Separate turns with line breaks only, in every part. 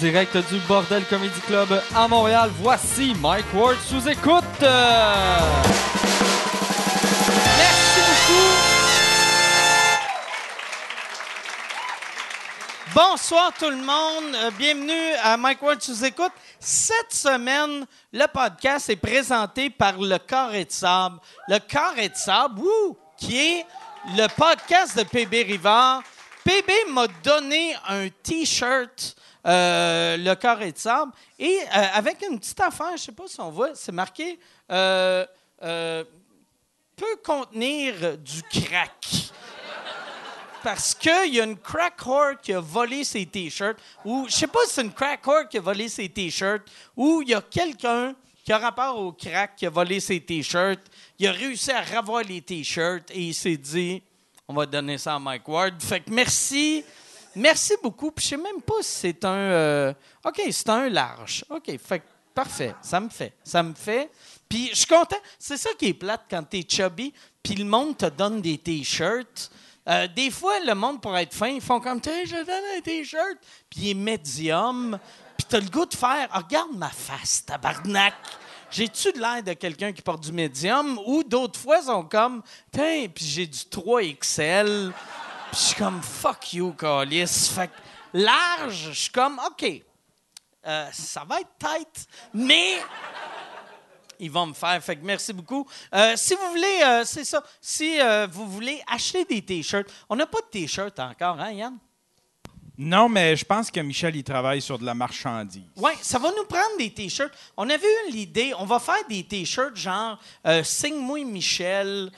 direct du Bordel Comedy Club à Montréal. Voici Mike Ward sous écoute. Euh, Merci beaucoup.
Bonsoir tout le monde. Euh, Bienvenue à Mike Ward sous écoute. Cette semaine, le podcast est présenté par Le Carré de Sable. Le Carré de Sable, wouh, qui est le podcast de PB Rivard. PB m'a donné un T-shirt euh, Le Carré de Sable et euh, avec une petite affaire, je sais pas si on voit, c'est marqué euh, euh, peut contenir du crack parce qu'il y a une crack whore qui a volé ses t-shirts, ou je sais pas si c'est une crack whore qui a volé ses t-shirts, ou il y a quelqu'un qui a rapport au crack qui a volé ses t-shirts, il a réussi à revoir les t-shirts et il s'est dit, on va donner ça à Mike Ward. Fait que merci, merci beaucoup. Puis je sais même pas si c'est un, euh, ok, c'est un large. Ok, fait que Parfait, ça me fait, ça me fait. Puis je suis content. C'est ça qui est plate quand t'es chubby, puis le monde te donne des t-shirts. Euh, des fois, le monde, pour être fin, ils font comme, tu je donne un t-shirt, puis il est médium, puis t'as le goût de faire, Ah, regarde ma face, tabarnak. J'ai-tu de l'air de quelqu'un qui porte du médium ou d'autres fois, ils sont comme, tiens, puis j'ai du 3XL, puis je suis comme, fuck you, Calis. Fait que large, je suis comme, OK, euh, ça va être tight, mais ils vont me faire. Fait que merci beaucoup. Euh, si vous voulez, euh, c'est ça. Si euh, vous voulez acheter des t-shirts, on n'a pas de t-shirts encore, hein, Yann?
Non, mais je pense que Michel, il travaille sur de la marchandise.
Oui, ça va nous prendre des t-shirts. On avait eu l'idée, on va faire des t-shirts genre euh, Signe-moi Michel,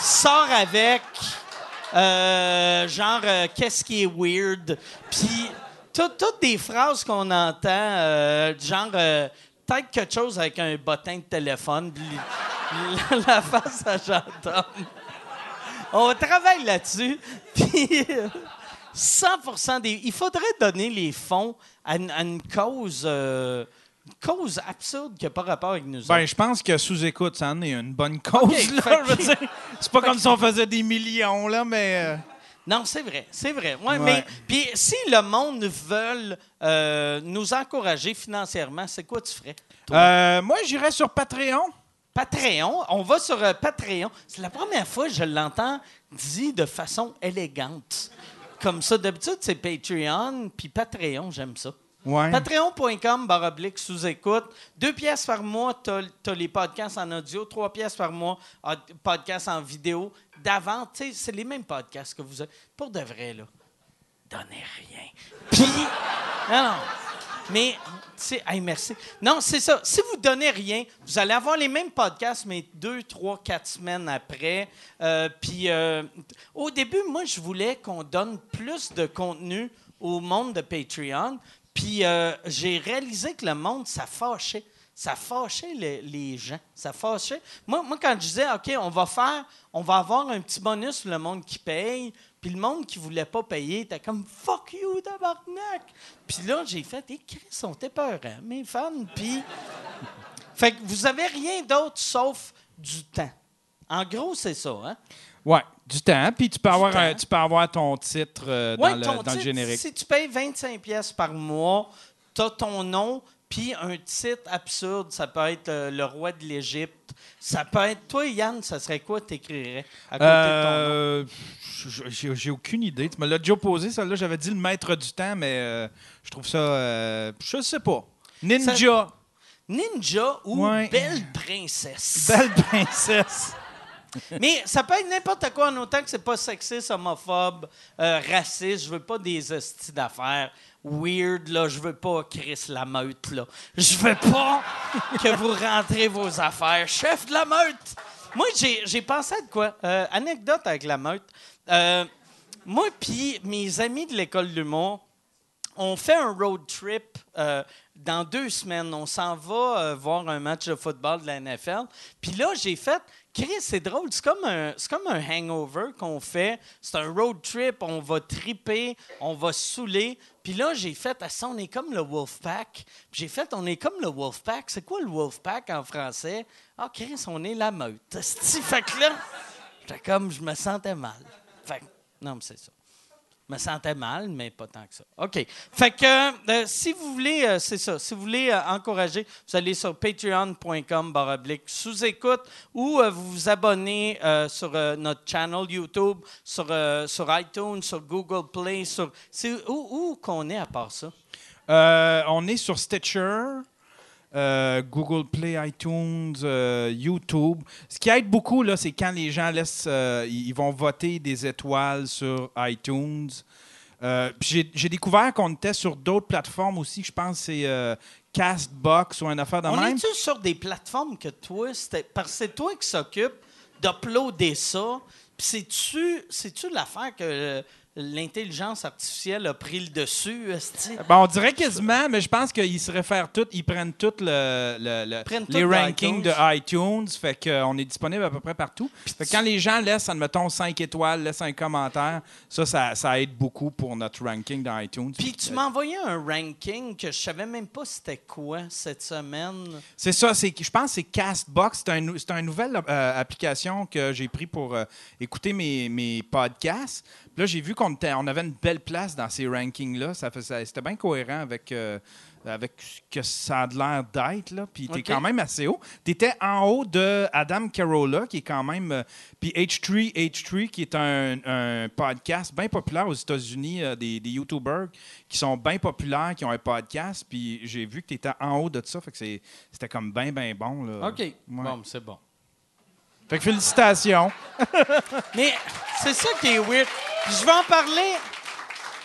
sors avec, euh, genre euh, Qu'est-ce qui est weird, puis tout- toutes des phrases qu'on entend, euh, genre euh, peut-être quelque chose avec un bottin de téléphone, puis la, la face à Jean-Tom. On travaille là-dessus. Puis euh, 100 des. Il faudrait donner les fonds à, une- à une cause. euh, une cause absurde qui n'a pas rapport avec nous
Ben,
autres.
je pense que sous-écoute, ça en est une bonne cause.
Ok,
là,
fait
je veux
que-
dire. C'est pas comme si on faisait des millions, là, mais. euh,
Non, c'est vrai, c'est vrai.
Ouais.
Ouais, mais puis si le monde veut euh, nous encourager financièrement, c'est quoi tu ferais? Toi?
euh, moi, j'irais sur Patreon.
Patreon, on va sur euh, Patreon. C'est la première fois que je l'entends dit de façon élégante. Comme ça, d'habitude, c'est Patreon, puis Patreon, j'aime ça.
Ouais.
Patreon.com, barre oblique, sous-écoute. Deux pièces par mois, t'as as les podcasts en audio. Trois pièces par mois, ah, podcasts en vidéo. D'avant, tu sais, c'est les mêmes podcasts que vous avez. Pour de vrai, là, donnez rien. Puis, non, non. Mais, tu sais, hey, merci. Non, c'est ça. Si vous donnez rien, vous allez avoir les mêmes podcasts, mais deux, trois, quatre semaines après. Euh, Puis, euh, au début, moi, je voulais qu'on donne plus de contenu au monde de Patreon. Puis, euh, j'ai réalisé que le monde, ça fâchait. Ça fâchait le- les gens. Ça fâchait. Moi, moi, quand je disais, OK, on va faire, on va avoir un petit bonus pour le monde qui paye, puis le monde qui voulait pas payer était comme fuck you, tabarnak. Puis là, j'ai fait des cris sont épeurants, hein, mes fans. Puis. fait que vous avez rien d'autre sauf du temps. En gros, c'est ça, hein?
Ouais, du temps. Puis tu peux, avoir,
temps.
euh, tu peux avoir ton titre euh,
Ouais,
dans, le,
ton
dans le
titre,
générique.
Si tu payes 25 pièces par mois, t'as ton nom, puis un titre absurde. Ça peut être euh, le roi de l'Égypte. Ça peut être. Toi, Yann, ça serait quoi que t'écrirais à côté de ton nom?
Euh, j- J'ai j'ai aucune idée. Tu me l'as déjà posé, celle-là. J'avais dit le maître du temps, mais euh, je trouve ça. euh, je sais pas. Ninja.
Ninja ou
Ouais.
Belle Princesse?
Belle princesse.
Mais ça peut être n'importe quoi en autant que c'est pas sexiste, homophobe, euh, raciste. Je veux pas des hosties d'affaires weird, là. Je veux pas Chris la meute, là. Je veux pas que vous rentrez vos affaires. Chef de la meute! Moi, j'ai j'ai pensé à de quoi? Euh, anecdote avec la meute. Euh, moi, puis mes amis de l'école d'humour, on fait un road trip euh, dans deux semaines. On s'en va euh, voir un match de football de la NFL. Puis là, j'ai fait, Chris, c'est drôle, c'est comme, un, c'est comme un hangover qu'on fait. C'est un road trip, on va triper, on va se saouler. Puis là, j'ai fait, Ah, ça, on est comme le Wolfpack. Puis j'ai fait, on est comme le Wolfpack. C'est quoi le Wolfpack en français? Ah, Chris, on est la meute. Esti. Fait que là, j'étais comme, je me sentais mal. Fait que, non, mais c'est ça. Je me sentais mal, mais pas tant que ça. OK. Fait que euh, si vous voulez, euh, c'est ça, si vous voulez euh, encourager, vous allez sur patreon.com baroblique sous-écoute ou euh, vous vous abonnez euh, sur euh, notre channel YouTube, sur, euh, sur iTunes, sur Google Play, sur... c'est où où qu'on est à part ça?
Euh, on est sur Stitcher, euh, Google Play, iTunes, euh, YouTube. Ce qui aide beaucoup, là, c'est quand les gens laissent, euh, ils ils vont voter des étoiles sur iTunes. Euh, puis j'ai- J'ai découvert qu'on était sur d'autres plateformes aussi. Je pense que c'est euh, Castbox ou un affaire de
On
même.
est-tu sur des plateformes que toi, c'était- parce que c'est toi qui s'occupe d'uploader ça, puis c'est-tu, c'est-tu l'affaire que euh, l'intelligence artificielle a pris le dessus, esti?
Ben, on dirait quasiment, mais je pense qu'ils se réfèrent toutes, ils prennent toutes le, le- le-
Prennent
les
toutes de
rankings
iTunes.
de iTunes. Fait qu'on est disponible à peu près partout. Fait que quand les gens laissent, admettons, 5 étoiles, laissent un commentaire, ça, ça, ça aide beaucoup pour notre ranking dans iTunes.
Puis tu m'as envoyé un ranking que je savais même pas c'était quoi cette semaine.
C'est ça, c'est, je pense que c'est Castbox. C'est un nou- c'est une nouvelle euh, application que j'ai pris pour euh, écouter mes, mes podcasts. Puis là, j'ai vu qu'on était- on avait une belle place dans ces rankings-là. Ça fait- ça- c'était bien cohérent avec, euh, avec ce que ça a de l'air d'être. Là. Puis t'es
Ok.
quand même assez haut. T'étais en haut de Adam Carolla, qui est quand même... euh, puis H3, H3, qui est un, un podcast bien populaire aux États-Unis, euh, des, des YouTubers qui sont bien populaires, qui ont un podcast. Puis j'ai vu que t'étais en haut de ça. Fait que c'est- c'était comme bien, bien bon. Là.
OK.
Ouais.
Bon, c'est bon.
Fait que félicitations.
Mais c'est ça qui est weird. Puis Je vais en parler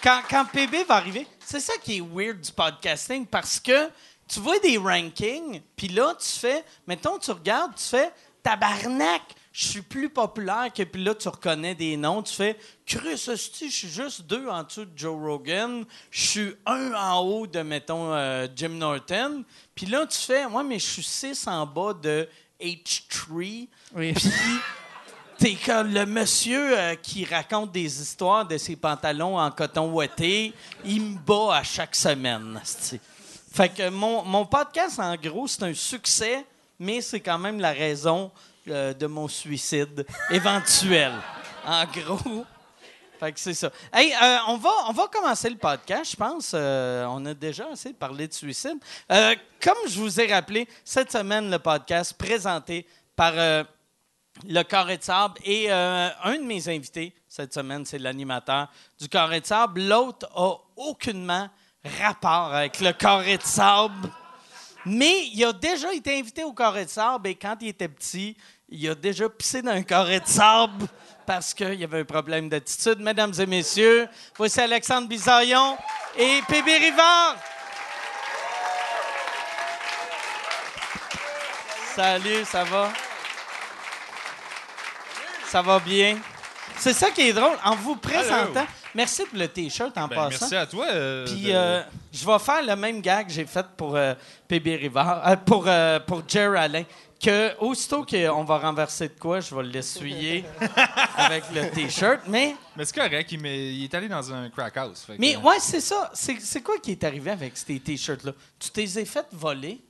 quand, quand PB va arriver. C'est ça qui est weird du podcasting parce que tu vois des rankings, puis là, tu fais, mettons, tu regardes, tu fais tabarnak, je suis plus populaire que, puis là, tu reconnais des noms, tu fais Chris hostie, je suis juste deux en dessous de Joe Rogan, je suis un en haut de, mettons, euh, Jim Norton, puis là, tu fais, ouais, mais je suis six en bas de H3. Puis, t'es comme le monsieur euh, qui raconte des histoires de ses pantalons en coton ouaté, il me bat à chaque semaine. asti. Fait que mon, mon podcast, en gros, c'est un succès, mais c'est quand même la raison euh, de mon suicide éventuel. en gros. Fait que c'est ça. Hey, euh, on, va, on va commencer le podcast, je pense. Euh, on a déjà assez parlé de suicide. Euh, comme je vous ai rappelé, cette semaine, le podcast présenté par euh, le Carré de Sable et euh, un de mes invités cette semaine, c'est l'animateur du Carré de Sable. L'autre a aucunement rapport avec le Carré de Sable. Mais il a déjà été invité au carré de sable et quand il était petit, il a déjà pissé dans un carré de sable parce qu'il y avait un problème d'attitude. Mesdames et messieurs, voici Alexandre Bisaillon et PB Rivard. Salut, ça va? Ça va bien? C'est ça qui est drôle. En vous présentant,
Allô.
merci pour le T-shirt en
Ben,
passant.
merci à toi. euh,
Puis
de-
euh, je vais faire le même gag que j'ai fait pour euh, PB Rivard, euh, pour, euh, pour Jer Alain, que aussitôt qu'on va renverser de quoi, je vais l'essuyer avec le T-shirt. Mais,
Mais c'est correct, il, m'est- il est allé dans un crack house. fait que-
mais ouais, c'est ça. C'est c'est quoi qui est arrivé avec ces T-shirts-là? Tu t'es ai fait voler?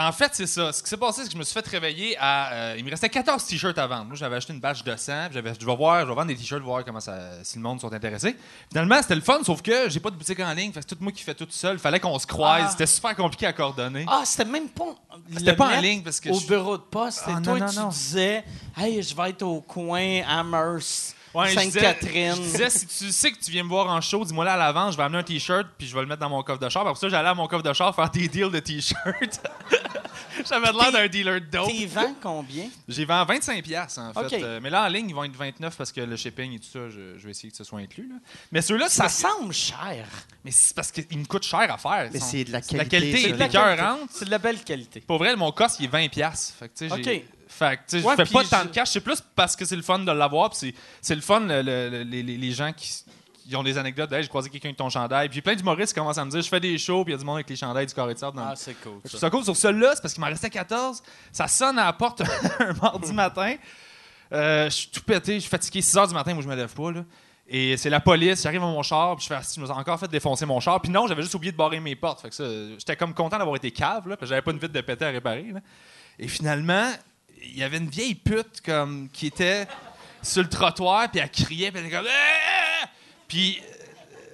En fait, c'est ça. Ce qui s'est passé, c'est que je me suis fait réveiller à. euh, il me restait 14 t-shirts à vendre. Moi, j'avais acheté une batch de 100. puis J'avais, je vais voir, je vais vendre des t-shirts, voir comment ça, si le monde sont intéressés. Finalement, c'était le fun, sauf que j'ai pas de boutique en ligne. Fait que c'est tout moi qui fais tout seul. Fallait qu'on se croise.
Ah.
C'était super compliqué à coordonner.
Ah, c'était même pas.
C'était
le
pas en
mettre
ligne parce que
Au
je-
bureau de poste,
Ah,
et
non,
toi,
non,
tu
non.
disais, hey, je vais être au coin Amherst,
Ouais, je disais- Je
Sainte-Catherine.
disais, si tu sais que tu viens me voir en show, dis-moi là à l'avance, je vais amener un t-shirt, puis je vais le mettre dans mon coffre de char. Après ça, j'allais à mon coffre de char faire des deals de t-shirts. J'avais l'air d'un dealer de dope.
T'es vends combien?
J'ai vendu 25 en fait.
OK.
Euh, mais là, en ligne, ils vont être 29 parce que le shipping et tout ça, je, je vais essayer que ce soit inclus. là. Mais ceux-là, c'est
Ça
parce-
semble cher.
Mais c'est parce qu'ils me coûtent cher à faire.
Mais
Ils sont-
c'est de la
La
qualité.
qualité
ça. hein?
est
de la qualité.
écœurante.
C'est de la belle qualité.
Pour vrai, mon cost, il est 20 Fait que, tu sais,
OK.
j'ai- Fait que, tu sais,
Ouais,
je fais
puis
pas
je-
tant de cash. C'est plus parce que c'est le fun de l'avoir. puis c'est- c'est le fun, le- le- le- les, les- les gens qui, qui ont des anecdotes. de, Hey, j'ai croisé quelqu'un avec ton chandail. Puis j'ai plein d'humoristes qui commencent à me dire, je fais des shows, puis il y a du monde avec les chandails du carré de sable dans le-
c'est cool.
je trouve ça Ah, cool. Sur celui-là, c'est parce qu'il m'en restait 14. Ça sonne à la porte un mardi matin. Euh, je suis tout pété, je suis fatigué. 6 h du matin, moi, je me lève pas. là. Et c'est la police. J'arrive à mon char, puis je fais Ah, si, je me suis encore fait défoncer mon char. Puis non, j'avais juste oublié de barrer mes portes. Fait que ça, euh, j'étais comme content d'avoir été cave, là, parce que j'avais pas une vitre de pété à réparer. là. Et finalement, il y avait une vieille pute comme, qui était sur le trottoir, puis elle criait, puis elle était comme Ah! Puis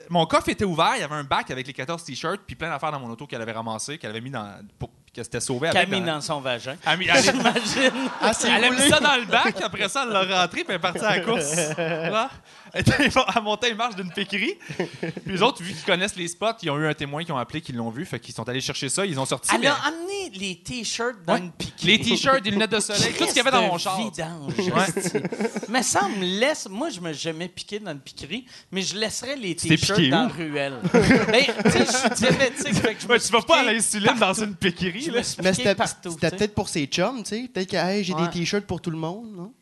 mon coffre était ouvert, il y avait un bac avec les 14 t-shirts, puis plein d'affaires dans mon auto qu'elle avait ramassées, qu'elle avait mis dans. pour- que c'était sauvé avec.
Camille
dans-
dans son vagin.
Elle a mis- elle a-
Imagine.
elle a mis ça dans le bac, après ça, elle l'a rentré, puis elle est partie à la course. Voilà. Elle était- elle montait une marche d'une piquerie. Puis les autres, vu qu'ils connaissent les spots, ils ont eu un témoin qui ont appelé, qui l'ont vu, fait qu'ils sont allés chercher ça, ils ont sorti.
Elle
mais-
a amené les t-shirts dans
Ouais.
une piquée.
hein. les t-shirts, des lunettes de soleil, tout ce qu'il y avait dans mon char.
Vidange.
Ouais.
Mais ça me laisse. Moi, je me jamais piqué dans une piquerie, mais je laisserais les
t'es
t-shirts
piqué
dans
où?
la ruelle. Mais tu sais, je suis diabétique, fait que je me
Ouais,
suis
tu vas pas à
piqué-
l'insuline dans une piquerie,
je
là.
me suis
Mais
piqué
Ben, c'était
partout,
c'était
tu sais.
peut-être pour ses chums, tu sais. Peut-être que hey, j'ai
Ouais.
des t-shirts pour tout le monde, non?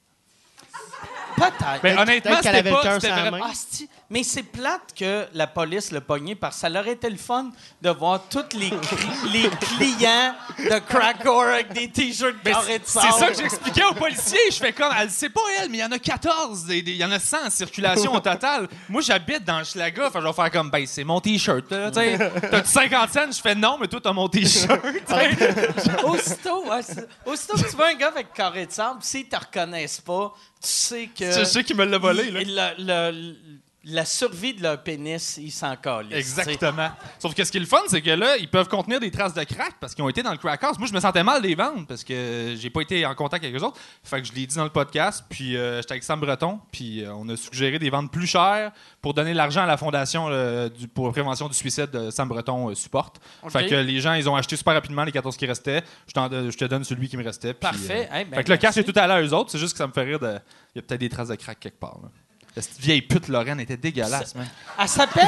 Peut-être.
Mais honnêtement,
qu'elle
c'était
avait le
pas.
cœur
c'était
sur la
vraiment-
main.
Ah, c'ti- mais c'est plate que la police le pognait parce que ça leur était le fun de voir tous les, cri- les clients de Crackor avec des t-shirts
Mais
carrés de
c'est
sable.
ça que j'expliquais aux policiers. Je fais comme, elle le sait pas elle, mais il y en a 14. des- des- Il y en a 100 en circulation au total. Moi, j'habite dans Schlaga. Fait que je vais faire comme, ben, c'est mon t-shirt. là, tu sais. T'as-tu 50 cents? Je fais non, mais toi, t'as mon t-shirt. tu sais.
Aussitôt, aussitôt- aussitôt que tu vois un gars avec carré de sable, s'ils te reconnaissent pas, tu sais que.
Je sais qu'il me l'a volé, là.
il- le- le- la survie de leur pénis, ils s'en calissent.
Exactement. Sauf que ce qui est le fun, c'est que là, ils peuvent contenir des traces de crack parce qu'ils ont été dans le crack house. Moi, je me sentais mal des ventes parce que j'ai pas été en contact avec eux autres. Fait que je l'ai dit dans le podcast. Puis euh, j'étais avec Sam Breton. Puis euh, on a suggéré des ventes plus chères pour donner l'argent à la fondation euh, du- pour la prévention du suicide de Sam Breton euh, Support.
Ok.
Fait que les gens, ils ont acheté super rapidement les 14 qui restaient. Je, t'en- euh, je te donne celui qui me restait. puis,
Parfait.
euh,
Eh ben,
fait que le cash
merci.
est tout allé à eux autres. C'est juste que ça me fait rire. De... Il y a peut-être des traces de crack quelque part. là. Cette vieille pute Lorraine était dégueulasse, man.
Elle s'appelle.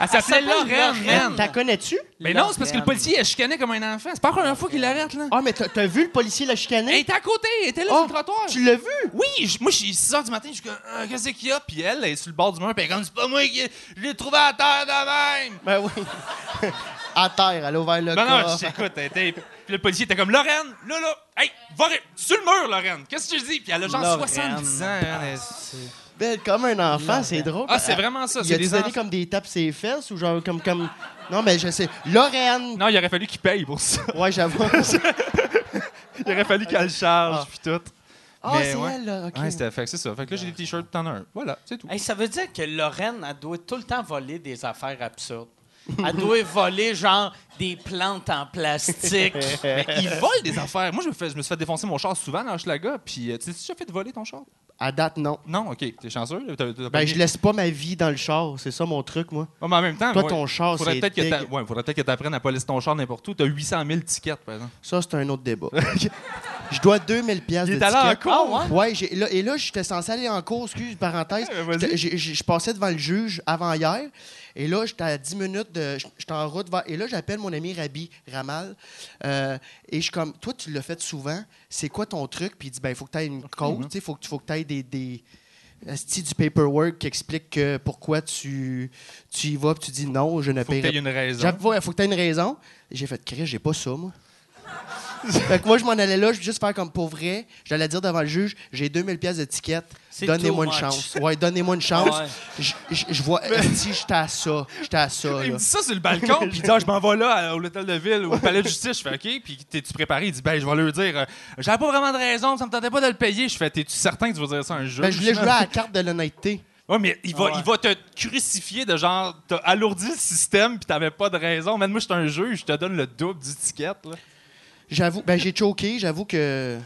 Elle s'appelait
Lorraine,
Lorraine,
man.
man.
T'as Ben, connais-tu?
Mais non, c'est parce que le policier, elle chicanait comme un enfant. C'est pas la première fois qu'il l'arrête, là.
Ah, mais t'as t'as vu le policier la
Elle
chicaner?
était à côté, elle était là
Ah,
sur le trottoir.
tu l'as vu?
Oui, je- moi, je suis 6 h du matin, je suis comme, Ah, qu'est-ce qu'il y a? Puis elle, elle est sur le bord du mur, puis elle est comme, c'est pas moi qui. Je l'ai trouvé à terre de même.
Ben oui. à terre, elle a ouvert le
Non, Ben non,
corps.
je- écoute, elle était. Puis le policier était comme, Lorraine, là, là, hey, va ré- sur le mur, Lorraine, qu'est-ce que je dis? Puis elle a genre
Lorraine.
70 ans. hein, elle-
Belle comme un enfant, c'est drôle.
Ah, c'est vraiment ça,
Il
c'est
a
des
donné
enfants.
comme des tapes ses fesses ou genre comme comme. Non mais je sais. Lorraine.
Non, il aurait fallu qu'il paye pour ça.
Ouais, j'avoue.
Il aurait fallu qu'elle le charge, puis tout.
Ah,
Mais
c'est
Ben ouais.
elle là. Ok.
Ouais, c'était fait que c'est ça. Fait que là, j'ai des t-shirts, t'en as un. Voilà, c'est tout.
Hey, ça veut dire que Lorraine, elle doit tout le temps voler des affaires absurdes. Elle doit voler, genre, des plantes en plastique.
Ils volent des affaires. Moi, je me, fais- je me suis fait défoncer mon char souvent dans Hochelaga. Puis, euh, tu t'es déjà fait voler ton char?
à date non.
Non, OK. T'es chanceux? là, t'as- t'as pas
Ben
mis-
je laisse pas ma vie dans le char, c'est ça mon truc moi.
Ouais, mais en même temps,
Toi
ouais,
ton char
faudrait
c'est
peut-être que t'a-
dégueu.
ouais, faudrait peut-être que tu apprennes à pas laisser ton char n'importe où. T'as 800 000 tickets, par exemple.
Ça c'est un autre débat. Je dois 2000 pièces
Il
de
est allé hein? en
ticket.
cours,
Ah, ouais? Ouais, j'ai- là, et là, j'étais censé aller en cours, excuse, parenthèse.
Ouais, vas-y.
J'étais- j'ai- j'ai- Je passais devant le juge avant hier, et là, j'étais à 10 minutes de. J'étais en route vers. Et là, j'appelle mon ami Rabi Ramal, euh, et je suis comme, toi, tu l'as fait souvent, c'est quoi ton truc? Puis il dit, ben, il faut que tu aies une cause, il faut, que- faut que tu aies des. des asti du paperwork qui explique que pourquoi tu, tu y vas, puis tu dis non, je ne
Faut que
paierai
t'aies une raison.
j'avoue, il faut que tu aies une raison. J'ai fait, Chris, j'ai pas ça, moi. fait que moi, je m'en allais là, je vais juste faire comme pour vrai. J'allais dire devant le juge, j'ai 2000 pièces d'étiquette.
C'est
Donnez-moi
too
une
much.
chance. Ouais, donnez-moi une chance.
Ah ouais.
Je- Je je vois, si j'étais à ça, j'étais à ça.
Il
là.
me dit ça sur le balcon, puis il dit ah, Je m'en vais là, à l'hôtel de ville, au palais de justice. Je fais OK, puis t'es-tu préparé Il dit Ben, je vais leur dire, euh, j'avais pas vraiment de raison, ça me tentait pas de le payer. Je fais T'es-tu certain que tu vas dire ça à un juge
Ben, je voulais jouer à la carte de l'honnêteté.
Ouais, mais il va,
Ah ouais.
il va te crucifier de genre, t'as alourdi le système puis t'avais pas de raison. Même moi, je suis un juge, je te donne le double du ticket. Là.
J'avoue, ben, j'ai choqué, j'avoue que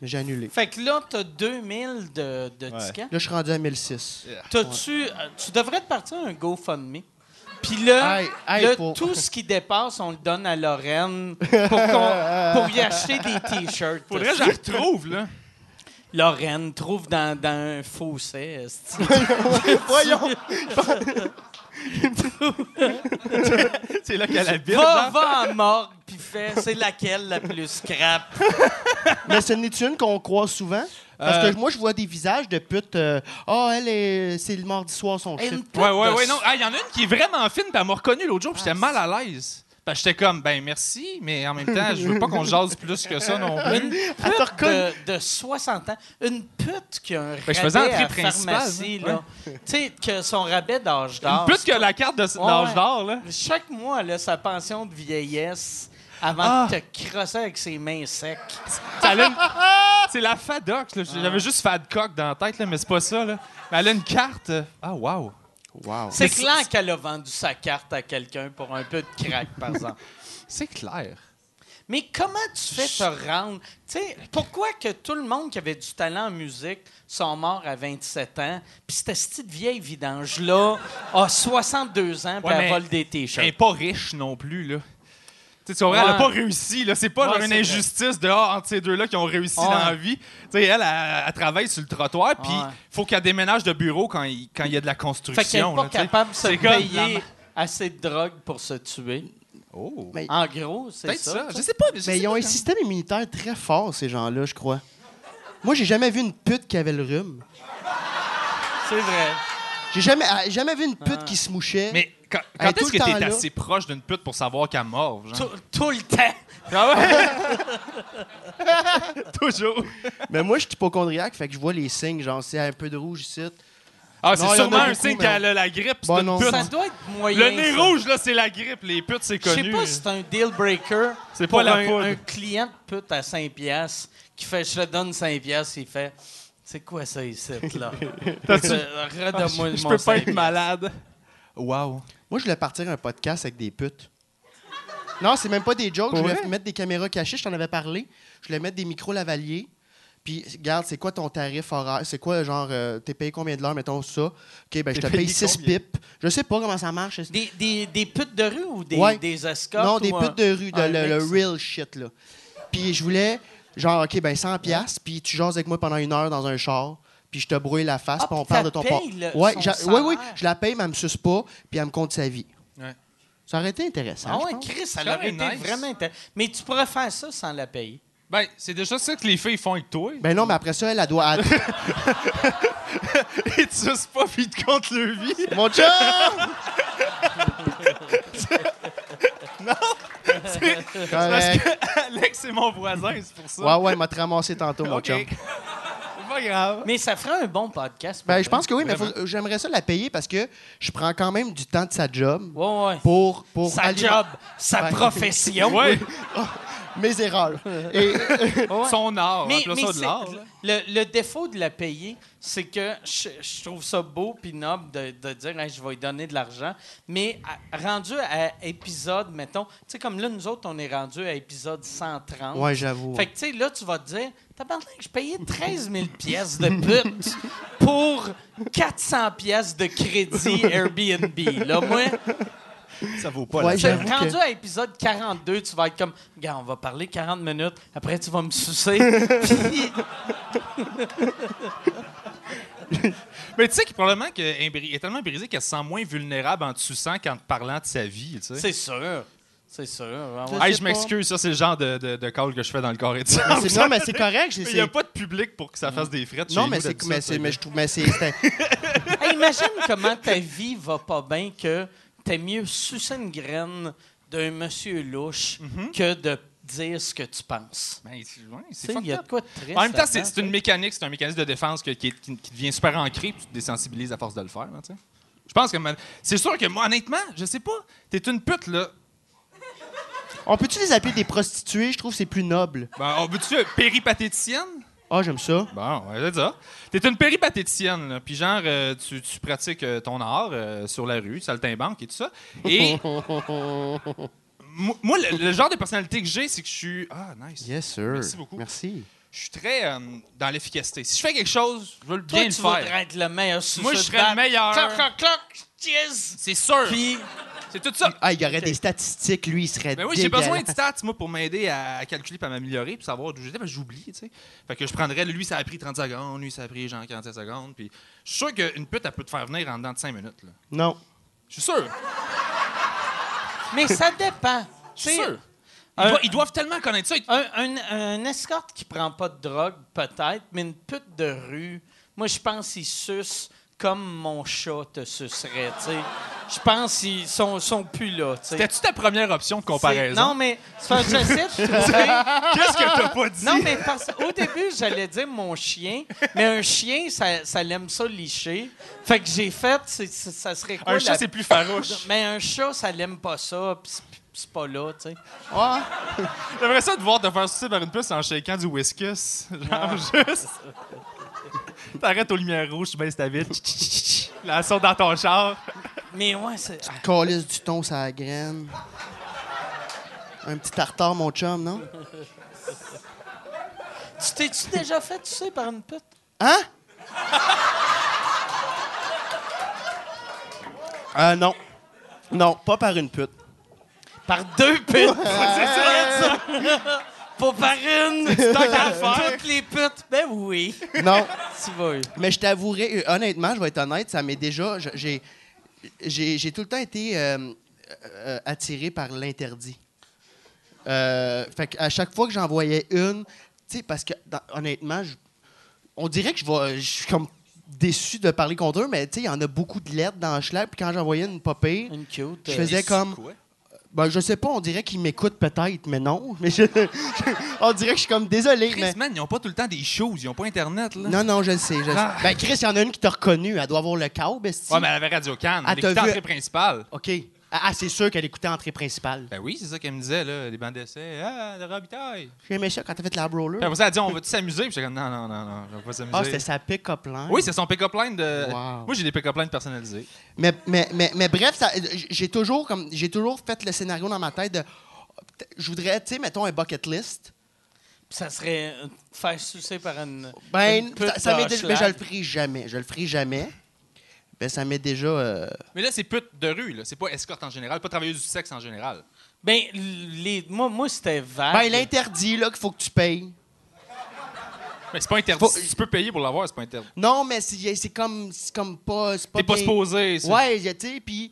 j'ai annulé.
Fait que là, t'as 2000 de, de tickets.
Là, je suis rendu à 1006.
T'as-tu, euh, tu devrais te partir un GoFundMe. Puis là,
Hey, hey,
là,
pour-
tout ce qui dépasse, on le donne à Lorraine pour, qu'on- pour y acheter des T-shirts.
Faudrait que je la retrouve, là.
Lorraine trouve dans, dans un fossé. esti.
Voyons!
C'est là qu'elle habite.
Va,
genre.
va à morgue, puis fais, c'est laquelle la plus scrap?
Mais ce n'est une qu'on croise souvent. Parce
Euh.
que moi, je vois des visages de putes. euh, Ah, elle, est... c'est le mardi soir son shit.
Une pute
Ouais, ouais,
de
ouais. Non, ah, il y en a une qui est vraiment fine, puis elle m'a reconnu l'autre jour, puis
Ah,
j'étais mal à l'aise. Parce que j'étais comme, ben merci, mais en même temps, je veux pas qu'on jase plus que ça non plus.
Elle te
pute
reconnaît.
de, de 60 ans, une pute qui a un
que Ben, je
rabais
faisais
à
entrée
la
principale,
pharmacie,
hein.
là. Tu sais, que son rabais d'âge d'or.
Plus que la carte de s-
Ouais,
l'âge
ouais.
d'or, là.
Chaque mois, elle a sa pension de vieillesse avant
Ah!
de te crosser avec ses mains secs.
Ça, elle a une- C'est la Fadoc. là. J'avais juste Fadcock dans la tête, là, mais c'est pas ça. Là. Mais elle a une carte. euh, Ah, wow.
Wow.
C'est clair qu'elle a vendu sa carte à quelqu'un pour un peu de crack, par exemple.
C'est clair.
Mais comment tu fais te rendre... Tu sais, pourquoi que tout le monde qui avait du talent en musique sont morts à 27 ans, puis cette petite vieille vidange-là a 62 ans, puis
Ouais,
elle
mais-
vole des
Elle n'est
T-shirts?
pas riche non plus, là. Tu sais, tu comprends, elle n'a
Ouais.
pas réussi. là. C'est pas
Ouais,
genre une
c'est vrai.
injustice de Ah, entre ces deux-là qui ont réussi
Ouais.
dans la vie. Tu sais, elle, elle, elle travaille sur le trottoir, puis
Ouais.
faut qu'elle déménage de bureau quand il, quand il y a de la
Fait qu'elle n'est
construction.
pas
là, tu sais.
capable de se
C'est comme la
payer
ma-
assez de drogue pour se tuer.
Oh.
Mais-
En gros, c'est
Peut-être
ça.
ça. Je sais pas. je sais
Mais ils ont
pas
un
quand-
système immunitaire très fort, ces gens-là, je crois. Moi, j'ai jamais vu une pute qui avait le rhume.
C'est vrai.
J'ai jamais, ah, jamais vu une pute qui se mouchait.
hein. Mais quand, quand
Hey, tout
est-ce
le
que t'es
temps là.
assez proche d'une pute pour savoir qu'elle mord, genre?
Tout, tout le temps.
Ah Toujours.
Mais moi, je suis hypochondriaque, fait que je vois les signes, genre, c'est un peu de rouge ici.
Ah,
Non,
c'est
il y en a
sûrement un
beaucoup,
signe
mais-
qu'elle a la grippe, c'est
Bon,
une
non.
pute.
Ça doit être moyen.
Le nez
ça.
rouge, là, c'est la grippe. Les putes, c'est
Je sais
connu. hein.
pas si c'est un deal breaker.
C'est
pour
pas la
un,
poudre.
un client de pute à 5 piastres qui fait je te donne 5 piastres, il fait c'est quoi ça ici là Euh, Redonne-moi
Ah, Je
mon
peux
5
pas être malade. Wow.
Moi, je voulais partir un podcast avec des putes. Non, c'est même pas des jokes.
Pour
je voulais
vrai?
mettre des caméras cachées, je t'en avais parlé. Je voulais mettre des micros lavaliers. Puis, regarde, c'est quoi ton tarif horaire? C'est quoi, genre, euh, t'es payé combien de l'heure, mettons ça? OK, ben, je
T'es
te
payé
paye 6
combien?
pipes. Je sais pas comment ça marche.
Des, des, des putes de rue ou des,
Ouais.
des escortes
Non, des
ou un-
putes de rue, de,
un
le, le
mix?
real shit, là. Puis, je voulais, genre, OK, ben, 100 piastres, puis tu jases avec moi pendant une heure dans un char. Puis je te brouille la face,
Ah,
puis on
puis
parle
t'as
de ton
payé
par-
le-
Ouais,
son
j'a- oui, oui,
salaire.
je la paye, mais elle me suce pas, puis elle me compte sa vie.
Ouais.
Ça aurait été intéressant.
Ah
je
ouais,
pense.
Chris, ça
quand
aurait
même
été
nice.
vraiment intér- Mais tu pourrais faire ça sans la payer.
Ben, c'est déjà ça que les filles font avec toi.
Ben non, mais après ça, elle, elle doit. elle-
Et tu suces pas, puis ils te comptent le vie.
Mon chum!
Parce
Correct.
que Alex, c'est mon voisin, c'est pour ça.
Ouais, ouais, elle m'a te ramassé tantôt, mon
OK.
chum.
C'est pas grave.
Mais ça ferait un bon podcast. pour
Ben, je
vrai.
pense que oui, mais faut- j'aimerais ça la payer parce que je prends quand même du temps de sa job
Ouais, ouais.
pour. pour
sa
aller-
job, sa
Ouais.
profession.
Ouais.
Mes erreurs. Et,
Ouais.
Son art.
Mais,
appelons
mais
ça de
c'est-
l'art. là.
le, le défaut de la payer, c'est que je, je trouve ça beau puis noble de, de dire Hey, je vais lui donner de l'argent. Mais à- rendu à épisode, mettons, tu sais, comme là, nous autres, on est rendu à épisode 130.
ouais, j'avoue.
Fait que, tu sais, là, tu vas te dire, tabarnak, je payais 13 000 pièces de pute pour 400 pièces de crédit Airbnb. Là, moi,
Ça vaut pas
Ouais,
la
tu sais,
j'avoue
rendu
que-
à épisode 42, tu vas être comme, gars, on va parler 40 minutes, après tu vas me sucer. Puis-
Mais tu sais que probablement qu'elle est tellement brisée qu'elle se sent moins vulnérable en te suçant qu'en te parlant de sa vie. Tu sais.
C'est sûr. C'est sûr. Ah ouais.
C'est-
Hey,
sais
je
pas.
m'excuse, ça, c'est le genre de, de, de call que je fais dans le corps et de
Mais c'est- non, mais c'est correct. j'ai-
Il n'y a
c'est-
pas de public pour que ça fasse des frettes.
Non,
chez
mais
nous,
c'est.
d'habitude,
Mais
ça,
c'est- mais je trouve. Mais c'est. c'est un-
Hey, imagine comment ta vie va pas bien que t'es mieux sucer une graine d'un monsieur louche que de dire ce que tu penses.
Ben, c'est- ouais,
Tu
Mhm. c'est
sais, il y
fucked
a
up.
de quoi de triste.
En même temps, c'est
là-dedans,
c'est une mécanique, c'est un mécanisme de défense que- qui, est- qui- qui devient super ancré, puis tu te désensibilises à force de le faire. là, tu sais. je pense que ma- c'est sûr que moi, honnêtement, je sais pas, t'es une pute là.
On peut-tu les appeler des prostituées? Je trouve que c'est plus noble.
Ben, on veut-tu euh, péripatéticienne?
Ah, j'aime ça.
Bon, ouais, c'est ça. T'es une péripatéticienne, là. puis genre, euh, tu, tu pratiques euh, ton art euh, sur la rue, saltimbanque et tout ça. Et moi, moi, le, le genre de personnalité que j'ai, c'est que je suis. Ah, nice.
Yes, sir.
Merci beaucoup.
Merci.
Je suis très euh, dans l'efficacité. Si je fais quelque chose, je veux le
Toi,
bien
tu
le faire.
voudrais être le meilleur suceur.
Moi, je
de
serais le
date.
meilleur.
Cloc, cloc, cloc, cheese.
C'est sûr.
Puis,
C'est tout ça.
Ah, il y aurait des statistiques, lui, il serait
Ben oui, j'ai besoin de
dégueulasse.
stats, moi, pour m'aider à calculer, puis à m'améliorer, puis savoir d'où j'étais, parce que j'oublie, tu sais. Fait que je prendrais, lui, ça a pris 30 secondes, lui, ça a pris genre 47 secondes, puis je suis sûr qu'une pute, elle peut te faire venir en dedans de 5 minutes, là.
Non.
Je suis sûr.
mais ça dépend.
Je suis
Tu sais,
sûr. Ils,
Euh,
un-
doivent, ils doivent tellement connaître ça. ils-
Un, un, un escorte qui prend pas de drogue, peut-être, mais une pute de rue, moi, je pense qu'il suce comme mon chat te sucerait, tu sais. Je pense qu'ils sont, sont plus là, tu sais.
C'était-tu ta première option de comparaison?
C'est- Non, mais c'est parce que j'essaie de trouver-
Qu'est-ce que t'as pas dit?
Non, mais parce au début, j'allais dire mon chien, mais un chien, ça, ça l'aime ça licher. Fait que j'ai fait, c'est- c'est- ça serait quoi
Un
la-
chat, c'est plus farouche.
Mais un chat, ça l'aime pas ça, pis c'est- pis c'est pas là, tu sais.
Ah,
J'aimerais ça de voir te faire sucer par une puce en shakeant du
Ah.
whiskas. Genre, juste. T'arrêtes aux lumières rouges, tu baisses ta vitre. La sauce dans ton char.
Mais ouais, c'est. ah,
Calice du thon, ça la graine. Un petit tartare, mon chum, non?
Tu t'es-tu déjà fait, tu sais, par une pute?
Hein? Euh, non. Non, pas par une pute.
Par deux putes! c'est ça, ça! Pas par une! Tant qu'à le faire. Toutes les putes! Ben oui!
Non.
Tu vas eu.
Mais je t'avouerai, euh, honnêtement, je vais être honnête, ça m'est déjà. je- J'ai, j'ai, j'ai tout le temps été euh, euh, attiré par l'interdit. Euh, fait à chaque fois que j'en voyais une, tu sais, parce que dans- honnêtement, je- on dirait que je vais- je suis comme déçu de parler contre eux, mais tu sais, il y en a beaucoup de lettres dans Schlag, puis quand j'en voyais une pas pire,
Une cute. euh,
je faisais comme. Ben, je sais pas, on dirait qu'ils m'écoutent peut-être, mais non. Mais je- on dirait que je suis comme désolé, mais.
Chris, man, ils ont pas tout le temps des choses, ils ont pas Internet, là.
Non, non, je le sais. je le sais.
Ah.
Ben, Chris, il y en a une qui t'a reconnu. Elle doit avoir le câble, esti.
Ouais, mais elle avait Radio Cannes.
Ah,
Elle
t'as
écoutait
vu-
entrée principale.
OK. Ah, ah, c'est sûr qu'elle écoutait entrée principale.
Ben oui, c'est ça qu'elle me disait, là, les bandes d'essai. Ah, le Robitaille.
J'aimais ça quand t'as fait la
Puis
brawler.
après ça, elle a dit, on va-tu s'amuser? Puis j'étais comme, non, non, non, non, on va pas s'amuser.
Ah, c'était sa pick-up line.
Oui, c'est son pick-up line de.
Wow.
Moi, j'ai des pick-up lines personnalisés.
Mais, mais, mais, mais bref, ça- j'ai toujours, comme, j'ai toujours fait le scénario dans ma tête de. Je voudrais, tu sais, mettons un bucket list.
Ça serait euh, faire sucer par une.
Ben,
une pute
ça, ça m'est
de
déjà. Mais je
Hochelag.
le ferai jamais. Je le ferai jamais. Ben, ça m'est déjà. euh,
Mais là, c'est pute de rue, là. C'est pas escorte en général, pas travailleuse du sexe en général.
Ben, les... moi, moi c'était vague.
Ben, l'interdit, là, qu'il faut que tu payes.
Mais c'est pas interdit.
Faut-
Si tu peux payer pour l'avoir, c'est pas interdit.
Non, mais c'est c'est comme, c'est comme pas. c'est
T'es pas
bien-
supposé. c'est-
Ouais, tu sais, puis.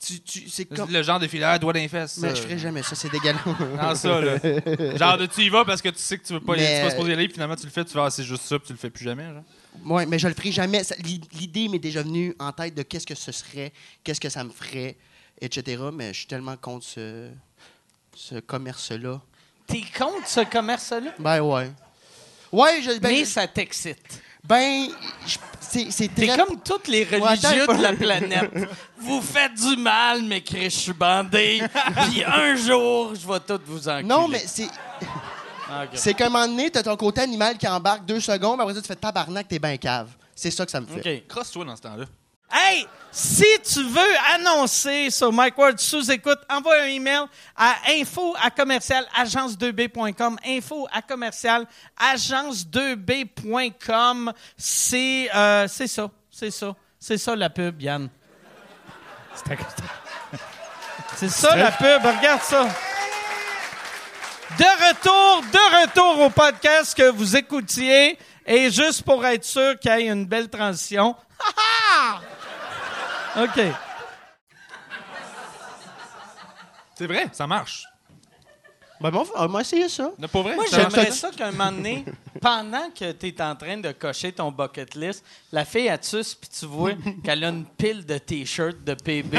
Tu, tu, c'est comme.
Le genre de filaire, doigt d'infest.
Mais je ferais jamais ça, c'est dégueulasse.
Dans ça, là. Genre, de, tu y vas parce que tu sais que tu veux pas y
Mais- euh,
aller, tu vas supposé y aller, puis finalement, tu le fais, tu vas, ah, c'est juste ça, puis tu le fais plus jamais, genre.
Ouais, mais je le ferai jamais. Ça- l'i- L'idée m'est déjà venue en tête de qu'est-ce que ce serait, qu'est-ce que ça me ferait, etc. Mais je suis tellement contre ce, ce commerce-là.
T'es contre ce commerce-là?
Ben ouais. Ouais, je, ben,
mais ça t'excite.
ben je- c'est c'est
T'es
très-
comme toutes les
attends un
religieux
peu.
de la planète. Vous faites du mal, mais Chris, je suis bandé. Puis un jour, je vais tout vous enculer.
Non, mais c'est
Ah, ok.
c'est qu'à un moment donné, t'as ton côté animal qui embarque deux secondes, puis après ça, tu fais tabarnak, t'es ben cave. C'est ça que ça me fait.
OK.
Crosse-toi dans ce temps-là.
Hey, si tu veux annoncer sur Mike Ward sous écoute, envoie un email à info à commercial agence2b.com. Info à commercial agence2b.com. C'est euh, c'est ça, c'est ça, c'est ça la pub, Yann. C'est ça la pub, regarde ça. De retour, de retour au podcast que vous écoutiez. Et juste pour être sûr qu'il y ait une belle transition. Ha, ha! OK.
C'est vrai, ça marche.
Ben bon, on va essayer ça.
Non, pas vrai.
Moi,
ça marche.
j'aimerais ça qu'un moment donné, pendant que tu es en train de cocher ton bucket list, la fille, elle suce, puis tu vois qu'elle a une pile de T-shirts de PB.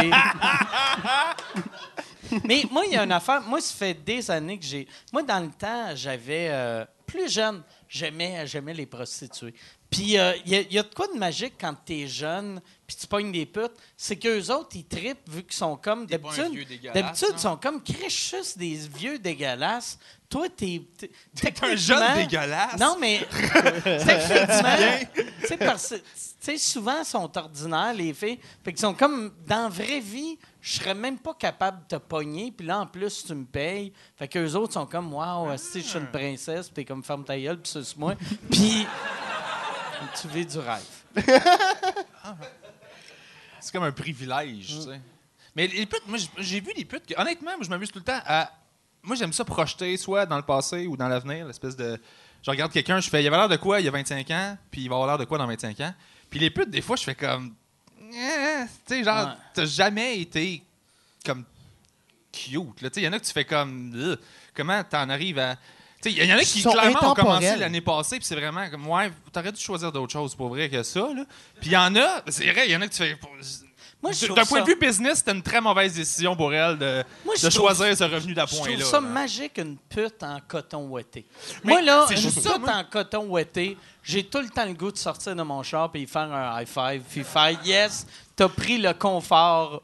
Mais moi, il y a une affaire. Moi, ça fait des années que j'ai. Moi, dans le temps, j'avais. euh, plus jeune, j'aimais, j'aimais les prostituées. Puis, euh, il y, a- il y a de quoi de magique quand t'es jeune, puis tu pognes des putes, c'est qu'eux autres, ils trippent vu qu'ils sont comme.
bons vieux
D'habitude,
dégueulasses,
d'habitude,
hein?
ils sont comme crichus des vieux dégueulasses. Toi, t'es. T'es
un
techniquement-
jeune dégueulasse.
Non, mais. techniquement. Tu sais, parce que, tu sais, souvent, ils sont ordinaires, les filles. Fait qu'ils sont comme. Dans la vraie vie, je serais même pas capable de te pogner. Puis là, en plus, tu me payes. Fait qu'eux autres sont comme,
Ah.
waouh, si je suis une princesse, puis t'es comme, ferme ta gueule, puis suce-moi. Puis. tu vis du rêve.
C'est comme un privilège,
Mm.
tu sais. Mais les putes, moi, j'ai- j'ai vu des putes. que- honnêtement, moi, je m'amuse tout le temps à. Moi, j'aime ça projeter, soit dans le passé ou dans l'avenir, l'espèce de. Je regarde quelqu'un, je fais, il avait l'air de quoi il y a 25 ans, puis il va avoir l'air de quoi dans 25 ans. Puis les putes, des fois, je fais comme. Eh, tu sais, genre,
Ouais.
t'as jamais été comme cute. là. Tu sais, il y en a que tu fais comme. Ugh. Comment t'en arrives à. Tu sais, il y en a qui
Ils sont
clairement ont commencé
intemporels.
l'année passée, puis c'est vraiment comme, ouais, t'aurais dû choisir d'autres choses pour vrai que ça, là. Puis il y en a, c'est vrai, il y en a que tu fais.
Moi, je trouve
D'un point
ça-
de vue business, c'était une très mauvaise décision pour elle de,
Moi, je
de
trouve-
choisir ce revenu
Je trouve
d'appoint-là.
ça
là.
magique, une pute en coton ouaté.
Mais
moi, là,
c'est
une
juste
pute
ça, moi.
en coton ouaté, j'ai tout le temps le goût de sortir de mon char et faire un high-five, puis faire « Yes, t'as pris le confort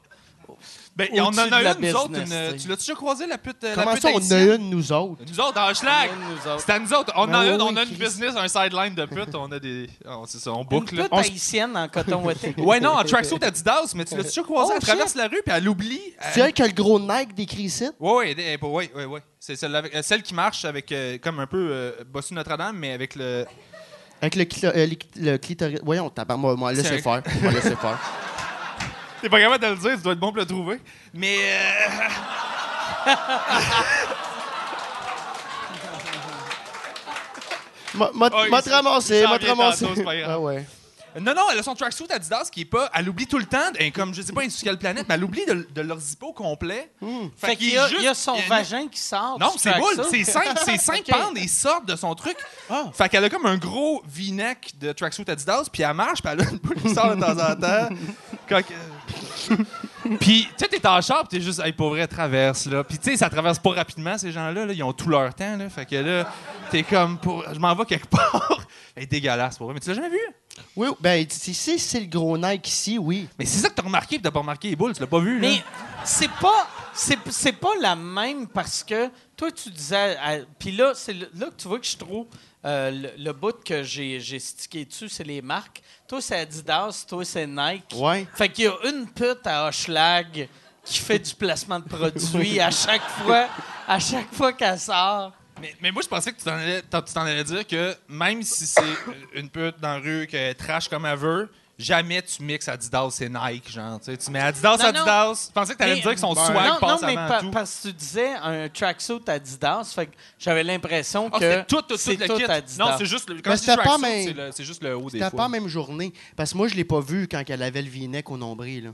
Ben, on en
Au-dessus de
a
la
une, nous autres.
business,
une-
tu sais.
tu l'as déjà croisé, la pute, euh, la
Comment
pute
ça, on en a
haïtienne?
une, nous autres?
Nous autres, dans Schlag!
Nous autres.
C'est à nous autres. On
Ah
a
oui,
une, on a
oui,
une
Chris.
business, un sideline de pute. On a des. on- c'est ça, on
Une
boucle. là.
pute haïtienne en coton ouaté.
Ouais, non, en tracksuit Adidas, mais tu l'as déjà croisé,
Oh,
elle traverse la rue, puis elle oublie. elle-
C'est elle qui a le gros Nike décrit ici?
Ouais, ouais, eh, bah, ouais, ouais, ouais. C'est celle, avec- euh, celle qui marche avec, euh, comme un peu euh, Bossu Notre-Dame, mais avec le.
Avec le, cli- euh, le- le clitoris. Voyons, t'as moi, moi, laissez
C'est
faire. Moi, laissez faire.
T'es pas capable de le dire, tu dois être bon pour le trouver. Mais. euh,
M'a m'a-
Oh, il
m'a te
s'en-
ramassé,
il s'en
m'a te
vient
ramassé.
tantôt, c'est pas grave.
Ah ouais.
Non, non, elle a son tracksuit Adidas qui est pas. Elle oublie tout le temps, et comme je sais pas, elle est sur quelle planète, mais elle oublie de, de leur zippo complet.
Hmm. Fait qu'il y,
est
a-
juste-
il y a son
il y a une-
vagin qui sort.
Non,
du
c'est boule,
tracksuit.
c'est simple, c'est simple
Ok. Ah.
pendre, ils sortent de son truc. Fait qu'elle a comme un gros v-neck de tracksuit Adidas, puis elle marche, puis elle a une boule qui sort de temps en temps. Quand que- puis, tu sais, t'es en char, puis t'es juste, hey, pour vrai, traverse, là. Puis, tu sais, ça traverse pas rapidement, ces gens-là, là, ils ont tout leur temps, là. Fait que là, t'es comme, pour... je m'en vais quelque part. Elle est dégueulasse, pour vrai, mais tu l'as jamais vu?
Oui, ben, si si c'est le gros Nike ici, oui.
Mais c'est ça que t'as remarqué, puis t'as pas remarqué les boules, tu l'as pas vu, là.
Mais c'est pas c'est, c'est pas la même parce que toi tu disais à- puis là c'est le- là que tu vois que je trouve euh, le, le bout que j'ai j'ai stické dessus c'est les marques. Toi c'est Adidas, toi c'est Nike.
Ouais.
Fait qu'il y a une pute à Hochelag qui fait du placement de produits à chaque fois à chaque fois qu'elle sort.
Mais, mais moi, je pensais que tu t'en allais, t'en- tu t'en allais dire que même si c'est une pute dans la rue qui trash comme elle veut, jamais tu mixes Adidas et Nike, genre. Tu, sais, tu mets Adidas,
Non, non.
Adidas. Je pensais que tu allais
Mais-
dire que son
Ben,
swag
non,
passe
non, mais
avant
pa-
tout.
parce que tu disais un tracksuit Adidas, fait que j'avais l'impression
Ah,
que
c'était tout, tout, tout
c'est
le
tout
kit.
Adidas.
Non, c'est juste le, quand
Mais
je dis
c'était pas
tracksuit,
même-
c'est le- c'est juste le haut des
C'était
fois.
pas la même journée. Parce que moi, je l'ai pas vu quand elle avait le vinec au nombril. Là.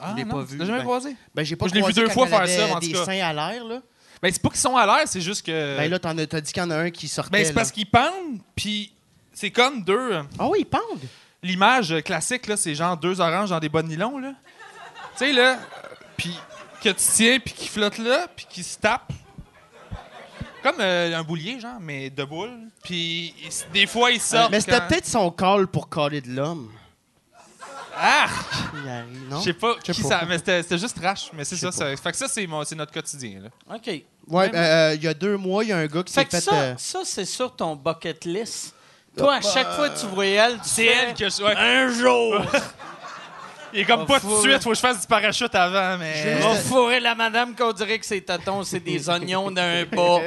Ah,
je l'ai
non,
pas
tu
vu,
l'as jamais
ben.
croisé?
Ben, j'ai pas
Moi, je l'ai vu
croisé
deux
quand
fois
elle
faire
avait
ça, mais en
des
tout cas.
seins à l'air, là.
Ben, c'est pas qu'ils sont à l'air, c'est juste que.
Ben, là, t'en as, t'as dit qu'il y en a un qui sortait.
Ben, c'est
là.
parce qu'ils pendent, puis c'est comme deux. euh,
Ah oui, ils pendent.
L'image classique, là, c'est genre deux oranges dans des bonnes nylons, là. Tu sais, là, euh, puis que tu tiens, puis qui flotte là, puis qui se tape. Comme euh, un boulier, genre, mais de boule. Puis il- des fois, il sort.
Euh, Mais c'était
quand-
peut-être son call pour caller de l'homme.
Ah!
Il arrive,
Je
non?
sais pas
Je sais
qui
pas.
ça... Mais c'était c'était juste trash. Mais c'est
Je sais
ça, ça. Fait que ça, c'est mon- c'est notre quotidien, là.
OK.
Ouais, ben, euh, il y a deux mois, il y a un gars qui
Fait
s'est
que
fait.
ça,
euh,
ça c'est sur ton bucket list. Toi, à chaque fois que tu vois elle, tu
C'est
fais-
elle que je. Un jour! il est comme
Ah,
Oh,
pas tout de
fou,
suite,
là.
faut que je fasse du parachute avant, mais.
On va fourrer Oh, la madame qu'on dirait que ses tatons, c'est des oignons d'un pas.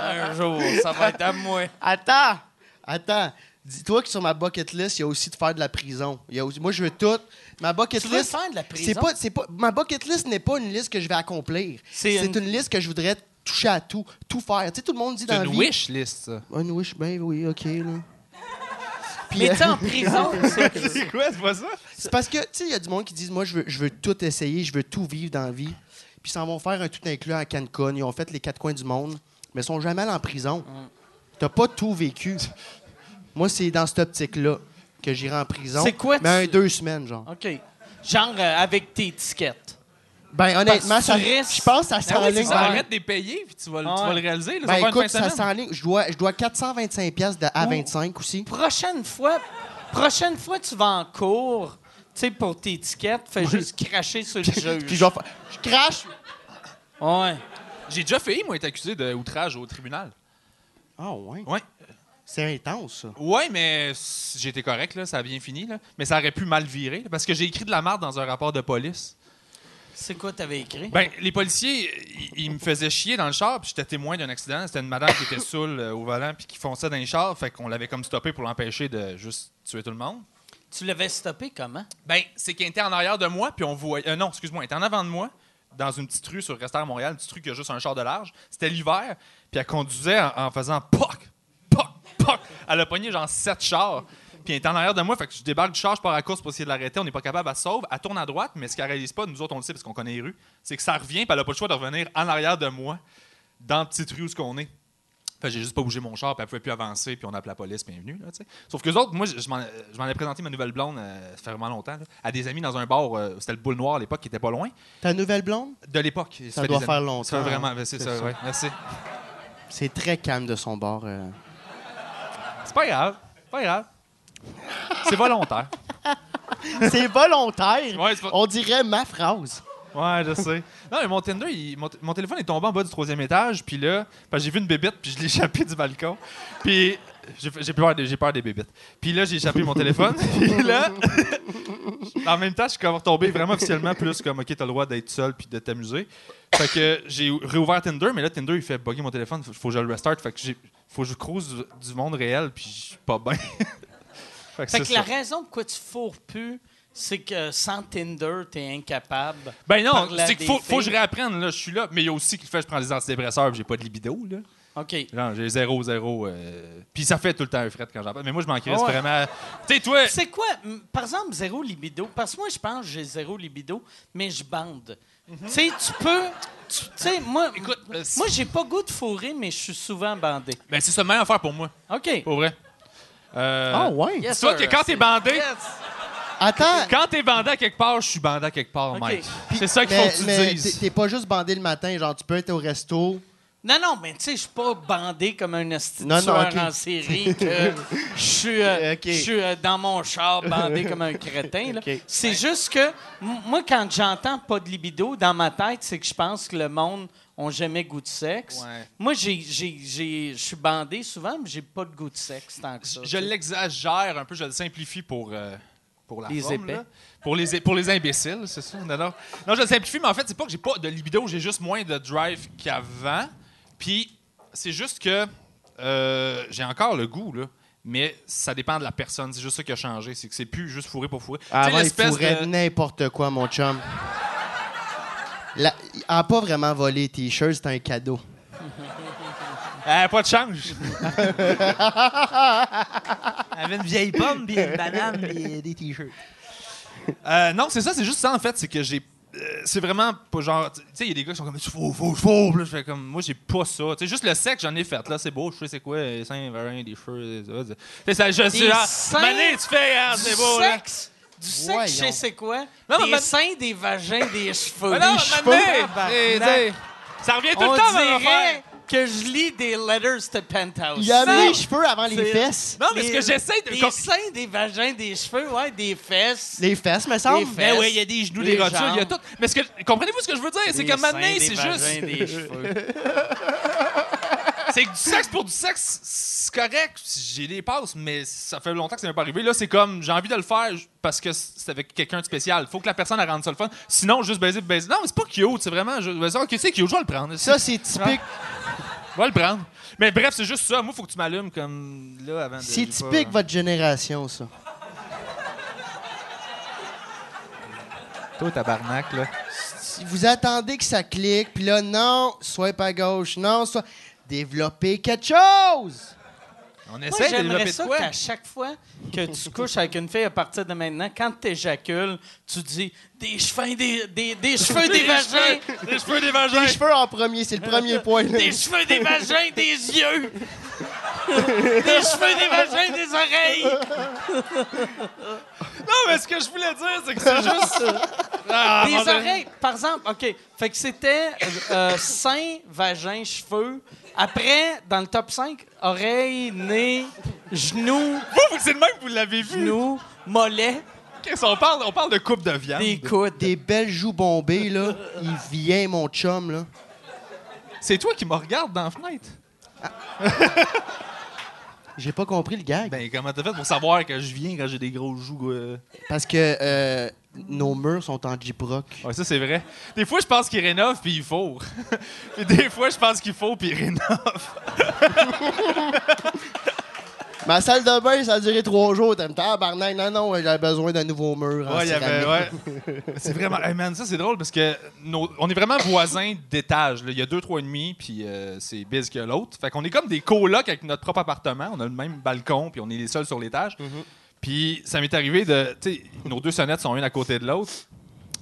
Un jour, ça va être à moi.
Attends! Attends! Dis-toi que sur ma bucket list, il y a aussi de faire de la prison. Il y a aussi- Moi, je veux tout. Ma bucket
Tu veux
list.
faire de la
C'est
prison?
pas, c'est pas, ma bucket list n'est pas une liste que je vais accomplir.
C'est
C'est
une-
une... liste que je voudrais toucher à tout, tout faire. Tu sais, tout le monde dit
C'est
dans la
une
vie.
wish list, ça.
Une wish, ben oui, OK, là. Puis,
Mais
euh,
tu en prison, c'est-
C'est quoi, c'est pas ça?
c'est parce que, tu sais, il y a du monde qui disent, moi, je veux, je veux tout essayer, je veux tout vivre dans la vie. Puis ils s'en vont faire un tout inclus à Cancun. Ils ont fait les quatre coins du monde, mais ils sont jamais allés en prison.
Mm.
T'as pas tout vécu. Moi, c'est dans cette optique-là que j'irai en prison.
C'est quoi,
Mais un
tu-
deux semaines, genre.
OK. Genre euh, avec tes étiquettes.
Ben, honnêtement,
Parce que
ça,
tu risques-
je pense que ça
Ah oui, c'est
s'enligne
ça,
vers-
arrête de les payer, puis tu vas, le- tu
Ouais.
vas le réaliser. Là,
Ben,
ça va
écoute,
une fin de
ça
semaine. Oh.
s'enligne. Je dois, je dois 425 pièces de A25 aussi.
Prochaine fois, prochaine fois tu vas en cours, tu sais, pour tes étiquettes, fais juste cracher sur le
Puis
juge.
je vais faire- Je crache.
Ouais.
J'ai déjà failli, moi, être accusé d'outrage au tribunal.
Ah ouais.
Ouais.
C'est intense, ça.
Ouais, mais s- j'ai été correct, là, ça a bien fini. Là. Mais ça aurait pu mal virer, là, parce que j'ai écrit de la marde dans un rapport de police.
C'est quoi t'avais écrit?
Ben, les policiers, ils- ils me faisaient chier dans le char, puis j'étais témoin d'un accident. C'était une madame qui était saoule euh, au volant, puis qui fonçait dans les chars. Fait qu'on l'avait comme stoppé pour l'empêcher de juste tuer tout le monde.
Tu l'avais stoppé comment?
Ben, c'est qu'elle était en arrière de moi, puis on voyait. euh, non, excuse-moi, elle était en avant de moi, dans une petite rue sur Restaire Montréal, une petite rue qui a juste un char de large. C'était l'hiver, puis elle conduisait en, en faisant POC, POC, POC. Elle a pogné genre sept chars, puis elle était en arrière de moi, fait que je débarque du char, je pars à la course pour essayer de l'arrêter, on n'est pas capable, elle se sauve, elle tourne à droite, mais ce qu'elle réalise pas, nous autres on le sait parce qu'on connaît les rues, c'est que ça revient, puis elle a pas le choix de revenir en arrière de moi, dans la petite rue où ce qu'on est. Fait que j'ai juste pas bougé mon char, puis elle pouvait plus avancer, puis on appelait la police, bienvenue. Là, tu sais. Sauf que autres, moi, je je m'en je m'en ai présenté ma nouvelle blonde, euh, ça fait vraiment longtemps, là, à des amis dans un bar, euh, c'était le boule noir à l'époque, qui était pas loin.
Ta nouvelle blonde,
De l'époque.
Ça
fait
doit
des
faire
années.
longtemps,
Ça fait vraiment, ben,
hein.
c'est
C'est
ça,
ça.
ouais, merci.
c'est très calme de son bord. euh.
C'est pas grave, c'est pas grave. C'est volontaire.
C'est volontaire.
Ouais, c'est pas-
On dirait ma phrase.
Ouais, je sais. Non, mais mon Tinder, il- mon, t- mon téléphone est tombé en bas du troisième étage, puis là, parce que j'ai vu une bébite, puis je l'ai échappé du balcon. Puis j'ai j'ai peur, des- j'ai peur des bébites. Puis là, j'ai échappé mon téléphone. puis là, en même temps, je suis comme retombé vraiment officiellement plus comme, OK, t'as le droit d'être seul puis de t'amuser. Fait que j'ai réouvert Tinder, mais là, Tinder, il fait bugger mon téléphone, faut, faut que je le restart. Fait que j'ai- faut que je croise du, du monde réel, puis je suis pas bien. fait
Fait
que c'est
que la
ça.
raison pourquoi tu fourres plus, c'est que sans Tinder, t'es incapable.
Ben non,
Par la
c'est qu'il faut,
des
faut que je
filles.
réapprenne, là, je suis là. Mais il y a aussi qu'il fait que je prends des antidépresseurs, puis j'ai pas de libido, là.
OK.
Non, j'ai 0 0 euh, Puis ça fait tout le temps un fret quand j'en parle. Mais moi, je m'en crisse
Ah ouais.
vraiment. Tu sais, toi.
C'est quoi, m- par exemple, zéro libido? Parce que moi, je pense que j'ai zéro libido, mais je bande. Tu sais, tu peux. Tu tu sais, moi,
Écoute, euh, si-
moi j'ai pas goût de fourrer, mais je suis souvent bandé.
Ben, c'est ça la meilleure affaire pour moi,
OK.
pour vrai. Euh,
Ah, ouais.
Yes,
Toi,
sir.
que quand t'es bandé,
Attends,
quand t'es bandé à quelque part, je suis bandé à quelque part,
Ok.
Mike. C'est ça qu'il faut
mais,
que tu
mais t'es-
dises.
t'es pas juste bandé le matin. Genre, tu peux être au resto.
Non, non, mais tu sais, je suis pas bandé comme un
Non,
instituteur
non, ok.
en série que je suis euh,
Ok.
je suis, euh, dans mon char bandé comme un crétin. là.
Ok.
C'est juste que m- moi, quand j'entends pas de libido, dans ma tête, c'est que je pense que le monde n'a jamais goût de sexe.
Ouais.
Moi, j'ai- j'ai- j'ai- je suis bandé souvent, mais j'ai pas de goût de sexe tant que ça.
Je- Je l'exagère un peu, je le simplifie pour, euh, pour la
Les
forme,
épais.
là. Pour les, é- pour les imbéciles, c'est ça? Non, non. Non, je le simplifie, mais en fait, c'est pas que j'ai pas de libido, j'ai juste moins de drive qu'avant. Puis c'est juste que euh, j'ai encore le goût, là. Mais ça dépend de la personne. C'est juste ça qui a changé. C'est que c'est plus juste fourré pour fourrer. Tu sais,
Avant, il
l'espèce
fourrait
de-
n'importe quoi, mon chum. La, a pas vraiment volé les t-shirts, c'est un cadeau.
Eh, pas de change.
Avec une vieille pomme,
Euh, non, c'est ça, c'est juste ça en fait, c'est que j'ai euh, c'est vraiment pas genre tu sais il y a des gars qui sont comme faux faux faux Puis là, je fais comme moi j'ai pas ça tu sais juste le sec j'en ai fait là c'est beau je sais c'est quoi les seins varins des cheveux des- des- des- ça je suis
Des
là
seins,
mané tu fais hein,
du
c'est beau là
sexe, du sexe,
Voyons.
je sais c'est quoi?
Non, non,
des
man-
seins, des vagins, des cheveux.
Mais non,
Des cheveux.
mané,
Tabarnak.
eh, tu sais, ça revient tout
On
le temps ma affaire.
dirait que je lis des letters to penthouse.
Il a
Ça,
mis les cheveux avant les
c'est-
fesses.
non mais ce
les-
que j'essaie de
Des seins, des vagins, des cheveux, ouais, des fesses.
Les fesses, me semble.
Les fesses.
ben oui, il y a des genoux,
Les
des rotules, il y a
jambes.
tout. Mais ce que comprenez-vous ce que je veux dire, c'est
Des
que maintenant
seins,
c'est
des vagins,
juste
Des cheveux.
C'est que du sexe pour du sexe, c'est correct. J'ai des passes, mais ça fait longtemps que ça m'est pas arrivé. Là, c'est comme, j'ai envie de le faire parce que c'est avec quelqu'un de spécial. Faut que la personne elle rende ça le fun. Sinon, juste baiser, baiser. Non, mais c'est pas cute, c'est vraiment. Je, ben, ça, ok, c'est cute, je vais le prendre.
Ça, c'est typique.
Ah, Je vais le prendre. Mais bref, c'est juste ça. Moi, faut que tu m'allumes comme là avant de.
C'est
je sais pas.
typique votre génération, ça.
Toi, tabarnak, là.
Si vous attendez que ça clique, puis là, non, swipe à gauche, non, soit. Développez quelque chose!
On
Moi,
essaie de
j'aimerais
développer de
ça
quoi.
qu'à chaque fois que tu couches avec une fille à partir de maintenant, quand tu éjacules, tu dis des cheveux, des, des, des cheveux, des vagins,
Les cheveux des
Les
vagins.
cheveux en premier, c'est le premier point. là.
des cheveux, des vagins, des yeux, des cheveux, des vagins, des oreilles.
Non, mais ce que je voulais dire, c'est que c'est juste. Ah,
Des
mon Dieu.
oreilles, par exemple, OK. Fait que c'était euh, sein, vagin, cheveux. Après, dans le top 5, oreilles, nez, genoux,
Vous, vous, c'est le même, que vous l'avez vu.
genoux, mollets,
Qu'est-ce qu'on parle, on parle de coupe de viande.
des coudes.
Des belles joues bombées, là. Il vient, mon chum, là.
C'est toi qui me regarde dans la fenêtre.
J'ai pas compris le gag.
Ben, comment t'as fait pour savoir que je viens quand j'ai des gros joues? euh?
Parce que euh, nos murs sont en gyproc.
Ouais, ça, c'est vrai. Des fois, je pense qu'il rénove, puis il faut. puis des fois, je pense qu'il faut, puis il rénove.
Ma salle de bain, ça a duré trois jours. T'as me dit, ah, barnac, non, non, j'avais besoin d'un nouveau mur. en
Ouais, il y avait,
céramique.
ouais. C'est vraiment... Hey, man, ça, c'est drôle, parce que nos- on est vraiment voisins d'étage. là. Il y a deux, trois et demi, puis euh, c'est biz que l'autre. Fait qu'on est comme des colocs avec notre propre appartement. On a le même balcon, puis on est les seuls sur l'étage.
Mm-hmm.
Puis ça m'est arrivé de... Tu sais, nos deux sonnettes sont une à côté de l'autre.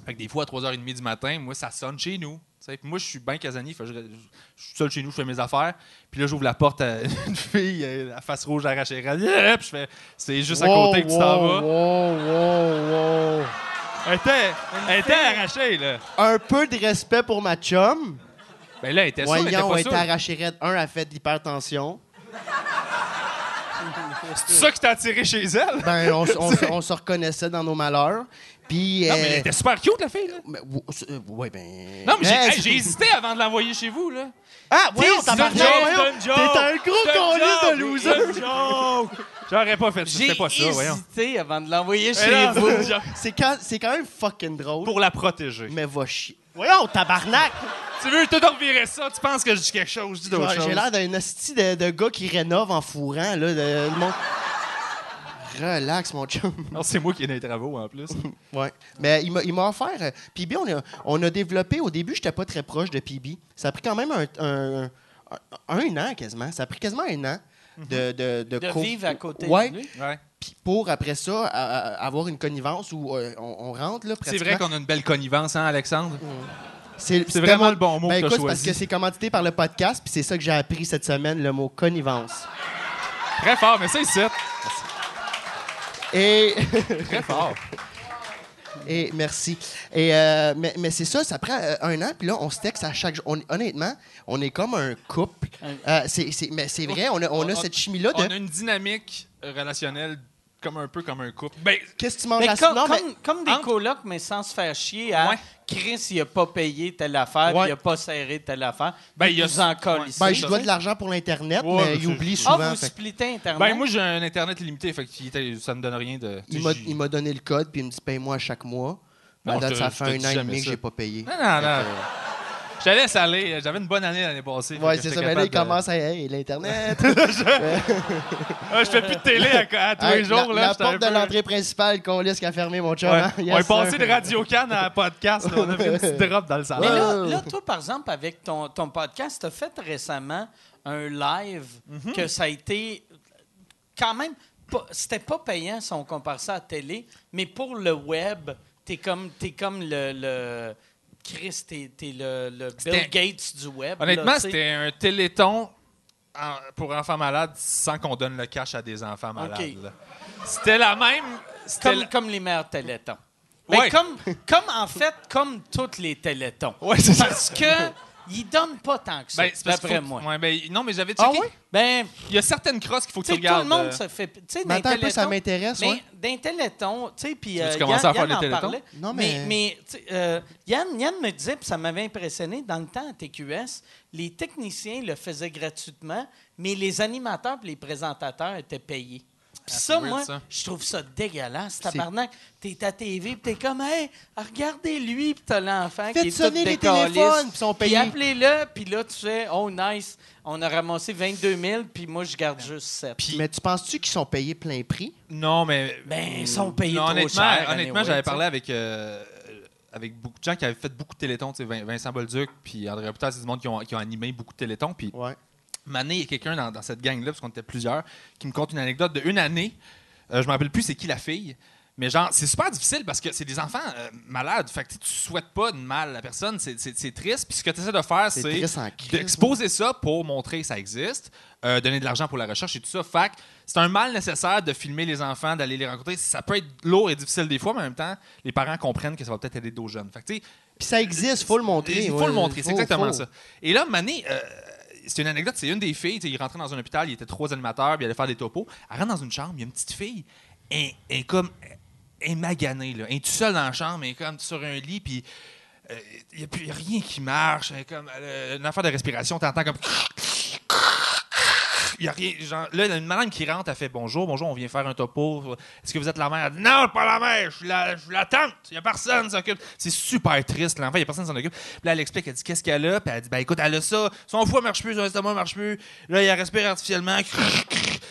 Fait que des fois, à 3h30 du matin, moi, ça sonne chez nous. tu sais. Puis moi, je suis bien casanier. Fait que je, je suis seul chez nous, je fais mes affaires. Puis là, j'ouvre la porte à une fille, euh, à face rouge, arrachée. Yeah! Puis je fais, c'est juste à côté que tu t'en
Wow,
vas.
wow, wow, wow.
Elle était, elle était arrachée, là.
Un peu de respect pour ma chum.
Ben là, elle était sûre, elle était
Voyons,
pas
elle était
sûre.
arrachée raide. Un a fait de l'hypertension.
C'est ça qui t'a attiré chez elle?
Ben, on, s- on s- on se reconnaissait dans nos malheurs. Puis. euh,
Non, mais elle était super cute, la fille, là.
Oui, ben.
Non, mais j'ai
Hey,
hey, j'ai hésité avant de l'envoyer chez vous, là.
Ah, ouais,
T'es
ça marche.
une joke, c'est une
T'es
joke,
un gros
c'est une
calice de
joke,
loser.
c'est une joke. J'aurais pas fait ça,
J'ai
c'était pas ça, voyons.
hésité avant de l'envoyer
Mais
chez
non,
vous.
c'est une joke.
C'est quand, c'est quand même fucking drôle.
Pour la protéger.
Mais va chier. Voyons, tabarnak!
Tu veux, tu te revirer ça, tu penses que je dis quelque chose, je dis d'autre
Ouais,
chose.
J'ai l'air d'un hostie de, de gars qui rénove en fourrant, là. de- le monde- Relax, mon chum.
Non, c'est moi qui ai les travaux, en plus.
Ouais. Mais il m'a- il m'a offert. euh, PB, on a, on a développé. Au début, j'étais pas très proche de PB. Ça a pris quand même un, un, un- un an quasiment. Ça a pris quasiment un an de, de,
De
co-
vivre à côté
Ouais.
de lui.
Ouais.
Puis pour après ça à- à- avoir une connivence où euh, on, on rentre là
C'est
pratiquement.
vrai qu'on a une belle connivence, hein, Alexandre?
c'était
vraiment
mon-
le bon mot
Ben
que t'as
écoute, parce
choisi.
que c'est commandité par le podcast, puis c'est ça que j'ai appris cette semaine, le mot connivence.
Très fort, mais c'est ça.
Et
Très fort.
Et merci. Et euh, mais mais c'est ça, ça prend euh, un an, puis là, on se texte à chaque jour. On- honnêtement, on est comme un couple. Euh, c'est, c'est- mais c'est vrai, on a, on a
On-
cette chimie-là de.
On a une dynamique relationnelle comme un peu comme un couple. Ben,
Qu'est-ce que tu manges
Mais
à
comme,
non, mais-
comme- comme des
Entre-
colocs, mais sans se faire chier à
Ouais.
Chris, il a pas payé telle affaire, puis
Ouais.
il a pas serré telle affaire.
Ben,
Vous
il y a-
vous en collez
Ouais.
ici.
Ben,
ça,
je dois
ça.
de l'argent pour l'Internet,
Ouais,
mais
mais
il oublie
Ah,
souvent.
vous
fait que
splittez Internet?
ben moi, j'ai un Internet limité, fait que il était- ça me donne rien de. tu
il,
sais,
m'a,
j'y-
il m'a donné le code, puis il me dit paye-moi à chaque mois. Ben,
Non,
là,
je te-
ça
je
fait
te
un
dis
an et
jamais
demi que
ça.
j'ai pas payé.
Non, non, non. Je te laisse aller. J'avais une bonne année l'année passée.
Ouais,
fait que
c'est
j'étais
ça. Mais là, il
capable de-
commence à. Hey, l'Internet!
Ah, je fais plus de télé à, à tous
Hey,
les jours. là,
la la
j'étais
porte
un
de
peu-
l'entrée principale qu'on laisse qu'à fermer, mon chum.
Ouais.
hein?
on
Yes,
est passé
sir.
de Radio Can à podcast. là. on a fait une petite drop dans le salon.
Mais là,
Oh.
là, toi, par exemple, avec ton, ton podcast, tu as fait récemment un live
Mhm.
que ça a été quand même. pas- C'était pas payant si on compare ça à la télé, mais pour le web, t'es comme, es comme le. le Chris, t'es t'es le, le Bill
C'était-
Gates du web. là,
Honnêtement,
tu sais.
c'était un téléthon en- pour enfants malades sans qu'on donne le cash à des enfants malades.
Ok.
là. C'était la même. c'était
Comme,
la-
comme les meilleurs télétons. Ben,
Ouais.
comme, comme, en fait, comme tous les télétons.
Ouais, c'est ça.
Parce que ils donnent pas tant que ça,
Ben, c'est parce qu'il
d'après
faut-
moi.
Ouais, ben, non, mais j'avais
Ah
checké.
Ben,
Il y a certaines crosses qu'il faut que
Tu
tu
sais, tout le
regardes.
monde
euh,
se fait. Tu sais,
Mais
d'un
attends un peu, ça
téléthon-
m'intéresse,
Mais
ouais.
d'un téléthon, tu sais, puis. euh,
veux-tu commencer à
Yann-
faire
Yann
des
en
téléthons?
parlait.
Non, mais-
Mais, mais, tu sais, euh, Yann, Yann me disait, puis ça m'avait impressionné, dans le temps à TQS, les techniciens le faisaient gratuitement, mais les animateurs et les présentateurs étaient payés. Puis ça,
Ah, weird,
moi,
ça.
je trouve ça dégueulasse, tabarnak. T'es à TV, puis t'es comme, hey, regardez-lui, puis t'as l'enfant qui
Faites
est tout
sonner les
décaliste.
téléphones, puis ils sont payés.
appelez-le, puis là, tu fais, oh, nice, on a ramassé 22 000, puis moi, je garde juste 7.
Puis-
Mais tu penses-tu qu'ils sont payés plein prix?
Non, mais.
Ben, ils sont payés
Non,
trop
honnêtement,
cher.
honnêtement
anyway,
j'avais
tu sais.
parlé avec, euh, avec beaucoup de gens qui avaient fait beaucoup de télétons. tu sais, Vin- Vincent Bolduc, puis André Reputard, c'est du monde qui ont, qui ont animé beaucoup de télétons. Puis
Ouais.
Mané, il y a quelqu'un dans, dans cette gang-là, parce qu'on était plusieurs, qui me conte une anecdote de une année. Euh, je me rappelle plus c'est qui la fille. Mais genre, c'est super difficile parce que c'est des enfants euh, malades. Fait que tu sais, tu souhaites pas de mal à la personne. C'est- C'est c'est triste. Puis ce que tu essaies de faire,
C'est
c'est
triste en crise,
d'exposer ça pour montrer que ça existe, euh, donner de l'argent pour la recherche et tout ça. Fait que c'est un mal nécessaire de filmer les enfants, d'aller les rencontrer. Ça peut être lourd et difficile des fois, mais en même temps, les parents comprennent que ça va peut-être aider d'autres jeunes. Fait que tu sais,
Puis ça existe, faut le montrer.
il faut
ouais,
le montrer, c'est
faut-
exactement
faut.
ça. Et là, Mané, euh, c'est une anecdote, c'est une des filles, tu sais, il rentrait dans un hôpital, il était trois animateurs, puis il allait faire des topos. Elle rentre dans une chambre, il y a une petite fille, elle elle est comme, elle est maganée, là. Elle est toute seule dans la chambre, elle est comme sur un lit, puis euh, il n'y a plus rien qui marche, elle est comme, euh, une affaire de respiration, t'entends comme... Il y a rien, genre, là, il y a une madame qui rentre, elle fait bonjour, bonjour, on vient faire un topo. Est-ce que vous êtes la mère? Elle dit, non, pas la mère, je suis la, je suis la tante, il n'y a personne qui s'occupe. C'est super triste, l'enfant, il n'y a personne qui s'en occupe. Puis là, elle explique, elle dit, qu'est-ce qu'elle a? Puis elle dit, ben écoute, elle a ça, son foie marche plus, son estomac marche plus, là, il respire artificiellement,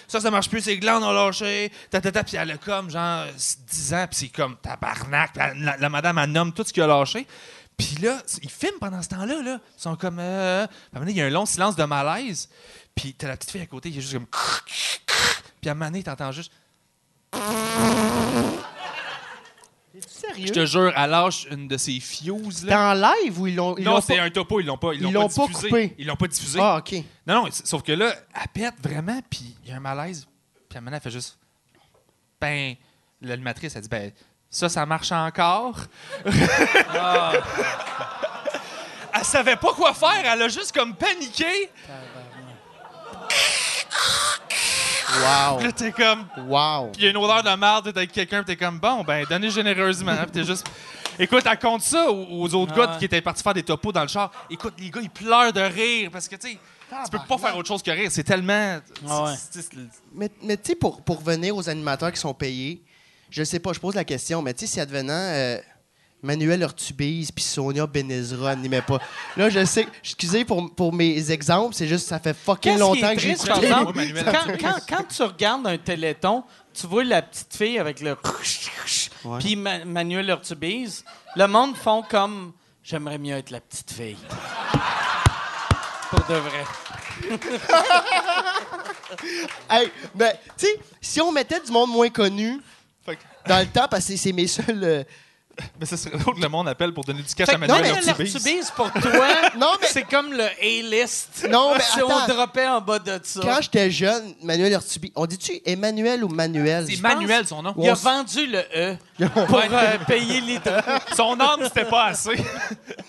ça, ça marche plus, ses glandes ont lâché, ta, ta, ta. Puis elle a comme, genre, 10 ans, puis c'est comme, tabarnak. Puis elle- la, la madame, elle nomme tout ce qu'il a lâché. Puis là, ils filment pendant ce temps-là. Là. Ils sont comme. Euh... Puis à un moment donné, il y a un long silence de malaise. Puis t'as la petite fille à côté qui est juste comme. Puis à un moment donné, t'entends juste.
Sérieux?
Je te jure, elle lâche une de ses fuses. Là.
Dans live ou ils l'ont. ils l'ont
Non, c'est
pas-
un topo, ils l'ont pas, ils
Ils
l'ont
l'ont
pas
pas
diffusé.
coupé.
Ils l'ont pas diffusé.
Ah, OK.
Non, non, c'est- sauf que là, elle pète vraiment, puis il y a un malaise. Puis à un moment donné, elle fait juste. Ben, l'animatrice, elle dit, ben, ça, ça marche encore. Ah. Elle savait pas quoi faire, elle a juste comme paniqué.
Wow.
Puis là, t'es comme.
Wow.
Puis il y a une odeur de marde, t'es avec quelqu'un, puis t'es comme bon, ben donnez généreusement. Puis t'es juste. Écoute, elle compte ça aux, aux autres
Ah
gars
ouais.
qui étaient partis faire des topos dans le char. Écoute, les gars, ils pleurent de rire parce que, tu sais, tu peux pas faire autre chose que rire. C'est tellement.
Ah ouais.
c'est- c'est-
Mais, mais tu sais, pour, pour venir aux animateurs qui sont payés, je sais pas, je pose la question, mais tu sais, si advenant euh, Manuel Ortubise puis Sonia Benezra animaient pas. Là, je sais, excusez pour, pour mes exemples, c'est juste, ça fait fucking
Qu'est-ce qui
longtemps
est
que j'ai
triste,
écouté.
par exemple,
écouté. Ouais, Manuel
quand,
Antunes.
quand, quand tu regardes un téléthon, tu vois la petite fille avec le... Puis Ma- Manuel Urtubise, le monde font comme... J'aimerais mieux être la petite fille. Pour de vrai.
Hey, ben, tu sais, si on mettait du monde moins connu
Fait que-
dans le temps, parce que c'est mes seuls. euh,
Mais ce serait drôle que le monde appelle pour donner du cash
Fait
à
que non,
Manuel
mais
Manuel
Ortubis.
Urtubise, pour toi,
Non, mais-
c'est comme le A-list.
Non, mais
Si on
attends.
dropait en bas de ça.
Quand j'étais jeune, Manuel Ortubise, on dit-tu Emmanuel ou Manuel?
C'est Manuel, son nom.
Il a
on s-
vendu le E pour euh, payer les droits.
Son âme, c'était pas assez.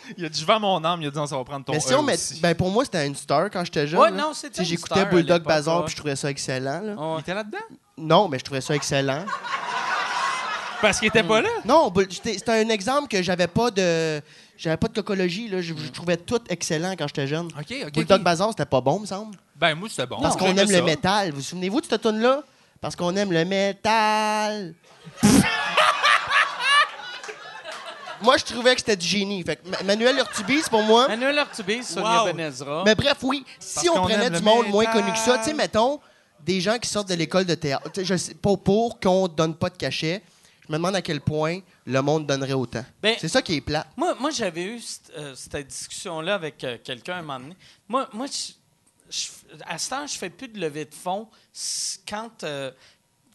il a dit Je vends mon âme, il a dit Non, ça va prendre ton
Mais si
œil
on met,
aussi.
ben pour moi c'était une star quand j'étais jeune.
Ouais,
là.
non, c'était
Tu sais,
une
J'écoutais
star à
Bulldog
l'époque,
Bazar
ouais.
puis je trouvais ça excellent. là.
Il était là-dedans
Non, mais je trouvais ça excellent.
Parce qu'il était
Hmm.
pas là.
Non, Bull- j'étais- c'était un exemple que j'avais pas de j'avais pas de cocologie là,
Mm.
je, je trouvais tout excellent quand j'étais
Ah,
jeune.
OK, OK.
Bulldog Bazar c'était pas bon me semble.
Ben, moi, c'était bon.
Parce qu'on
J'aimais
aime
ça.
le métal. Vous vous souvenez-vous de cette tune là Parce qu'on aime le métal. moi je trouvais que c'était du génie. Fait que Ma- Manuel Urtubise pour moi.
Manuel Urtubise, Sonia
Wow.
Benezra.
Mais bref, oui, si
Ah. Parce
on
qu'on
prenait
aime
du
le
monde moins
métal.
connu que ça, tu sais, mettons, des gens qui sortent de l'école de théâtre, tu sais, je sais, pas pour qu'on donne pas de cachet, je me demande à quel point le monde donnerait autant.
Ben-
c'est ça qui est plat.
Moi, moi j'avais eu c't- euh, cette discussion-là avec euh, quelqu'un à un moment donné. Moi, moi je- je- à ce temps, je fais plus de levée de fonds s- quand. euh,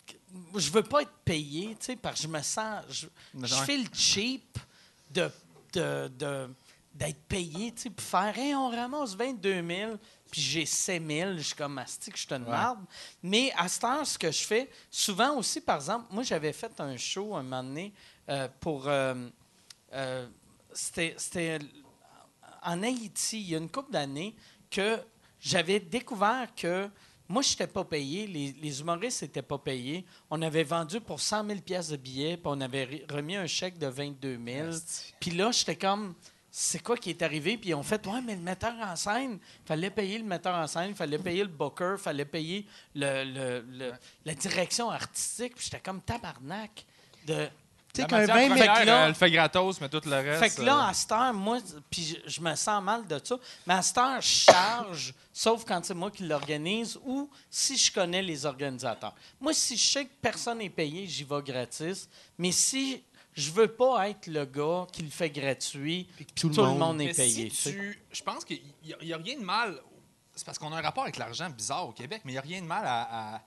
que- je veux pas être payé, tu sais, parce que je me sens. Je, je
ouais.
fais le cheap de. de- de- d'être payé, tu sais, puis faire, Hey, on ramasse 22 000, puis j'ai 7 000, je suis comme, Asti, que je te demande. Mais à cette heure, ce que je fais, souvent aussi, par exemple, moi, j'avais fait un show un moment donné euh, pour. euh, euh, c'était c'était en Haïti, il y a une couple d'années, que j'avais découvert que moi, je n'étais pas payé, les, les humoristes n'étaient pas payés. On avait vendu pour 100 000 pièces de billets, puis on avait re- remis un chèque de 22 000. Puis là, j'étais comme, c'est quoi qui est arrivé? Puis ils ont fait, ouais, mais le metteur en scène, fallait payer le metteur en scène, fallait payer le booker, fallait payer le, le- le- la direction artistique. Puis j'étais comme tabarnak. De,
Tu sais,
La
qu'un
matière
20 000
première,
Fait que là-
euh, le fait gratos, mais tout le reste. euh.
Fait que là, à cette heure, moi, puis je, je me sens mal de ça, mais à cette heure, je charge, sauf quand c'est moi qui l'organise ou si je connais les organisateurs. Moi, si je sais que personne n'est payé, j'y vais gratis, mais si je veux pas être le gars qui le fait gratuit, puis tout, le monde,
Mais
est payé.
si
tu sais.
tu- Je pense qu'il n'y a, rien de mal. C'est parce qu'on a un rapport avec l'argent bizarre au Québec, mais il n'y a rien de mal à. à-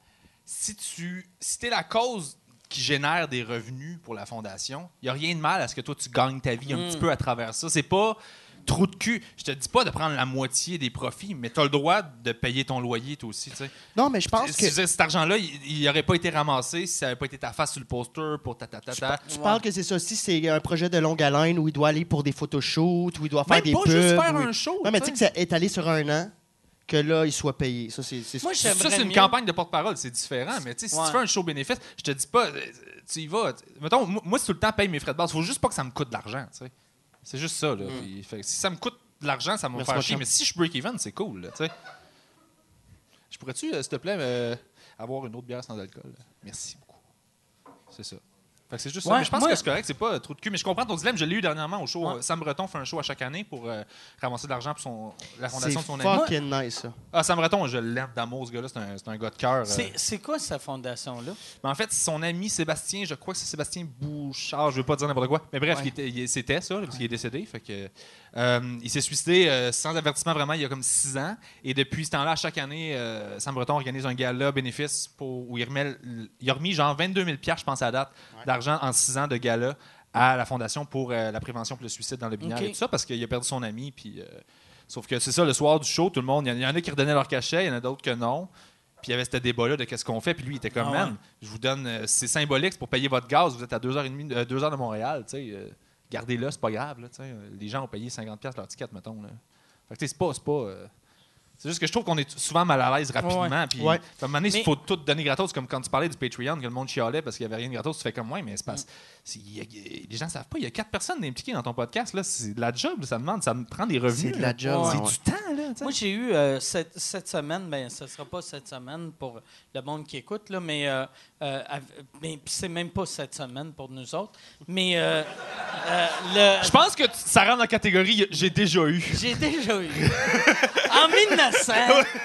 si tu si es la cause qui génère des revenus pour la fondation, il n'y a rien de mal à ce que toi, tu gagnes ta vie
Hmm.
un petit peu à travers ça. C'est pas trou de cul. Je te dis pas de prendre la moitié des profits, mais tu as le droit de payer ton loyer, toi aussi. tu sais.
Non, mais je pense
Si-
que
si- cet argent-là, il n'aurait pas été ramassé si ça n'avait pas été ta face sur le poster pour ta ta ta ta.
tu parles que c'est ça aussi, c'est un projet de longue haleine où il doit aller pour des photoshoots, où il doit faire
Même
des
pas
pubs.
juste faire
où il-
un show.
Non, mais
tu
tu
sais.
sais que ça est allé sur un an, que là, il soit payé. Ça, c'est. c'est-
Moi, j'aimerais
Ça, c'est une
mieux-
campagne de porte-parole, c'est différent. Mais tu sais, si
Ouais.
tu fais un show bénéfice, je te dis pas, euh, tu y vas. tu- Mettons, moi, moi, si tout le temps paye mes frais de base, faut juste pas que ça me coûte de l'argent. tu sais. C'est juste ça. Là. Puis, fait que si ça me coûte de l'argent, ça va me
Mm. Merci,
faire
mon
chier.
chum.
Mais si je break even, c'est cool. là, tu sais. je pourrais-tu, euh, s'il te plaît, euh, avoir une autre bière sans alcool? Merci beaucoup. C'est ça. Fait que c'est juste ça.
Ouais,
Mais je pense
moi-
que c'est correct, c'est pas euh, trop de cul. Mais je comprends ton dilemme. Je l'ai eu dernièrement au show. euh, Sam Breton fait un show à chaque année pour euh, ramasser de l'argent pour son, la
C'est
fondation de son ami.
fucking nice, ça.
Ah, Sam Breton, je l'aime d'amour, ce gars-là. C'est un, c'est un gars de cœur. euh.
C'est- C'est quoi sa fondation-là?
Mais en fait, son ami Sébastien, je crois que c'est Sébastien Bouchard, je veux pas dire n'importe quoi. Mais bref,
Ouais.
il était- il- c'était ça, là, parce qu'il est décédé. Fait que, euh, il s'est suicidé euh, sans avertissement vraiment il y a comme six ans. Et depuis ce temps-là, à chaque année, euh, Sam Breton organise un gala bénéfice pour, où il, remet, l- il a remis genre 22 000 je pense, à date, d'argent en six ans de gala à la Fondation pour euh, la prévention pour le suicide dans le binaire
Ok.
et tout ça, parce qu'il a perdu son ami. Puis, euh, sauf que c'est ça, le soir du show, tout le monde, il y en a qui redonnaient leur cachet, il y en a d'autres que non. Puis il y avait ce débat-là de qu'est-ce qu'on fait. Puis lui, il était comme,
Ah ouais.
man, je vous donne, euh, c'est symbolique, c'est pour payer votre gaz, vous êtes à 2h30, de- euh, 2 heures de Montréal, tu sais. euh, Gardez-le, c'est pas grave. là, tu sais, euh, les gens ont payé 50$ leur ticket, mettons. Là. Fait que tu sais, c'est pas. C'est pas, euh, c'est C'est juste que je trouve qu'on est souvent mal à l'aise rapidement. Puis,
Ouais.
à un moment donné, il
Mais-
faut tout donner gratos. Comme quand tu parlais du Patreon, que le monde chialait parce qu'il n'y avait rien de gratos. Tu fais comme, ouais, mais c'est
Mm.
parce- c'est- il y a- il- les gens ne savent pas. Il y a quatre personnes impliquées dans ton podcast. là. C'est de la job, ça demande. Ça me prend des revenus.
C'est de la
là.
job.
C'est
ouais.
du temps, là. tu sais.
Moi, j'ai eu euh, cette, cette semaine, ben ce sera pas cette semaine pour le monde qui écoute, là, mais, euh, euh, av- mais puis c'est même pas cette semaine pour nous autres. Mais euh, euh, le-
Je pense que tu- ça rentre dans la catégorie j'ai déjà eu.
j'ai déjà eu. en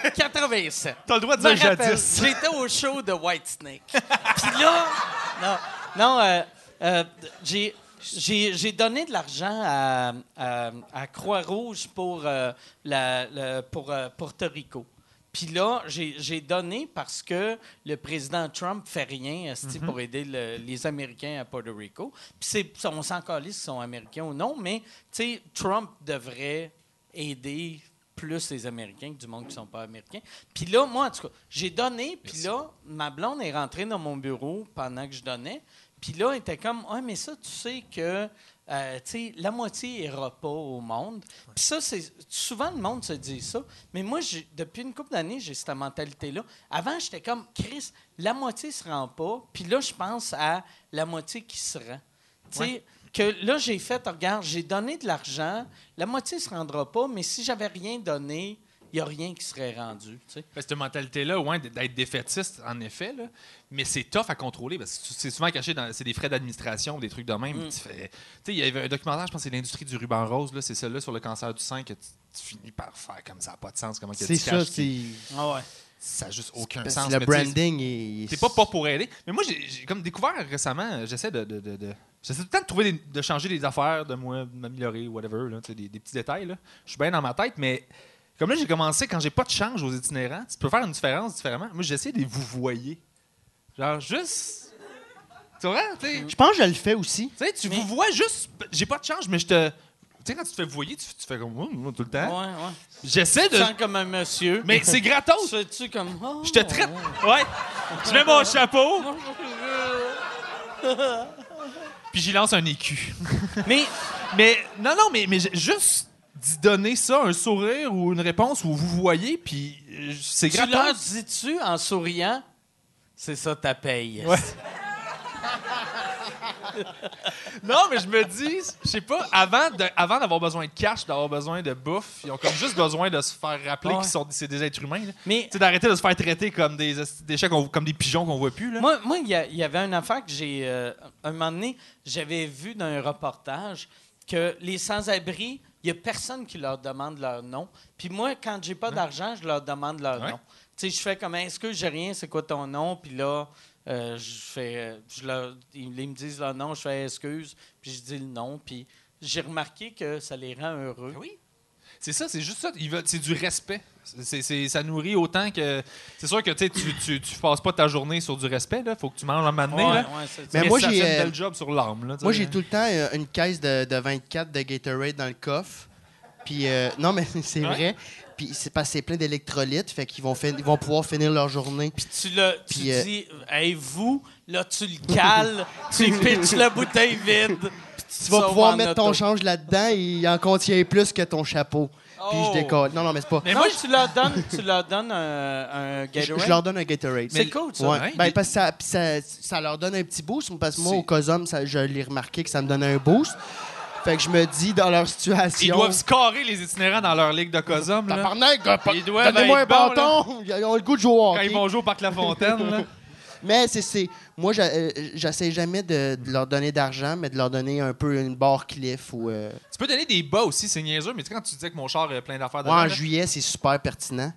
1987.
T'as le droit de
Je me
dire
rappelle,
jadis.
J'étais au show de Whitesnake. Puis là, non, non euh, euh, j'ai. J'ai j'ai donné de l'argent à, à- à Croix-Rouge pour, euh, la- le- pour euh, Porto Rico. Puis là, j'ai j'ai donné parce que le président Trump fait rien
Mm-hmm.
esti, pour aider le- les Américains à Porto Rico. Puis c'est- on s'en calisse s'ils sont Américains ou non, mais tu sais, Trump devrait aider plus les Américains que du monde qui sont pas Américains. Puis là, moi, en tout cas, j'ai donné, puis là, ma blonde est rentrée dans mon bureau pendant que je donnais, puis là, elle était comme, « Ah, mais ça, tu sais que, euh, tu sais, la moitié ira pas au monde. Puis ça, c'est... Souvent, le monde se dit ça, mais moi, j'ai- depuis une couple d'années, j'ai cette mentalité-là. Avant, j'étais comme, « Chris, la moitié se rend pas, puis là, je pense à la moitié qui se rend. » Tu sais, que là, j'ai fait, regarde, j'ai donné de l'argent, la moitié se rendra pas, mais si j'avais rien donné, il n'y a rien qui serait rendu. tu sais.
Ben, cette mentalité-là, ouais, d- d'être défaitiste, en effet, là, mais c'est tough à contrôler parce que c'est souvent caché dans c'est des frais d'administration ou des trucs de même.
Mm.
Tu fais- tu sais, il y avait un documentaire, je pense, que c'est l'industrie du ruban rose, là, c'est celle-là sur le cancer du sein que tu, tu finis par faire comme ça, n'a pas de sens. Comment que
C'est
tu
ça,
caches qui-
c'est.
Ah ouais.
ça n'a juste aucun
parce
sens.
que Le
mais tu sais, c'est-
branding est.
T'es pas pas pour aider. Mais moi, j'ai j'ai comme découvert récemment, euh, j'essaie de. de, de, de- J'essaie tout le temps de trouver des- de changer des affaires, de moi, de m'améliorer, whatever, là, tu sais, des, des petits détails. là. Je suis bien dans ma tête, mais comme là, j'ai commencé, quand j'ai pas de change aux itinérants, tu peux faire une différence différemment. Moi, j'essaie de vous voyez. Genre, juste. Tu vois, tu sais,
Je pense que je le fais aussi.
tu sais, tu
Mais-
vous vois juste. J'ai pas de change, mais je te. Tu sais, quand tu te fais vouvoyer, tu, tu fais comme. Ouh, tout le
Ouais,
temps.
ouais.
J'essaie
Hein? Tu
de.
sens comme un monsieur.
Mais c'est
tu
gratos.
fais-tu comme. Oh,
Je te traite. Ouais. Je mets mon chapeau. Puis j'y lance un écu.
Mais
Mais non, non, mais, mais j- juste d'y donner ça, un sourire ou une réponse où vous voyez, puis euh, c'est
tu leur
gratos.
dis-tu en souriant, c'est ça ta paye.
Ouais. Non, mais je me dis, je sais pas, avant de- avant d'avoir besoin de cash, d'avoir besoin de bouffe, ils ont comme juste besoin de se faire rappeler
Ouais.
qu'ils sont c'est des êtres humains. là. Tu
Mais
sais, d'arrêter de se faire traiter comme des, esti- des chats qu'on- comme des pigeons qu'on voit plus. Là.
Moi, moi, il y, a- il y avait une affaire que j'ai. euh, un moment donné, j'avais vu dans un reportage que les sans-abri, il n'y a personne qui leur demande leur nom. Puis moi, quand j'ai pas d'argent, je leur demande leur
Ouais.
nom. Tu sais, je fais comme est-ce que j'ai rien, c'est quoi ton nom? Puis là, euh, je fais. euh, Je leur- ils, ils me disent leur nom, je fais excuse, puis je dis le nom. Puis j'ai remarqué que ça les rend heureux.
Ben oui. C'est ça, c'est juste ça. Ils veulent- C'est du respect. C'est- c'est- ça nourrit autant que. C'est sûr que tu, sais, tu, tu, tu passes pas ta journée sur du respect. Il faut que tu manges à un moment donné.
Ouais,
là.
ouais, c'est-
Mais
Mais
moi,
ça
j'ai,
fait
euh,
un bel job sur l'arme. là, tu
Moi,
sais.
j'ai tout le temps euh, une caisse de, de 24 de Gatorade dans le coffre. Puis, euh, non, mais c'est vrai. Puis, c'est parce que c'est plein d'électrolytes, fait qu'ils vont, fin- ils vont pouvoir finir leur journée.
Puis tu le tu
Puis, euh,
dis, hey, vous, là, tu le cales, tu pitches la bouteille vide. puis
Tu vas
sors en
pouvoir mettre
auto.
ton change là-dedans, il en contient plus que ton chapeau. Puis,
Oh.
je décolle. Non, non, mais c'est pas.
Mais moi, tu leur donnes, tu leur donnes un, un
Je,
Gatorade.
je leur donne un Gatorade.
C'est cool, ça.
Ouais.
hein?
Ben, parce que ça, puis ça, ça leur donne un petit boost. Parce que moi,
C'est-
au COSOM, ça, je l'ai remarqué que ça me donnait un boost. Fait que je me dis, dans leur situation.
Ils doivent scorer les itinérants dans leur ligue de COSOM. là.
Tabarnak, gars,
Ils doivent
donnez-moi un
être bons,
bâton! Ils ont le goût de jouer au
Quand
hockey.
ils vont jouer au Parc La Fontaine. là.
Mais c'est, c'est- moi, j'a- euh, j'essaie jamais de, de leur donner d'argent, mais de leur donner un peu une barre cliff. Ou, euh,
tu peux donner des bas aussi, c'est niaiseux. Mais tu sais, quand tu disais que mon char est plein d'affaires
ouais, en
dedans, là,
juillet, c'est super pertinent.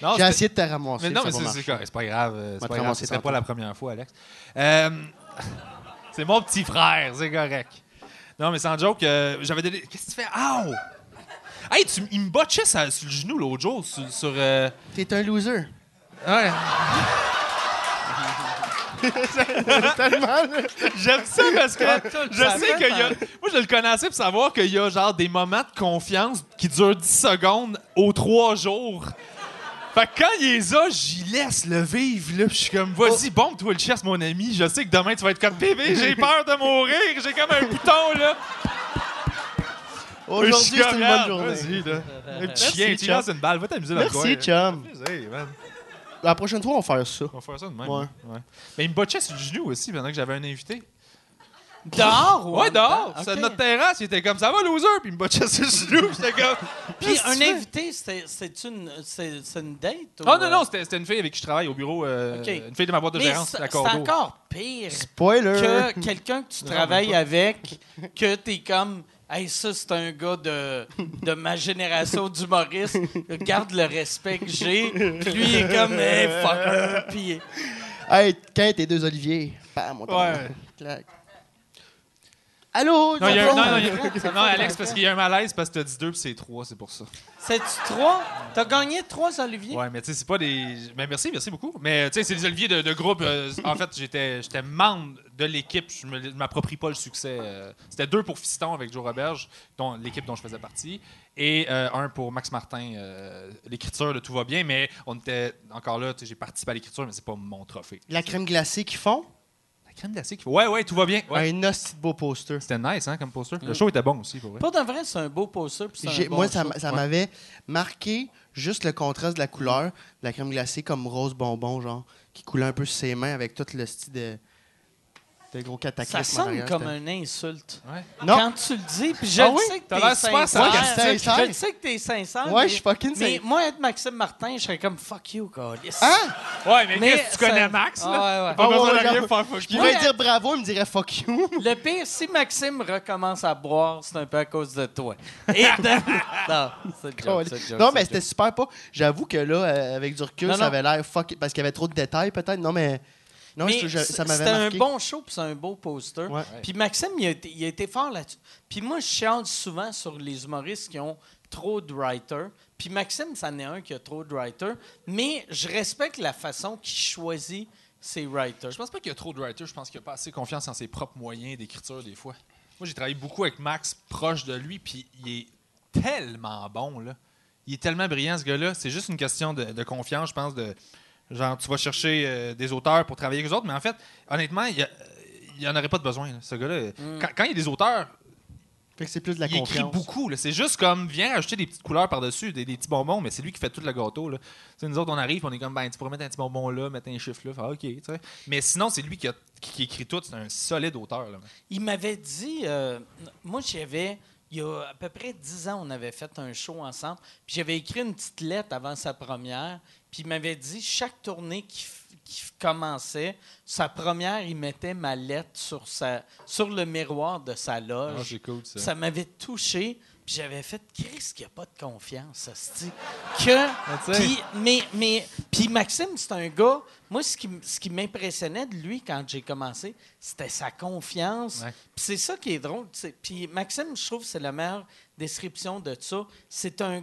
non,
J'ai
c'était-
essayé de te ramasser.
Mais non,
ça
mais
va
c'est-
marcher.
c'est correct, c'est pas grave. euh,
Va
C'est pas
te
grave.
ramasser
C'était
tantôt.
pas la première fois, Alex. Euh, c'est mon petit frère, c'est correct. Non, mais sans joke, euh, j'avais donné. Qu'est-ce que tu fais? Ow! Hey, tu, il me botchait sur, sur le genou l'autre jour, sur. sur, euh,
T'es un loser.
ouais. J'aime ça parce que je
ça
sais
fait
qu'il y a. Moi, je le connaissais pour savoir qu'il y a genre des moments de confiance qui durent 10 secondes aux 3 jours. Fait que quand il est là, j'y laisse le vivre. Là, puis je suis comme, vas-y, bombe-toi le chest, mon ami. Je sais que demain, tu vas être comme bébé, j'ai peur de mourir. J'ai comme un bouton, là.
Aujourd'hui, c'est une bonne journée.
Vas-y, là. Un petit
Merci,
chien, tu
Chuck.
lances une balle, va t'amuser dans le coin.
Merci, chum.
Hey, man.
La prochaine fois, on va faire ça.
On va faire ça de même. hein?
Ouais.
Ouais. Mais il me botchait sur le genou aussi pendant que j'avais un invité.
Dehors ou en
Ouais, dehors!
dedans?
C'est
Ok.
notre terrasse, il était comme ça va, loser! Puis il me botchait sur le genou, puis j'étais comme.
Puis
Qu'est-ce que
un
tu fais?
invité, c'est- c'est une, c'est- c'est une date? ou,
Ah non, non,
euh,
c'était c'était une fille avec qui je travaille au bureau. euh,
Ok.
Une fille de ma boîte de
mais
gérance
c'est
à
c'est
Cordo.
encore pire
Euh,
Spoiler!
que quelqu'un que tu
Non, même
travailles
pas.
avec, que t'es comme... Hey, ça, c'est un gars de, de ma génération d'humoriste. Garde le respect que j'ai. Puis lui, il est comme, hey, fucker. Puis
Hey, Kate et deux Olivier. Bam, on
Ouais.
Clac. Allô?
Non, il y a un-
Jean-Paul?
non, non, il y a- non, Alex, parce qu'il y a un malaise, parce que t'as dit deux, puis c'est trois, c'est pour ça.
c'est-tu trois? T'as gagné trois, Olivier?
Ouais, mais tu sais, c'est pas des. Mais merci, merci beaucoup. Mais tu sais, c'est des oliviers de, de groupe. euh, en fait, j'étais j'étais membre de l'équipe. Je me- je m'approprie pas le succès. euh, C'était deux pour Fiston avec Joe Roberge, dont l'équipe dont je faisais partie, et euh, un pour Max Martin, euh, l'écriture de Tout va bien. Mais on était encore là, tu sais, j'ai participé à l'écriture, mais c'est pas mon trophée.
La crème glacée qu'ils font?
La crème glacée qui- Ouais, ouais, tout va bien. Ouais.
Un hostie de beau poster.
C'était nice, hein, comme poster. Le show était bon aussi, pour vrai.
Pour de vrai, c'est un beau poster. Puis c'est
J'ai-
un bon
moi, ça,
show.
m'a- ça m'avait marqué juste le contraste de la couleur de la crème glacée comme rose bonbon, genre, qui coulait un peu sur ses mains avec tout le style de, de gros
Ça
cataclysme. en
sonne
arrière,
comme
c'était-
une insulte.
Ouais.
Non.
Quand tu le dis, puis je
Ah
le
oui?
sais que
T'as
t'es
l'air super
sincère.
sarcastique.
Je le sais que t'es sincère.
Ouais,
mais-
je suis fucking
Mais
sincère.
moi, être Maxime Martin, je serais comme fuck you, Calis.
Hein?
Ouais, mais,
Mais
qu'est-ce que tu
ça-
connais Max, là?
Ah, ouais, ouais.
Pas
Ah, ouais,
besoin de
ouais,
rien
ouais.
faire fuck
Je
you.
pourrais
Ouais.
dire bravo, il me dirait fuck you.
Le pire, si Maxime recommence à boire, c'est un peu à cause de toi. Et de- Non, c'est le joke, c'est le joke,
non,
c'est
mais
le
c'était
joke.
super pas. J'avoue que là, euh, avec du recul,
Non,
ça
non.
avait l'air fuck. Parce qu'il y avait trop de détails, peut-être. Non, mais. Non,
Mais
je- je- ça m'avait
C'était un
marqué.
bon show, puis c'est un beau poster.
Ouais.
Puis Maxime, il a, été, il a été fort là-dessus. Puis moi, je chiale souvent sur les humoristes qui ont trop de writers. Puis Maxime, c'en est un qui a trop de writers. Mais je respecte la façon qu'il choisit ses writers.
Je pense pas qu'il y a trop de writers, je pense qu'il a pas assez confiance en ses propres moyens d'écriture des fois. Moi, j'ai travaillé beaucoup avec Max proche de lui, puis il est tellement bon, là. Il est tellement brillant, ce gars-là. C'est juste une question de, de confiance, je pense, de genre, tu vas chercher euh, des auteurs pour travailler avec eux autres, mais en fait, honnêtement, il y a- il y en aurait pas de besoin, là. ce gars-là. Quand, quand il y a des auteurs,
Fait que c'est plus de la
il écrit
confiance.
beaucoup. là. C'est juste comme, viens rajouter des petites couleurs par-dessus, des, des petits bonbons, mais c'est lui qui fait tout le gâteau. Là. Tu sais, nous autres, on arrive, on est comme, ben, tu pourrais mettre un petit bonbon là, mettre un chiffre là. Fait, ah, OK. tu sais. Mais sinon, c'est lui qui, a- qui- qui écrit tout. C'est un solide auteur. là.
Il m'avait dit, euh, moi j'avais, il y a à peu près dix ans, on avait fait un show ensemble, puis j'avais écrit une petite lettre avant sa première, puis il m'avait dit, chaque tournée qui, f- qui f- commençait, sa première, il mettait ma lettre sur, sa, sur le miroir de sa loge.
Ah, c'est cool, ça.
m'avait touché, puis j'avais fait, Chris, qu'il n'y a pas de confiance, hostie. Que,
Ah, tu sais.
puis- mais, mais, puis Maxime, c'est un gars. Moi, ce qui, m- ce qui m'impressionnait de lui quand j'ai commencé, c'était sa confiance.
Ouais.
Puis c'est ça qui est drôle. tu sais. Puis Maxime, je trouve que c'est la meilleure description de ça. C'est un.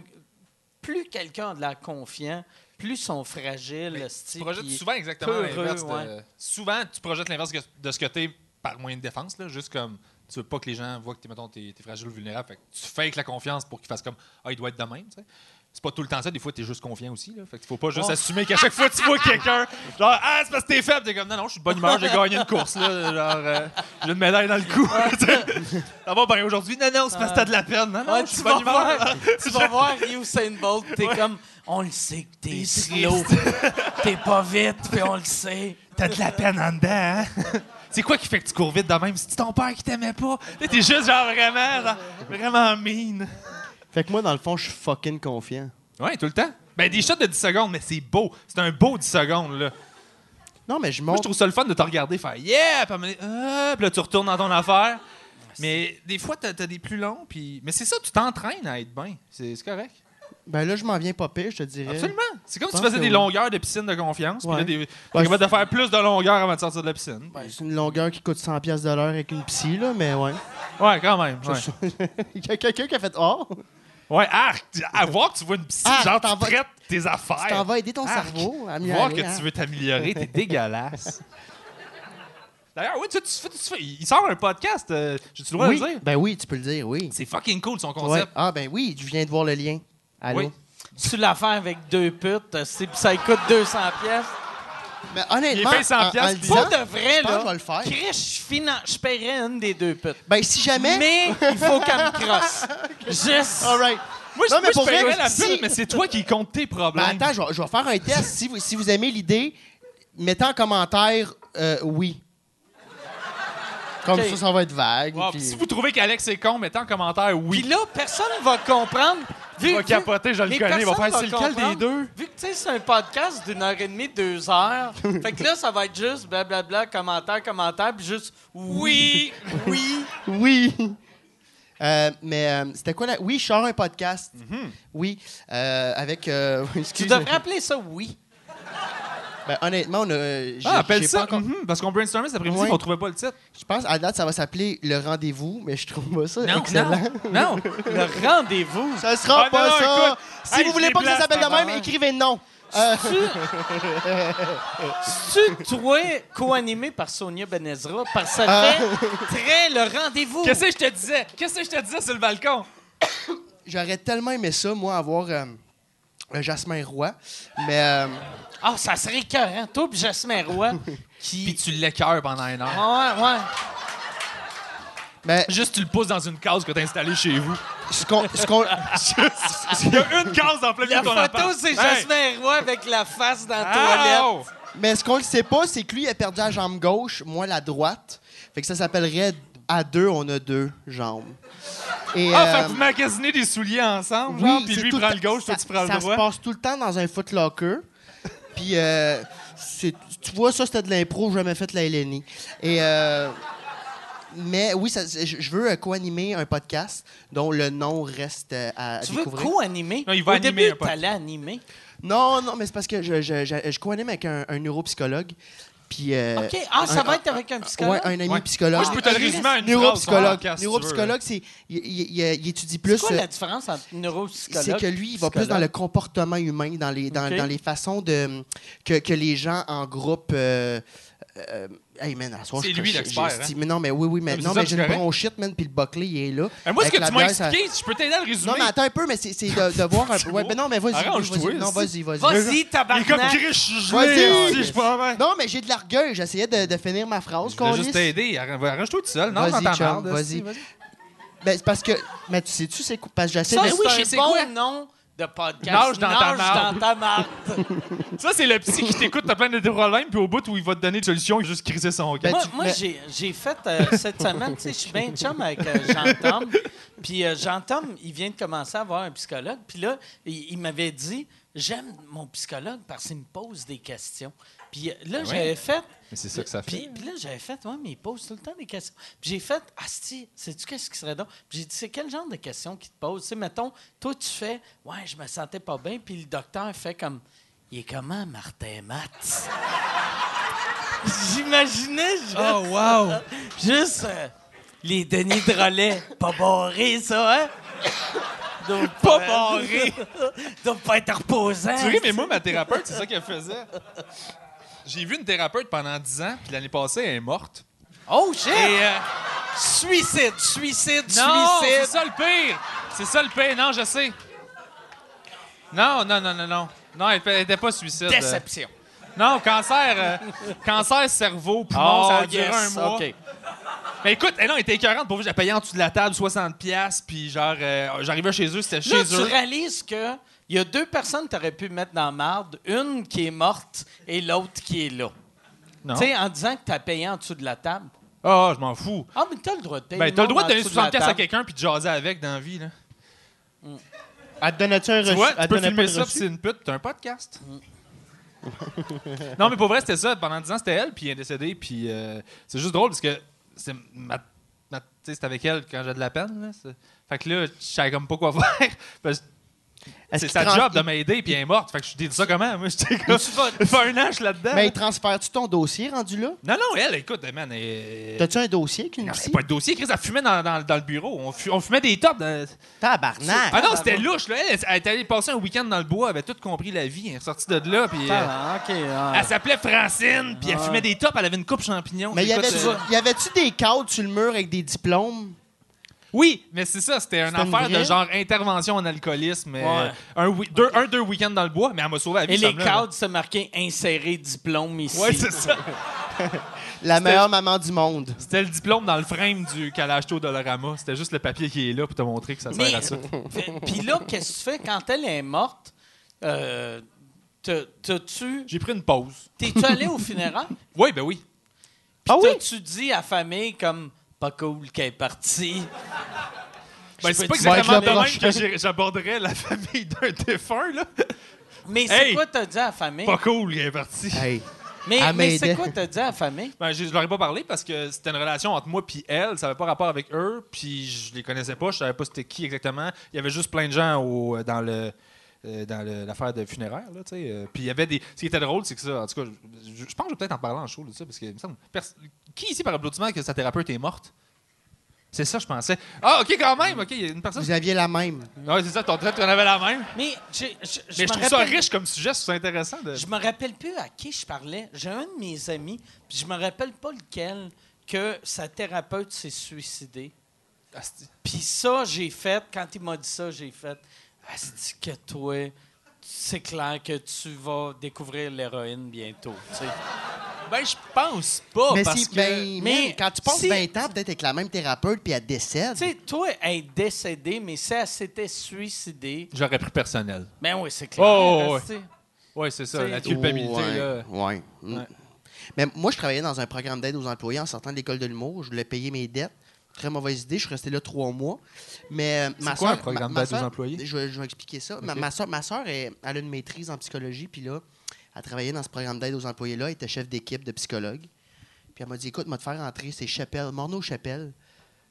Plus quelqu'un a de l'air confiant, plus son fragile.
Mais
hostie,
Tu projettes
puis-
souvent exactement
peureux,
l'inverse. de-
ouais.
Souvent, tu projettes l'inverse que- de ce que t'es par moyen de défense. Là, juste comme, tu veux pas que les gens voient que t'es, mettons, t'es, t'es fragile ou vulnérable. Fait que tu fakes la confiance pour qu'ils fassent comme, ah, il doit être de même. tu sais. C'est pas tout le temps ça. Des fois, t'es juste confiant aussi. Là. Fait que faut pas juste
Oh.
assumer qu'à chaque fois que tu vois quelqu'un, genre, ah, c'est parce que t'es faible. T'es comme, non, non, je suis de bonne humeur, j'ai gagné une course. Là, genre, euh, j'ai une médaille dans le cou. Tu sais. ça va bien aujourd'hui. Non, non, c'est parce que t'as de la peine. Non, non,
Ouais,
je suis
Ah, tu, vas
de bonne humeur.
voir, tu vas voir Usain Bolt, t'es comme, on le sait que t'es slow, t'es pas vite, puis on le sait.
T'as de la peine en dedans, hein? C'est quoi qui fait que tu cours vite de même? C'est ton père qui t'aimait pas? Là, T'es juste genre vraiment, genre, vraiment mine.
Fait que moi, dans le fond, je suis fucking confiant.
Ouais, tout le temps. Ben, des shots de 10 secondes, mais c'est beau. C'est un beau 10 secondes, là.
Non, mais je
Moi, je
montre.
trouve ça le fun de te regarder faire Yeah! Puis à un moment donné, Ah! Puis là, tu retournes dans ton affaire. Mais des fois, t'as t'as des plus longs, puis. Mais c'est ça, tu t'entraînes à être bien. C'est c'est correct.
Ben là, je m'en viens pas pire, je te dirais.
Absolument. C'est comme si
pense
tu faisais
que
des
oui.
longueurs de piscine de confiance, puis
Ouais.
là, des- t'es
Ouais,
capable de faire plus de longueurs avant de sortir de la piscine.
Ben, c'est une longueur qui coûte 100$ piastres de l'heure avec une psy, là, mais ouais.
Ouais, quand même. ouais.
Il y a quelqu'un qui a fait Oh,
Ouais, arc, à voir que tu vois une psy,
Ah,
genre
t'en
tu
vas-
traites tes affaires.
tu t'en vas aider ton
Arc.
cerveau à mieux
Voir
aller,
que
hein.
tu veux t'améliorer, t'es dégueulasse. D'ailleurs, oui, tu, tu fais- tu fais- il sort un podcast, euh, j'ai-tu le droit
Oui.
de le dire?
Ben oui, tu peux le dire, oui.
C'est fucking cool son
Ouais.
concept.
Ah, ben oui, je viens de voir le lien. Allô?
Oui.
Tu l'affaire avec deux putes, c'est- puis ça coûte 200 pièces.
Mais Ben, honnêtement,
Il paye 100
en- en
piastres,
le
puis-
Pas
disant,
de vrai,
Hein? je pense
là.
que je vais le faire.
Chris, je, finan- je paierais une des deux putes.
ben si jamais...
Mais il faut qu'elle me crosse. Juste.
All right.
Moi, je, moi,
Non, mais
je
pour vrai,
paierais la
si-
pute, mais c'est toi qui compte tes
Ben,
problèmes.
attends, je vais, je vais faire un test. Si vous, si vous aimez l'idée, mettez en commentaire euh, oui. Comme
Ok.
ça, ça va être vague.
Wow,
puis-
Ah, Si vous trouvez qu'Alex est con, mettez en commentaire
Puis
oui.
là, personne va comprendre. Vu,
Il va
vu-
capoter, je le
mais
connais, il va
personne
faire, c'est lequel des
comprendre.
deux?
Vu que tu sais, c'est un podcast d'une heure et demie, deux heures. fait que là, ça va être juste blablabla, commentaire, commentaire, puis juste oui, oui.
Oui. Euh, mais euh, c'était quoi la... Oui, je sors un podcast.
Mm-hmm.
Oui. euh, avec... euh,
tu
excuse-
devrais appeler ça oui.
Ben, honnêtement, on a... euh, j'ai-
Ah, appelle
j'ai
ça.
pas encore-
mhm, parce qu'on brainstormait cet après-midi,
Ouais.
on trouvait pas le titre.
Je pense, à date, ça va s'appeler Le Rendez-vous, mais je trouve pas ça excellent.
non, non.
Le rendez-vous.
Ça sera
Ah, non,
pas
non,
ça.
écoute.
Si
Hey,
vous
je
voulez pas que ça
déplace,
s'appelle de même,
tabarnak.
écrivez non.
Tu toi, co-animé par Sonia Benezra, parce que ça
Ah.
fait très le rendez-vous.
Qu'est-ce que je te disais? Qu'est-ce que je te disais sur le balcon?
J'aurais tellement aimé ça, moi, avoir euh, euh, Jasmin Roy. Mais euh,
Ah, ça serait écœurant. Toi pis Jasmin Roy qui...
Puis tu l'écœures pendant une
Ah.
heure.
Ah Ouais, ouais.
mais
Juste, tu le pousses dans une case que t'as installée chez vous.
ce qu'on. ce qu'on-
Il y a une case dans plein milieu
La
de ton
photo,
appart.
c'est
Hey!
Jasmin Roy avec la face dans la toilette.
Ah, oh!
mais ce qu'on ne sait pas, c'est que lui, il a perdu la jambe gauche, moi, la droite. Fait que ça s'appellerait À deux, on a deux jambes. Et,
Ah, fait
euh,
que vous magasinez des souliers ensemble, genre,
oui,
puis
c'est
lui il
tout
prend
temps-
le gauche, toi
ça-
tu prends
ça
le droit.
se passe tout le temps dans un footlocker. Puis, euh, c'est- tu vois, ça, c'était de l'impro, j'ai jamais fait de la LNI. Et. euh, mais oui, ça- je je veux euh, co-animer un podcast dont le nom reste euh, à à
Tu veux
découvrir.
co-animer?
Non, il va
Au
animer un
début,
podcast.
t'allais animer.
Non, non, mais c'est parce que je, je, je, je co-anime avec un, un neuropsychologue. Puis, euh,
OK. Ah, ça
un-
va être avec un psychologue?
Ouais, un ami
Ouais.
psychologue.
Moi, je peux te le résumer à une
neuropsychologue.
phrase, hein, si tu veux,
neuropsychologue, c'est. Il, il- il- il étudie
C'est
plus.
quoi
euh,
la différence entre neuropsychologue
c'est que lui, il va plus dans le comportement humain, dans les, dans,
Ok.
dans les façons de, que, que les gens en groupe. euh, euh, hey man, à soir,
C'est
je-
lui
je-
l'expert,
j'ai- j'ai- Mais non, mais oui, oui, mais
Comme
non,
ça,
mais
c'est
j'ai une
correct.
bronchite, man, puis le buclé, il est là.
Mais Moi, ce
Avec
que
la
tu m'as
bière, ça-
expliqué, je peux t'aider à le résumer.
Non, mais attends un peu, mais c'est c'est de, de voir un peu. Ouais,
beau.
mais non, mais vas-y.
Arrange-toi,
vas-y. Non,
si.
vas-y, vas-y.
Vas-y,
Il est comme
tabarnak!
Chris, je suis
Vas-y,
gelé,
vas-y.
si je peux en
Non, mais j'ai de l'argueil. J'essayais de, de finir ma phrase.
Je voulais juste
câlisse.
t'aider. Arr- Arrange-toi tout seul. Non,
Vas-y,
dans ta
chum,
merde.
vas-y.
si,
Ben, c'est parce que. Mais tu sais-tu, c'est quoi? Parce que j'essaie
Ça,
de.
c'est
oui, je
un
sais
bon
quoi.
nom de podcast.
Nage dans ta
Nage
marde.
dans ta marde.
Ça, c'est le psy qui t'écoute, t'as plein de problèmes, puis au bout où il va te donner une solution, il va juste crisser son gars.
Ben,
moi,
tu-
moi,
mais-
j'ai, j'ai fait euh, cette semaine, tu sais, je suis bien chum avec euh, Jean-Tom. Puis euh, Jean-Tom, il vient de commencer à voir un psychologue. Puis là, il, il m'avait dit J'aime mon psychologue parce qu'il me pose des questions. Puis euh, là,
Ben
j'avais fait.
Mais c'est ça que ça
Puis, puis là, j'avais fait, ouais, mais il pose tout le temps des questions. Puis j'ai fait, Asti, sais-tu qu'est-ce qui serait donc? Puis j'ai dit, c'est quel genre de questions qu'il te pose? Tu sais, mettons, toi, tu fais, ouais, je me sentais pas bien, puis le docteur fait comme, il est comment, Martin Matt? J'imaginais, je-
Oh, wow!
juste euh, les Denis de relais. pas barré, ça, hein? Donc,
Pas barré.
Doit pas être reposant.
Tu ris, mais moi, ma thérapeute, c'est ça qu'elle faisait. J'ai vu une thérapeute pendant 10 ans, puis l'année passée, elle est morte.
Oh, shit!
Et, euh,
Suicide, suicide,
Non, c'est
suicide.
ça le pire. C'est ça le pire. Non, je sais. Non, non, non, non, non. Non, elle fait- elle était pas suicide.
Déception.
Euh, Non, cancer, euh, cancer cerveau, poumon, ça a duré
Oh, yes,
un mois.
OK.
Mais écoute, elle, non, elle était écœurante. Pour vous, j'ai payé en dessous de la table 60$, piastres, puis genre, euh, j'arrivais chez eux, c'était chez
Là,
eux.
tu réalises que il y a deux personnes que tu aurais pu mettre dans la marde, une qui est morte et l'autre qui est là.
Non.
Tu sais, en disant que tu as payé en dessous de la table.
Ah, je m'en fous.
Ah, mais tu as le droit de payer.
Ben, t'as le droit de donner
60
60$ à quelqu'un puis de jaser avec dans la vie, là.
Mm. Elle te donnait-tu un
Tu vois,
reçu?
tu peux filmer ça, puis c'est une pute, t'as un podcast. Mm. non, mais pour vrai, c'était ça. Pendant 10 ans, c'était elle, puis elle est décédée, puis euh, c'est juste drôle parce que c'est ma- ma- tu sais, c'était avec elle quand j'ai de la peine. Là, c'est- fait que là, je savais comme pas quoi faire. Parce que c'est sa job de m'aider, puis elle est morte. Fait que je dis ça comment? Moi, j'étais comme. Ça fait un an, je suis là-dedans.
Mais il transfère-tu ton dossier rendu là?
Non, non, elle, écoute, man, elle.
T'as-tu un dossier avec une
Non, Ah, c'est
psy?
pas le dossier, Chris, elle fumait dans, dans- dans le bureau. On, fu- on fumait des tops. dans-
Tabarnak!
Ah non, c'était louche, là. Elle, elle est allée passer un week-end dans le bois, elle avait tout compris la vie, elle est sortie de là, puis. euh,
OK. ah.
Elle s'appelait Francine, puis elle fumait des tops, elle avait une coupe champignon.
Mais y
Ah, Écoute,
avait-tu
euh,
y avait-tu des cadres sur le mur avec des diplômes?
Oui, mais c'est ça, c'était une
C'était une
affaire de
vraie?
genre intervention en alcoolisme. euh,
Ouais.
un, wi- deux, un, deux week-ends dans le bois, mais elle m'a sauvé la vie.
Et les
causes
cadres, c'est marqué insérer diplôme ici.
Ouais, c'est ça.
La meilleure maman du monde.
C'était le diplôme dans le frame du qu'elle a acheté au Dollarama. C'était juste le papier qui est là pour te montrer que ça sert
Mais-
à ça.
Fait- Puis là, qu'est-ce que tu fais quand elle est morte? euh, te- T'as-tu.
J'ai pris une pause.
T'es-tu allé au funérail?
Oui, ben oui.
Puis
Ah oui?
t'as-tu dit à la famille comme pas cool qu'elle est partie?
Ben,
Je
c'est
peux
pas
te-
vas être
exactement
là
de même
prochain.
que j'ai- j'aborderais la famille d'un défunt, là.
Mais c'est
Hey!
quoi t'as dit à la famille?
Pas cool, il est parti.
Hey.
Mais,
Elle
mais c'est
m'aidait.
quoi t'as dit à la famille?
Ben, je, je leur ai pas parlé parce que c'était une relation entre moi puis elle, ça avait pas rapport avec eux, puis je les connaissais pas, je savais pas c'était qui exactement. Il y avait juste plein de gens au, euh, dans le euh, dans le- l'affaire de funéraire là, tu sais. euh, Puis il y avait des ce qui était drôle, c'est que ça en tout cas, je, je pense que je vais peut-être en parler en show de ça parce que il me semble- pers- qui ici par applaudissement que sa thérapeute est morte C'est ça je pensais. Ah OK quand même, OK, il y a une personne.
Vous aviez la même.
Ouais, c'est ça, ton trait, tu en avais la même.
Mais j'ai- je, je
Mais
me
je trouve ça
rappelle-
riche comme sujet, c'est intéressant de
Je me rappelle plus à qui je parlais. J'ai un de mes amis, puis je me rappelle pas lequel, que sa thérapeute s'est suicidée.
Asti.
Puis ça, j'ai fait, quand il m'a dit ça, j'ai fait Asti que toi, c'est clair que tu vas découvrir l'héroïne bientôt. tu sais.
Ben je pense pas
mais
Oh, parce
si,
que
ben,
mais
man, quand tu passes
si-
20 ans peut-être avec la même thérapeute puis elle décède.
Tu sais, toi, elle est décédée, mais si elle s'était suicidée,
j'aurais pris personnel.
ben oui, c'est clair.
Oh,
Asti.
Ouais, c'est ça,
C'est-
la culpabilité
oh, Ouais,
là.
ouais. Mm.
Ouais.
Mais moi, je travaillais dans un programme d'aide aux employés en sortant de l'école de l'humour. Je voulais payer mes dettes. Très mauvaise idée. Je suis resté là trois mois. Mais euh, ma
quoi
soeur,
un programme d'aide aux employés?
Je, vais- je vais expliquer ça. Ma, ma soeur, ma soeur elle, elle a une maîtrise en psychologie. Puis là, elle travaillait dans ce programme d'aide aux employés-là. Elle était chef d'équipe de psychologue. Puis elle m'a dit, écoute, m'a te faire entrer, c'est Chapelle, Morneau-Chapelle.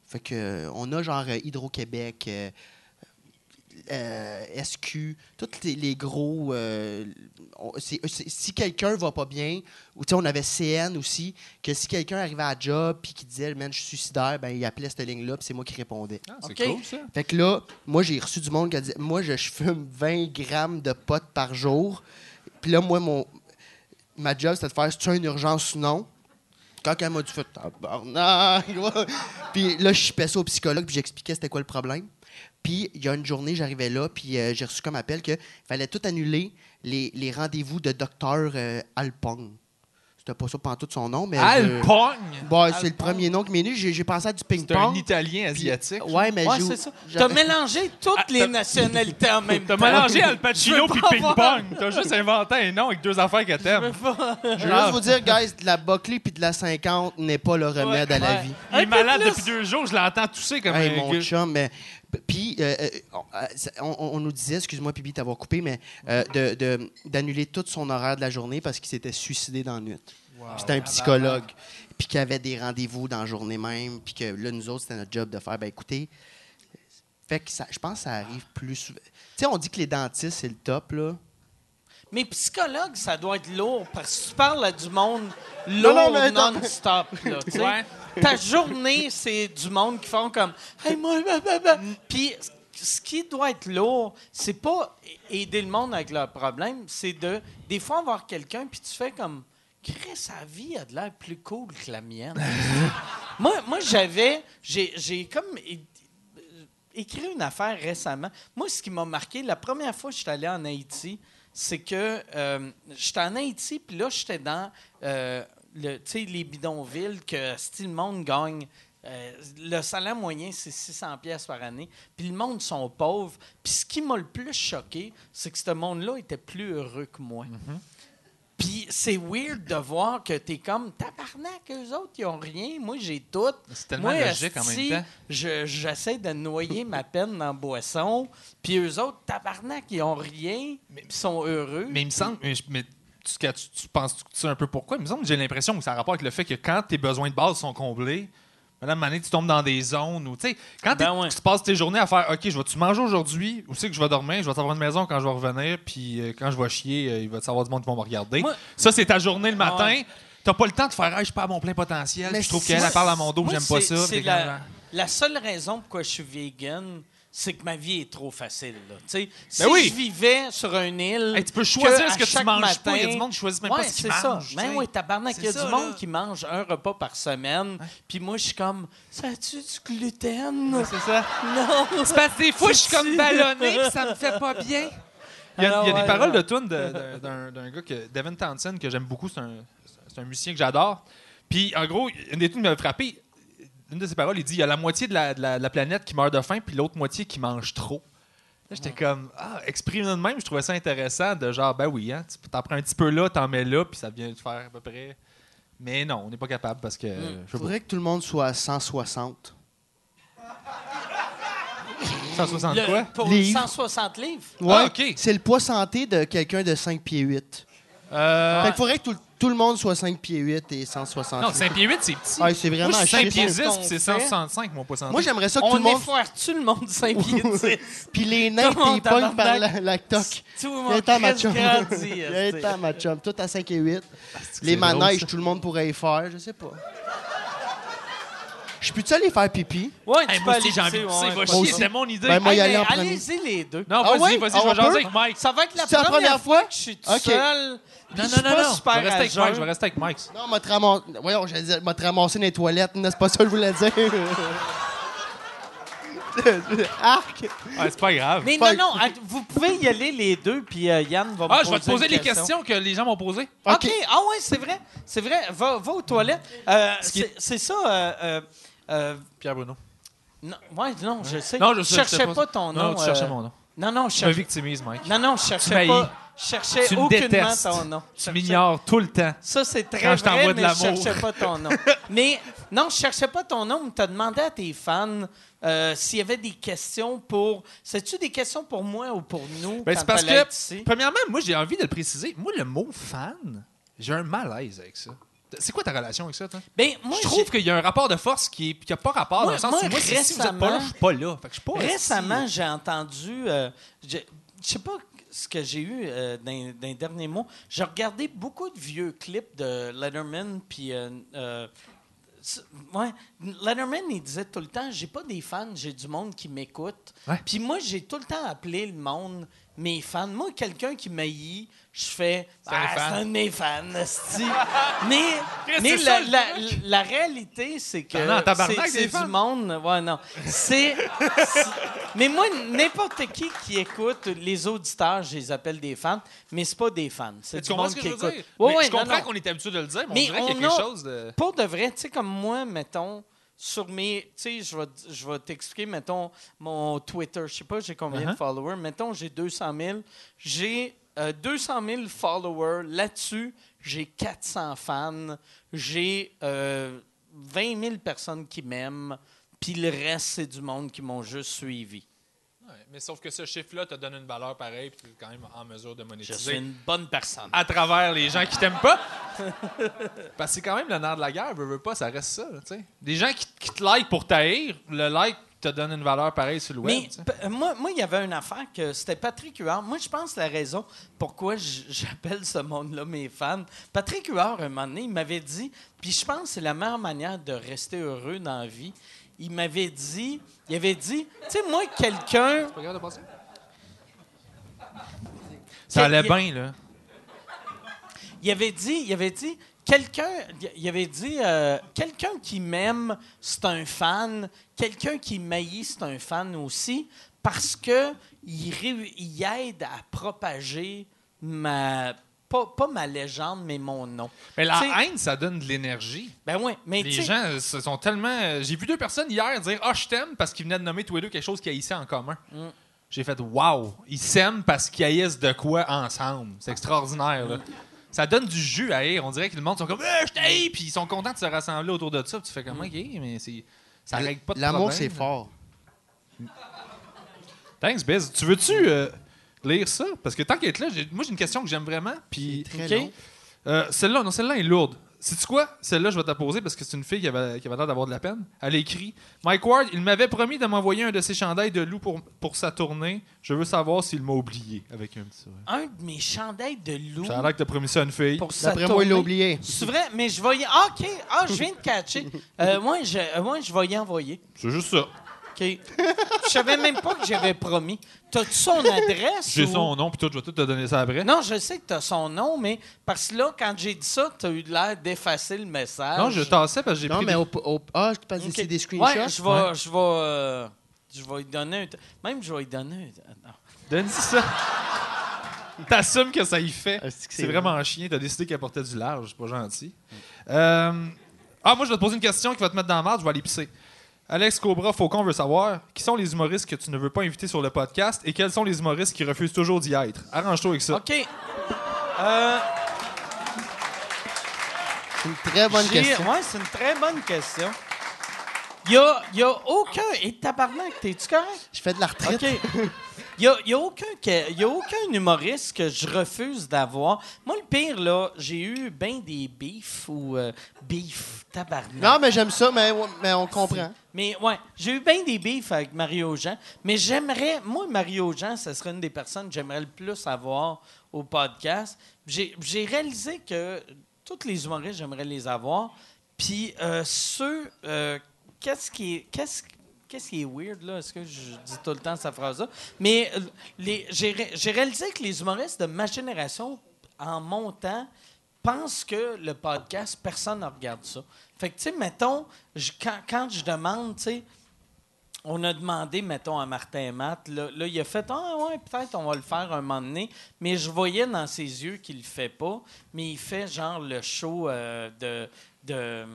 Fait que euh, on a genre euh, Hydro-Québec, euh, euh, SQ, tous les, les gros. euh, on- c'est- c'est- si quelqu'un va pas bien, ou tu sais, on avait CN aussi, que si quelqu'un arrivait à la job puis qui disait, man, je suis suicidaire, ben il appelait cette ligne-là, puis c'est moi qui répondais.
Ah, c'est
Ok.
cool ça.
Fait que là, moi, j'ai reçu du monde qui a dit Moi, je je fume 20 grammes de pot par jour. Puis là, moi, mon, ma job, c'était de faire C'est-tu une urgence ou non Quand elle m'a dit Fais Tabarnak Puis là, je suis ça au psychologue, puis j'expliquais c'était quoi le problème. Puis il y a une journée, j'arrivais là, puis euh, j'ai reçu comme appel que fallait tout annuler les, les rendez-vous de docteur euh, Alpong. C'était pas ça pantoute son nom, mais. je-
Alpogne!
Bon, c'est le premier nom qui m'est venu. J'ai j'ai pensé à du
C'est un
ping-pong.
Italien asiatique.
Ouais, mais
Ouais,
j'ai-
c'est ça.
j'avais-
T'as mélangé toutes les nationalités en même
T'as
temps.
mélangé Al Pacino
Je veux
puis
pas
Ping Pong. T'as juste inventé un nom avec deux affaires que t'aimes.
Je veux juste vous dire, guys, de la boclée puis de la 50 n'est pas le remède à la
ouais. Hein?
vie.
Il est
Un peu
malade
plus.
depuis deux jours, je l'entends tousser comme
Hey,
un
mon
gars.
chum, mais. Puis, euh, euh, on, euh, ça- on- on nous disait, excuse-moi, Pibi, t'avoir coupé, mais euh, de- de- d'annuler tout son horaire de la journée parce qu'il s'était suicidé dans la nuit. C'était un psychologue. Puis qu'il avait des rendez-vous dans la journée même. Puis que là, nous autres, c'était notre job de faire, ben écoutez. Fait que ça, je pense que ça arrive plus souvent. Tu sais, on dit que les dentistes, c'est le top, là.
Mais psychologue, ça doit être lourd parce que tu parles à du monde
Non, non,
lourd
mais attends.
non-stop. là, tu sais.
Ouais.
Ta journée, c'est du monde qui font comme Hey, moi, bah, bah, bah. Puis ce qui doit être lourd, c'est pas aider le monde avec leurs problèmes, c'est de des fois voir quelqu'un puis tu fais comme Crée sa vie a de l'air plus cool que la mienne. moi, moi j'avais. J'ai j'ai comme é- écrit une affaire récemment. Moi, ce qui m'a marqué, la première fois que je suis allé en Haïti, c'est que euh, j'étais en Haïti, puis là, j'étais dans euh, le, tu sais, les bidonvilles que si le monde gagne. euh, le salaire moyen, c'est 600 pièces par année. Puis le monde sont pauvres. Puis ce qui m'a le plus choqué, c'est que ce monde-là était plus heureux que moi. Puis c'est weird de voir que t'es comme tabarnak, eux autres, ils ont rien. Moi, j'ai tout.
C'est tellement
Moi,
logique en
esti,
même temps.
je- J'essaie de noyer ma peine dans la boisson. Puis eux autres, tabarnak, ils ont rien. Mais ils sont heureux.
Mais il me semble. Mais, je- mais tu, que tu, tu penses tu sais un peu pourquoi? Il me semble que j'ai l'impression que ça a rapport avec le fait que quand tes besoins de base sont comblés, Madame Mané, tu tombes dans des zones où, tu sais, quand
Ben
t'es-
ouais.
tu passes tes journées à faire OK, je vais-tu manger aujourd'hui, où c'est que je vais dormir, je vais avoir une maison quand je vais revenir, puis euh, quand je vais chier, euh, il va te savoir du monde qui va me regarder.
Moi- Ah.
ça, c'est ta journée le matin.
Ouais.
T'as pas le temps de faire hey, je suis pas à mon plein potentiel,
Mais
puis je trouve
si-
qu'elle elle parle à mon dos,
Moi,
j'aime pas
c'est-
ça.
C'est
Puis t'es
la,
comme,
la seule raison pourquoi je suis vegan, c'est que ma vie est trop facile. Là. Tu sais, si
Ben oui.
je vivais sur une île.
Hey, tu peux choisir
à
ce que tu
chaque
manges
matin,
pas. Il y a du monde qui choisit même pas
Ouais,
ce qu'il
c'est ça.
mange, tu
Ben
sais.
oui, tabarnak, il y a
C'est
du
ça,
monde
là. Hein?
qui mange un repas par semaine. Puis moi, je suis comme, ça a-tu du gluten?
C'est ça.
Non!
C'est parce que des fois, je suis comme
C'est-tu?
ballonné, puis ça me fait pas bien.
Il y a, il y a
Alors, ouais,
des paroles
ouais.
de tunes de- de- d'un d'un gars, que, Devin Townsend, que j'aime beaucoup. C'est un, c'est un musicien que j'adore. Puis, en gros, une des tunes qui m'avait frappé. Une de ses paroles, il dit il y a la moitié de la, de la- de la planète qui meurt de faim, puis l'autre moitié qui mange trop. Là, j'étais comme, ah, exprime de même, je trouvais ça intéressant, de genre, ben oui, hein, tu- t'en prends un petit peu là, t'en mets là, puis ça vient de faire à peu près. Mais non, on n'est pas capable parce que. euh, je
Il
sais pas,
faudrait que tout le monde soit à 160.
160
Le-
quoi
pour
Livres.
160 livres?
Ouais,
Ah, ok.
C'est le poids santé de quelqu'un de 5 pieds 8.
Euh,
Fait qu'il faudrait que tout, tout le monde soit 5 pieds 8 et 160.
Non, 5 pieds 8, c'est petit.
Ah, c'est
Moi,
vraiment
je
un
suis 5
chiffre.
pieds
c'est
10,
ce qu'on
puis c'est
fait.
165, mon poisson.
Moi, j'aimerais ça que tout
On
le monde.
effoire-tu le monde 5 pieds 10?
Puis les nains,
Comment
t'es pognes par
tabarnak?
la, la toc.
Tout le
Viens
monde
t'en, ma
Chris
chum.
grandit, est-ce
Viens t'en, ma chum. Tout à 5 et 8.
que
Les
Ah, c'est drôle,
manèges,
ça.
tout le monde pourrait y faire. Je sais pas. Je peux-tu aller faire pipi?
Ouais,
Hey,
tu peux
moi
aller
aussi, j'ai envie
pisser,
de
ouais,
pisser.
ouais, pas
Va
moi
chier,
aussi.
c'était mon idée.
Ben, moi, y
Hey,
aller
mais
en premier.
Allez-y les deux.
Non,
Ah
vas-y,
ouais?
vas-y,
Ah,
je vais
on
jaser
peut?
avec Mike.
Ça va être la
C'est la
première,
première fois?
que je suis tout
Ok.
seul. puis
Non,
je
non,
suis
non,
pas
non.
super
je vais
à
rester avec
jeun.
Mike, je vais rester avec Mike.
Non, m'a te ramasser. Voyons, j'allais dire, m'a te ramasser dans les toilettes. Non, c'est pas ça que je voulais dire. Arc!
Ouais, Ah, c'est pas grave.
Mais non,
Fuck.
non, att- vous pouvez y aller les deux, puis euh, Yann va me
Ah,
poser
je vais te poser
une
les
question.
questions que les gens m'ont posées.
OK.
OK.
Ah ouais, c'est vrai. C'est vrai. Va, va aux toilettes. Euh,
qui-
c'est- C'est ça. euh, euh, euh,
Pierre Bruno.
non, ouais, non, je sais.
Non, je sais, je
cherchais
sais
pas,
pas.
ton
Non,
nom.
tu cherchais
euh,
mon nom.
Non, non, je
Tu me
cherchais.
victimises, Mike.
Non, non, je cherchais
Tu
pas. Je cherchais
Tu me
aucunement
détestes.
ton nom. Je
Tu
cherchais-
m'ignores tout le temps.
Ça, c'est très
Quand je t'envoie
vrai,
de
mais je
l'amour.
cherchais pas ton nom. mais non, je cherchais pas ton nom, mais t'as demandé à tes fans euh, s'il y avait des questions pour... C'est-tu des questions pour moi ou pour nous
Ben,
quand
c'est parce
t'allais
que,
être ici?
premièrement, moi, j'ai envie de le préciser. Moi, le mot fan, j'ai un malaise avec ça. C'est quoi ta relation avec ça, toi?
Ben, moi,
je
j'ai-
trouve qu'il y a un rapport de force qui n'a pas rapport dans
Moi-
le sens
moi,
où moi, si- si vous n'êtes pas là, je suis pas là. Fait que je suis pas
Récemment, j'ai entendu. euh, je je sais pas ce que j'ai eu euh, dans, dans les derniers mots. J'ai regardé beaucoup de vieux clips de Letterman, puis. euh, euh, c- ouais, Letterman, il disait tout le temps j'ai pas des fans, j'ai du monde qui m'écoute.
Ouais.
Puis moi, j'ai tout le temps appelé le monde mes fans. Moi, quelqu'un qui m'haït, je fais
C'est un
Ah,
fan.
c'est un de mes fans, esti. mais
Chris,
mais
c'est
la,
ça, le
la- la réalité, c'est que
Ah non, tabarnak,
c'est-
des
c'est
fans.
du monde. Ouais, non. C'est. c'est- mais moi, n'importe qui qui écoute, les auditeurs, je les appelle des fans, mais c'est pas des fans. C'est
Mais tu
du
comprends
monde
ce que
qui
je veux
écoute.
dire?
Ouais,
Mais
ouais,
je
non,
comprends
non.
qu'on est habitué de le dire, mais,
Mais
on dirait qu'il y
on
a quelque
a-
chose de...
Pour de vrai, tu sais, comme moi, mettons, sur mes. Tu sais, je vais je vais t'expliquer, mettons, mon Twitter, je sais pas, j'ai combien de
Uh-huh.
followers. Mettons, j'ai 200 000. J'ai euh, 200 000 followers. Là-dessus, j'ai 400 fans. J'ai euh, 20 000 personnes qui m'aiment. Puis le reste, c'est du monde qui m'ont juste suivi.
Ouais, mais sauf que ce chiffre-là te donne une valeur pareille, puis tu es quand même en mesure de
Je
monétiser.
suis une bonne personne.
à travers les gens qui t'aiment pas. Parce que c'est quand même le nerf de la guerre, veux, veux pas, ça reste ça. là, tu sais. Des gens qui, qui te like pour t'haïr, le like te donne une valeur pareille sur le web.
Mais
tu sais.
p- euh, moi, moi, il y avait une affaire que c'était Patrick Huard. Moi, je pense que la raison pourquoi j- j'appelle ce monde-là mes fans. Patrick Huard, un moment donné, il m'avait dit, puis je pense que c'est la meilleure manière de rester heureux dans la vie. Il m'avait dit, il avait dit, tu sais, moi, quelqu'un.
Pas capable de passer? Ça allait bien, là.
Il avait dit, il avait dit, quelqu'un, il avait dit, euh, quelqu'un qui m'aime, c'est un fan. Quelqu'un qui m'haït, c'est un fan aussi, parce que il, ré- il aide à propager ma, pas, pas ma légende, mais mon nom.
Mais la
Tu sais-
haine, ça donne de l'énergie.
Ben oui, mais tu
Les
sais-
gens euh, se sont tellement. euh, J'ai vu deux personnes hier dire Ah, je t'aime parce qu'ils venaient de nommer tous les deux quelque chose qu'ils haïssaient en commun.
Mm.
J'ai fait Waouh, ils s'aiment parce qu'ils haïssent de quoi ensemble. C'est extraordinaire, là. Ça donne du jus à haïr. On dirait que le monde sont comme Eh, Je t'haïs, puis ils sont contents de se rassembler autour de ça. Puis tu fais
Mm.
comme Ok, mais c'est. Ça règle pas de
L'amour,
problème.
c'est fort.
Thanks, Biz. Tu veux-tu euh, lire ça Parce que tant qu'être là, j'ai- moi, j'ai une question que j'aime vraiment. Puis.
Très
Ok.
long.
Euh, celle-là, non, celle-là est lourde. Sais-tu quoi? Celle-là, je vais te la poser parce que c'est une fille qui avait, qui avait l'air d'avoir de la peine. Elle écrit Mike Ward, il m'avait promis de m'envoyer un de ses chandails de loup pour, pour sa tournée. Je veux savoir s'il m'a oublié. Avec un petit sourire.
un de mes chandails de loup
Ça a l'air que t'as promis ça à une fille.
pour sa
D'après moi, il l'a
tournée.
oublié.
C'est vrai, mais je vais y... Ah, OK. Ah, je viens de catcher. Euh, moi, je, euh, moi, je vais y envoyer.
C'est juste ça.
OK. OK. Je savais même pas que j'avais promis. T'as-tu son adresse?
J'ai
ou-
son nom, puis tout, je vais tout te donner ça après.
Non, je sais que t'as son nom, mais parce que là, quand j'ai dit ça, t'as eu l'air d'effacer le message.
Non, je tassais parce que j'ai
Non,
pris.
mais
des-
au, au- ah, je pense que
Ok.
c'est des
Ouais, je
screenshots.
vais, je vais, euh, je vais lui donner un. t- Même je vais lui donner. Un... t- non.
Donne ça. T'assumes que ça y fait.
Ah, c'est que c'est
C'est vraiment chien. T'as décidé qu'elle portait du large. C'est pas gentil. Euh, Ah, moi, je vais te poser une question qui va te mettre dans la marde. Je vais aller pisser. Alex Cobra Faucon veut savoir qui sont les humoristes que tu ne veux pas inviter sur le podcast et quels sont les humoristes qui refusent toujours d'y être. Arrange-toi avec ça.
OK. Euh,
C'est une très bonne
j'ai-
question.
Ouais, c'est une très bonne question. Il y a, il y a aucun. Et tabarnak, t'es-tu correct?
Je fais de la retraite.
OK. Il y a, il y a aucun que- il y a aucun humoriste que je refuse d'avoir. Moi, le pire, là, j'ai eu ben des beefs ou euh, beef, tabarnak.
Non, mais j'aime ça, mais, mais on comprend.
Mais ouais, j'ai eu bien des beefs avec Mario Jean, mais j'aimerais, moi, Mario Jean, ce serait une des personnes que j'aimerais le plus avoir au podcast. J'ai j'ai réalisé que toutes les humoristes, j'aimerais les avoir. Puis euh, ceux, euh, qu'est-ce qui est, qu'est-ce Qu'est-ce qui est weird, là? Est-ce que je dis tout le temps cette phrase-là? Mais euh, les- j'ai ré- j'ai réalisé que les humoristes de ma génération, en montant, pense que le podcast, personne ne regarde ça. Fait que, tu sais, mettons, je- quand, quand je demande, tu sais, on a demandé, mettons, à Martin et Matt, là, là, il a fait Ah, ouais, peut-être on va le faire un moment donné, mais je voyais dans ses yeux qu'il le fait pas, mais il fait genre le show euh, de. de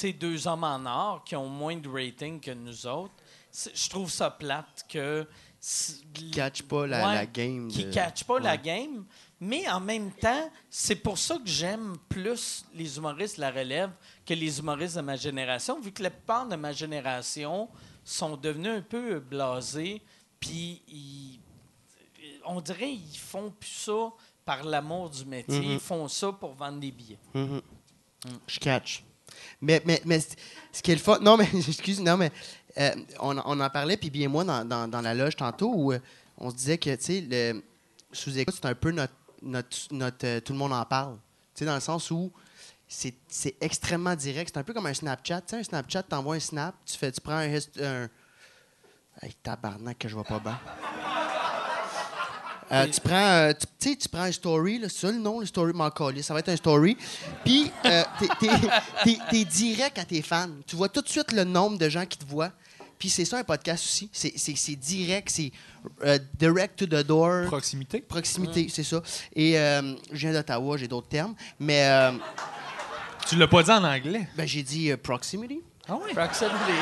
tu sais, deux hommes en or qui ont moins de rating que nous autres. C'est- Je trouve ça plate que. c'est-
Qui catch pas la,
Ouais,
la game.
Qui
de-
ne catch pas la game. Mais en même temps, c'est pour ça que j'aime plus les humoristes de la relève que les humoristes de ma génération, vu que la plupart de ma génération sont devenus un peu blasés, puis ils- on dirait qu'ils font plus ça par l'amour du métier,
Mm-hmm.
ils font ça pour vendre des billets.
Je catch. Mais, mais, mais c- ce qui est le fun. Non, mais, excuse, non, mais euh, on, on en parlait, puis bien moi, dans, dans, dans la loge tantôt, où euh, on se disait que, tu sais, le sous-écoute, c'est un peu notre. notre, notre euh, tout le monde en parle. Tu sais, dans le sens où c'est c'est extrêmement direct. C'est un peu comme un Snapchat. Tu sais, un Snapchat, t'envoies un Snap, tu, fais, tu prends un. hist- un Hey, tabarnak, que je vois pas bien. Euh, tu prends, euh, tu- tu, sais, tu prends un story, là, c'est ça le nom, le story, m'en calisse, ça va être un story. Puis, euh, t'es- t'es- t'es- t'es direct à tes fans. Tu vois tout de suite le nombre de gens qui te voient. Puis c'est ça un podcast aussi. C'est- C'est c'est direct, c'est euh, direct to the door.
Proximité.
Proximité, c'est ça. Et euh, je viens d'Ottawa, j'ai d'autres termes, mais euh,
Tu l'as pas dit en anglais.
ben, j'ai dit euh, proximity.
Ah
Proximity.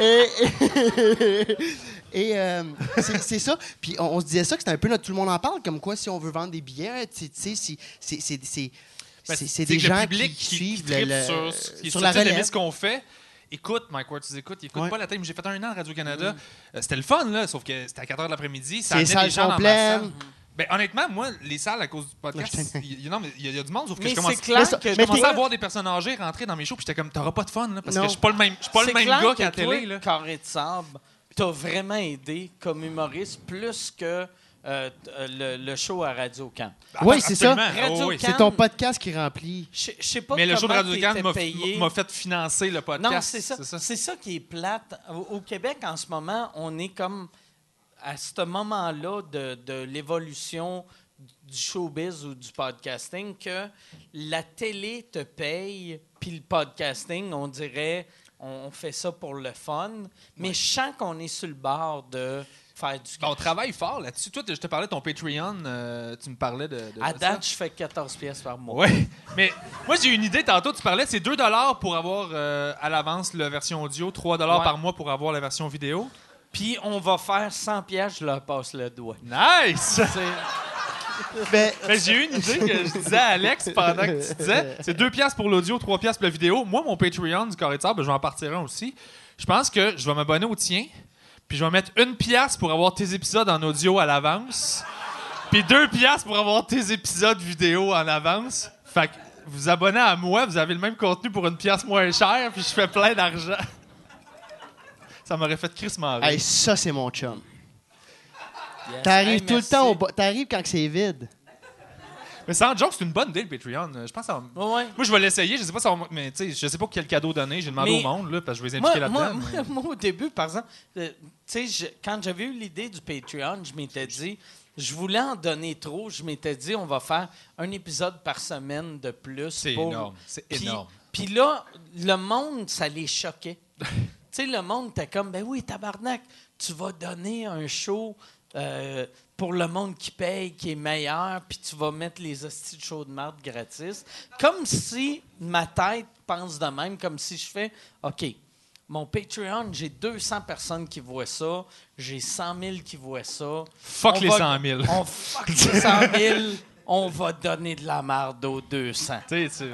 Et, et, euh, c'est c'est ça. Puis on, on se disait ça que c'était un peu notre tout le monde en parle, comme quoi si on veut vendre des billets, tu sais, tu sais, si- c'est c'est- c'est-
Ben,
c'est- c'est
que
des
le
gens qui,
public
suivent
tripe
le- le-
sur, ce- qui est
sur
susceptible
la relève.
d'aimer ce qu'on fait. Écoute, Mike Ward, tu les écoutes, ils écoutent
Ouais.
pas la tête. J'ai fait un an à Radio-Canada. Euh, c'était le fun, là, sauf que c'était à 4 h de l'après-midi. Ça
Les
amenait des
salles Mm.
gens
sont
dans ma
pleines.
salle. Ben, honnêtement, moi, les salles, à cause du
Ouais,
podcast,
je
il y, non, mais il y a- il y a du monde, sauf que
Mais
je
c'est
commence,
clair
Mais ça-
que
mais
je
t'es-
commençais à voir des personnes âgées rentrer dans mes shows, puis j'étais comme, t'auras pas de fun, là, parce
Non.
que je suis pas le même, je suis pas le
C'est
même
clair
gars
que
qu'à la
toi,
télé. Là.
Carré de sable, t'as vraiment aidé comme humoriste plus que euh, t- euh, le, le show à Radio Can.
Oui, c'est ça.
Absolument. Oh,
Radio-
oui.
C'est ton podcast qui remplit.
Je je sais pas
Mais le show de
comment t'étais
Radio-Canada m'a-
payé.
m'a fait financer le podcast.
Non, c'est ça. C'est ça qui est plate. Au, au Québec, en ce moment, on est comme à ce moment-là de, de l'évolution du showbiz ou du podcasting que la télé te paye, puis le podcasting, on dirait, on, on fait ça pour le fun. Mais je sens qu'on est sur le bord de faire du
On travaille fort là-dessus. Toi, je te parlais de ton Patreon, euh, tu me parlais de. de-
À
de ça.
date, je fais 14 pièces par mois.
Ouais, mais moi j'ai une idée tantôt, tu parlais, c'est 2 pour avoir euh, à l'avance la version audio, 3
Ouais.
par mois pour avoir la version vidéo.
Puis on va faire 100 pièces, je leur passe le doigt.
Nice!
C'est- Ben,
Mais
Mais Ben, j'ai eu une idée que je disais à Alex pendant que tu disais, c'est 2 pour l'audio, 3 pour la vidéo. Moi mon Patreon du Carré de Sable, ben, je vais en partir un aussi. Je pense que je vais m'abonner au tien, puis je vais mettre une pièce pour avoir tes épisodes en audio à l'avance, puis 2 pour avoir tes épisodes vidéo en avance. Fait que vous abonnez à moi, vous avez le même contenu pour une pièce moins chère, puis je fais plein d'argent. Ça m'aurait fait Chris rire.
Hey, ça, c'est mon chum.
Yes.
T'arrives
Hey,
tout le
merci.
temps au bo- T'arrives quand que c'est vide.
Mais sans joke, c'est une bonne idée, le Patreon. Euh, Je pense que ça va-
Ouais, ouais.
Moi, je vais l'essayer. Je sais pas si ça va- Mais tu sais, je sais pas quel cadeau donner. J'ai demandé
Mais-
au monde, là, parce que je vais les
Moi,
impliquer
moi,
là-dedans.
moi, moi, au début, par exemple, euh, tu sais, je- quand j'avais eu l'idée du Patreon, je m'étais dit, je voulais en donner trop. Je m'étais dit, on va faire un épisode par semaine de plus.
C'est
pour-
énorme, c'est
Puis-
énorme.
Puis là, le monde, ça les choquait. tu sais, le monde était comme, ben oui, tabarnak, tu vas donner un show. euh, pour le monde qui paye, qui est meilleur, puis tu vas mettre les hosties de show de marde gratis. Comme si ma tête pense de même, comme si je fais, OK, mon Patreon, j'ai 200 personnes qui voient ça. J'ai 100 000 qui voient ça.
Fuck
On
les
va-
100 000.
On fuck les 100 000. On va donner de la marde aux 200.
Tu sais, tu-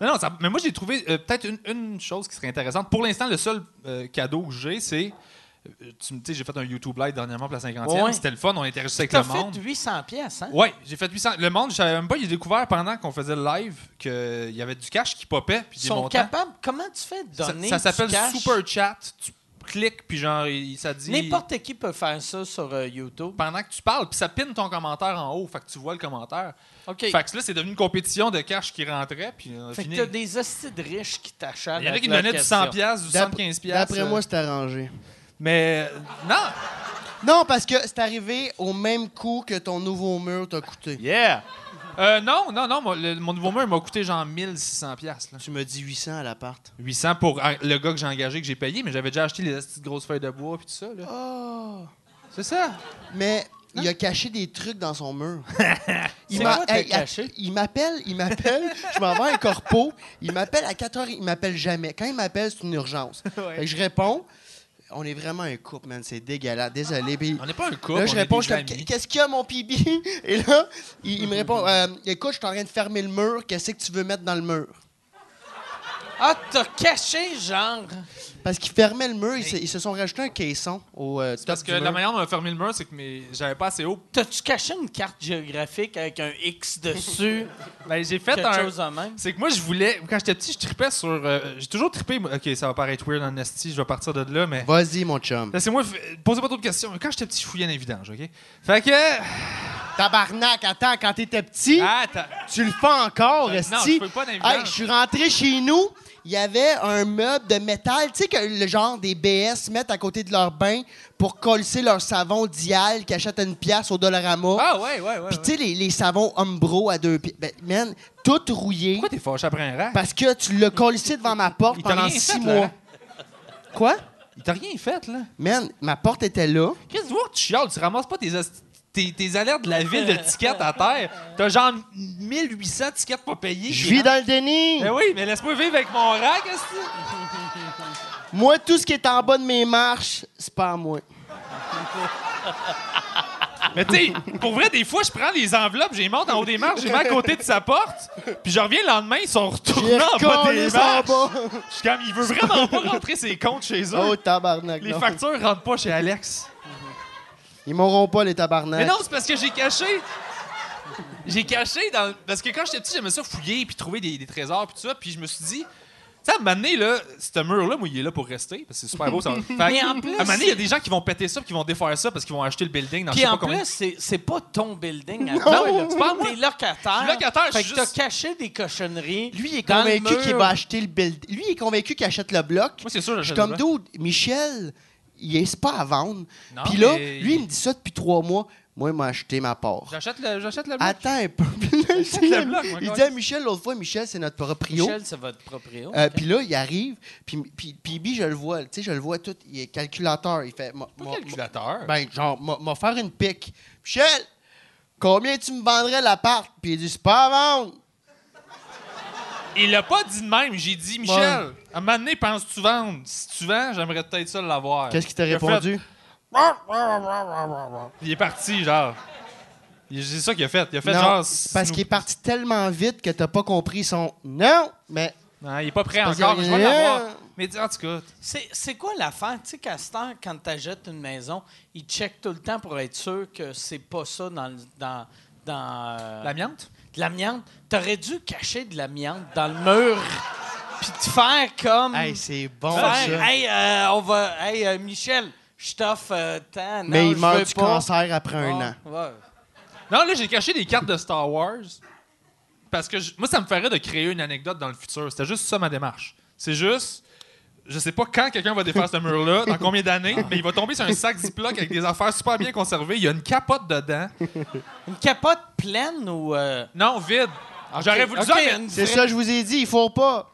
Non, non, ça- mais moi, j'ai trouvé euh, peut-être une, une chose qui serait intéressante. Pour l'instant, le seul euh, cadeau que j'ai, c'est. euh, Tu me- tu sais, j'ai fait un YouTube Live dernièrement pour la 50e.
Ouais.
C'était le fun, on interagissait avec
T'as
le monde.
fait 800 pièces, hein?
Ouais, j'ai fait 800. Le monde, je savais même pas, j'ai découvert pendant qu'on faisait le live qu'il y avait du cash qui popait. Puis
Ils
des
sont
montants.
capables. Comment tu fais de
Ça-
donner
Ça,
du
s'appelle
cash?
Super Chat. Tu cliques, puis genre, il- ça dit.
N'importe qui peut faire ça sur euh, YouTube.
Pendant que tu parles, puis ça pine ton commentaire en haut, fait que tu vois le commentaire.
OK.
Fait que là, c'est devenu une compétition de cash qui rentrait, puis on a
Fait que
fini.
t'as des hosties de riches qui t'acharnent.
Il y en a qui
avec
me donnaient
leurs
du
questions.
100$, piastres, du 75$.
D'ap- D'après
euh,
hein.
moi, c'est arrangé.
Mais euh, non!
Non, parce que c'est arrivé au même coût que ton nouveau mur t'a coûté.
Yeah! Euh, non, non, non, moi, le- mon nouveau mur il m'a coûté genre 1600$. piastres, Là.
Tu me dis 800 à l'appart.
800$ pour euh, le gars que j'ai engagé, que j'ai payé, mais j'avais déjà acheté les petites grosses feuilles de bois puis tout ça. Là.
Oh.
C'est ça?
Mais il a caché des trucs dans son mur.
C'est
m'a-
quoi t'as
hey,
caché?
att- Il m'appelle, il m'appelle. je m'en vais à un corpo. Il m'appelle à 4 heures, il m'appelle jamais. Quand il m'appelle, c'est une urgence. Fait que je réponds. On est vraiment un couple, man. C'est dégueulasse. Désolé. Puis
On n'est pas un couple.
Là, je
on est
réponds,
des
je suis comme,
amis.
qu'est-ce qu'il y a, mon pibi? Et là, il, il me répond, Euh, écoute, je suis en train de fermer le mur. Qu'est-ce que tu veux mettre dans le mur?
Ah, t'as caché, genre.
Parce qu'ils fermaient le mur, ils se, ils se sont rajoutés un caisson au euh, top
Parce que
du
la
mur.
manière dont on a fermé le mur, c'est que mes- j'avais pas assez haut.
T'as-tu caché une carte géographique avec un X dessus?
Ben, j'ai fait
quelque
un.
chose de même?
C'est que moi, je voulais. Quand j'étais petit, je tripais sur. euh, j'ai toujours trippé. Ok, ça va paraître weird en esti, je vais partir de là, mais.
Vas-y, mon chum.
Laissez-moi. f- Posez pas trop de questions. Quand j'étais petit, je fouillais dans les vidanges, ok? Fait que. Ah,
Tabarnak, attends, quand t'étais petit,
Attends.
tu le fais encore,
Euh, non,
Esti.
je peux pas dans les vidanges.
Hey, je suis rentré chez nous, il y avait un meuble de métal, tu sais, que le genre des BS mettent à côté de leur bain pour colser leur savon Dial qui achète une pièce au Dollarama.
Ah, ouais, ouais, ouais.
Puis
ouais.
tu sais, les, les savons Umbro à deux pieds. Ben, man, tout rouillé
Pourquoi t'es fâché après un rack?
parce que tu l'as collé devant ma porte
Il t'a hein?
pendant
rien
six
fait,
mois.
Laurent.
Quoi?
Il t'a rien fait, là.
Man, ma porte était là.
Qu'est-ce que tu vois que tu chiales? Tu ramasses pas tes, esti- tes, tes alertes de la ville de tickets à terre. T'as genre 1800 tickets pas payés.
Je
qui
vis
rentrent.
dans le déni.
Ben oui, mais laisse-moi vivre avec mon rack, esti.
Moi, tout ce qui est en bas de mes marches, c'est pas à moi.
Mais tu sais, pour vrai, des fois, je prends les enveloppes, je les monte en haut des marches, je les mets à côté de sa porte, puis je reviens le lendemain, ils sont retournés
J'ai
en bas
recollé
des
ça en
marches.
bas.
Je suis comme, il veut vraiment pas rentrer ses comptes chez eux.
Oh, tabarnak.
les
non.
factures rentrent pas chez Alex.
Ils m'auront pas, les
Mais
tabarnak.
non, c'est parce que j'ai caché. J'ai caché dans. Parce que quand j'étais petit, j'aimais ça fouiller puis trouver des, des trésors puis tout ça. Puis je me suis dit. Tu sais, à un moment donné, là, ce mur-là, moi, il est là pour rester, parce que c'est super beau. Ça... va- Fait que,
Mais en plus,
à un moment donné, il y a des gens qui vont péter ça, puis qui vont défaire ça, parce qu'ils vont acheter le building dans je
Puis
sais
en
pas combien.
plus, c'est c'est pas ton building. à
Non,
toi, là.
c'est pas à moi.
T'es locataire.
Je suis locataire, je
Fait
suis
que t'as
juste-
caché des cochonneries.
Lui, il est
dans le
convaincu qu'il
mur.
va acheter le build. Lui, il est convaincu qu'il achète le bloc.
Moi, c'est sûr,
Je suis
j'achète
comme
le
dude, Michel, il est pas à vendre.
Non,
Puis là,
mais-
lui, il me dit ça depuis trois mois. Moi, il m'a acheté ma part.
J'achète le, j'achète le bloc.
Attends un peu.
le bloc, moi,
il dit
gars.
à Michel l'autre fois, Michel, c'est notre proprio.
Michel, c'est votre proprio.
Euh, Puis là, il arrive, puis puis- puis Bi, je le vois, tu sais, je le vois tout, il est calculateur, il fait... Moi,
Pas
moi-
calculateur.
Ben, genre, m'a m'a faire une pique. Michel, combien tu me vendrais l'appart? Puis il dit, c'est pas à vendre.
Euh, Il l'a pas dit de même. J'ai dit, Michel, à un moment donné, penses-tu vendre? Si tu vends, j'aimerais peut-être ça l'avoir.
Qu'est-ce qu'il t'a
Il a
répondu?
fait- Il est parti, genre. Il- C'est ça qu'il a fait. Il a fait
non,
genre.
parce qu'il est parti tellement vite que t'as pas compris son non, mais
Non, Ah, il est pas prêt
Parce
encore.
qu'il
mais
y
Je
a-
vais l'avoir. Mais dis- en tout cas,
C'est c'est quoi l'affaire? Tu sais, Castor, quand t'achètes une maison, il check tout le temps pour être sûr que c'est pas ça dans... le- dans, dans euh,
l'amiante?
de l'amiante. T'aurais dû cacher de l'amiante dans le mur. Puis te faire comme...
hey, c'est bon,
Faire,
ça.
hey, euh, on va... Hey, euh, Michel, je t'offre euh, tant. Non,
mais il
je
meurt
veux
du
pas.
cancer après un
Ah,
an.
ouais.
Non, là, j'ai caché des cartes de Star Wars. parce que je- moi, ça me ferait de créer une anecdote dans le futur. C'était juste ça ma démarche. C'est juste, je sais pas quand quelqu'un va défaire ce mur-là, dans combien d'années, mais il va tomber sur un sac Ziploc avec des affaires super bien conservées. Il y a une capote dedans.
Une capote pleine ou. euh,
Non, vide. J'aurais voulu
ok,
ça, mais
une
C'est
vraie-
ça, je vous ai dit, il faut pas.